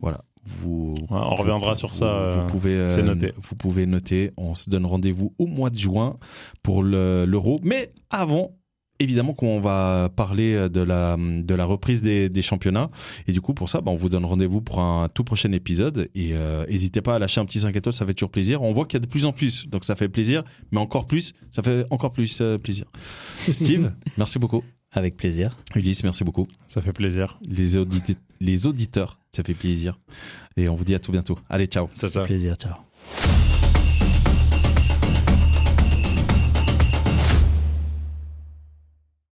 [SPEAKER 3] Voilà. Vous,
[SPEAKER 2] on
[SPEAKER 3] vous-
[SPEAKER 2] reviendra sur ça,
[SPEAKER 3] vous-
[SPEAKER 2] euh,
[SPEAKER 3] Vous pouvez, euh,
[SPEAKER 2] c'est noté.
[SPEAKER 3] Vous pouvez noter. On se donne rendez-vous au mois de juin pour le- l'euro. mais avant, évidemment, qu'on va parler euh, de la, de la reprise des, des championnats. Et du coup, pour ça, bah, on vous donne rendez-vous pour un tout prochain épisode. Et euh, n'hésitez pas à lâcher un petit 5 étoiles, ça fait toujours plaisir. On voit qu'il y a de plus en plus, donc ça fait plaisir. Mais encore plus, ça fait encore plus euh, plaisir. Steve, merci beaucoup.
[SPEAKER 4] Avec plaisir.
[SPEAKER 3] Ulysse, merci beaucoup.
[SPEAKER 2] Ça fait plaisir.
[SPEAKER 3] Les, audite- les auditeurs, ça fait plaisir. Et on vous dit à tout bientôt. Allez, ciao.
[SPEAKER 2] C'est ça.
[SPEAKER 4] Plaisir, ciao.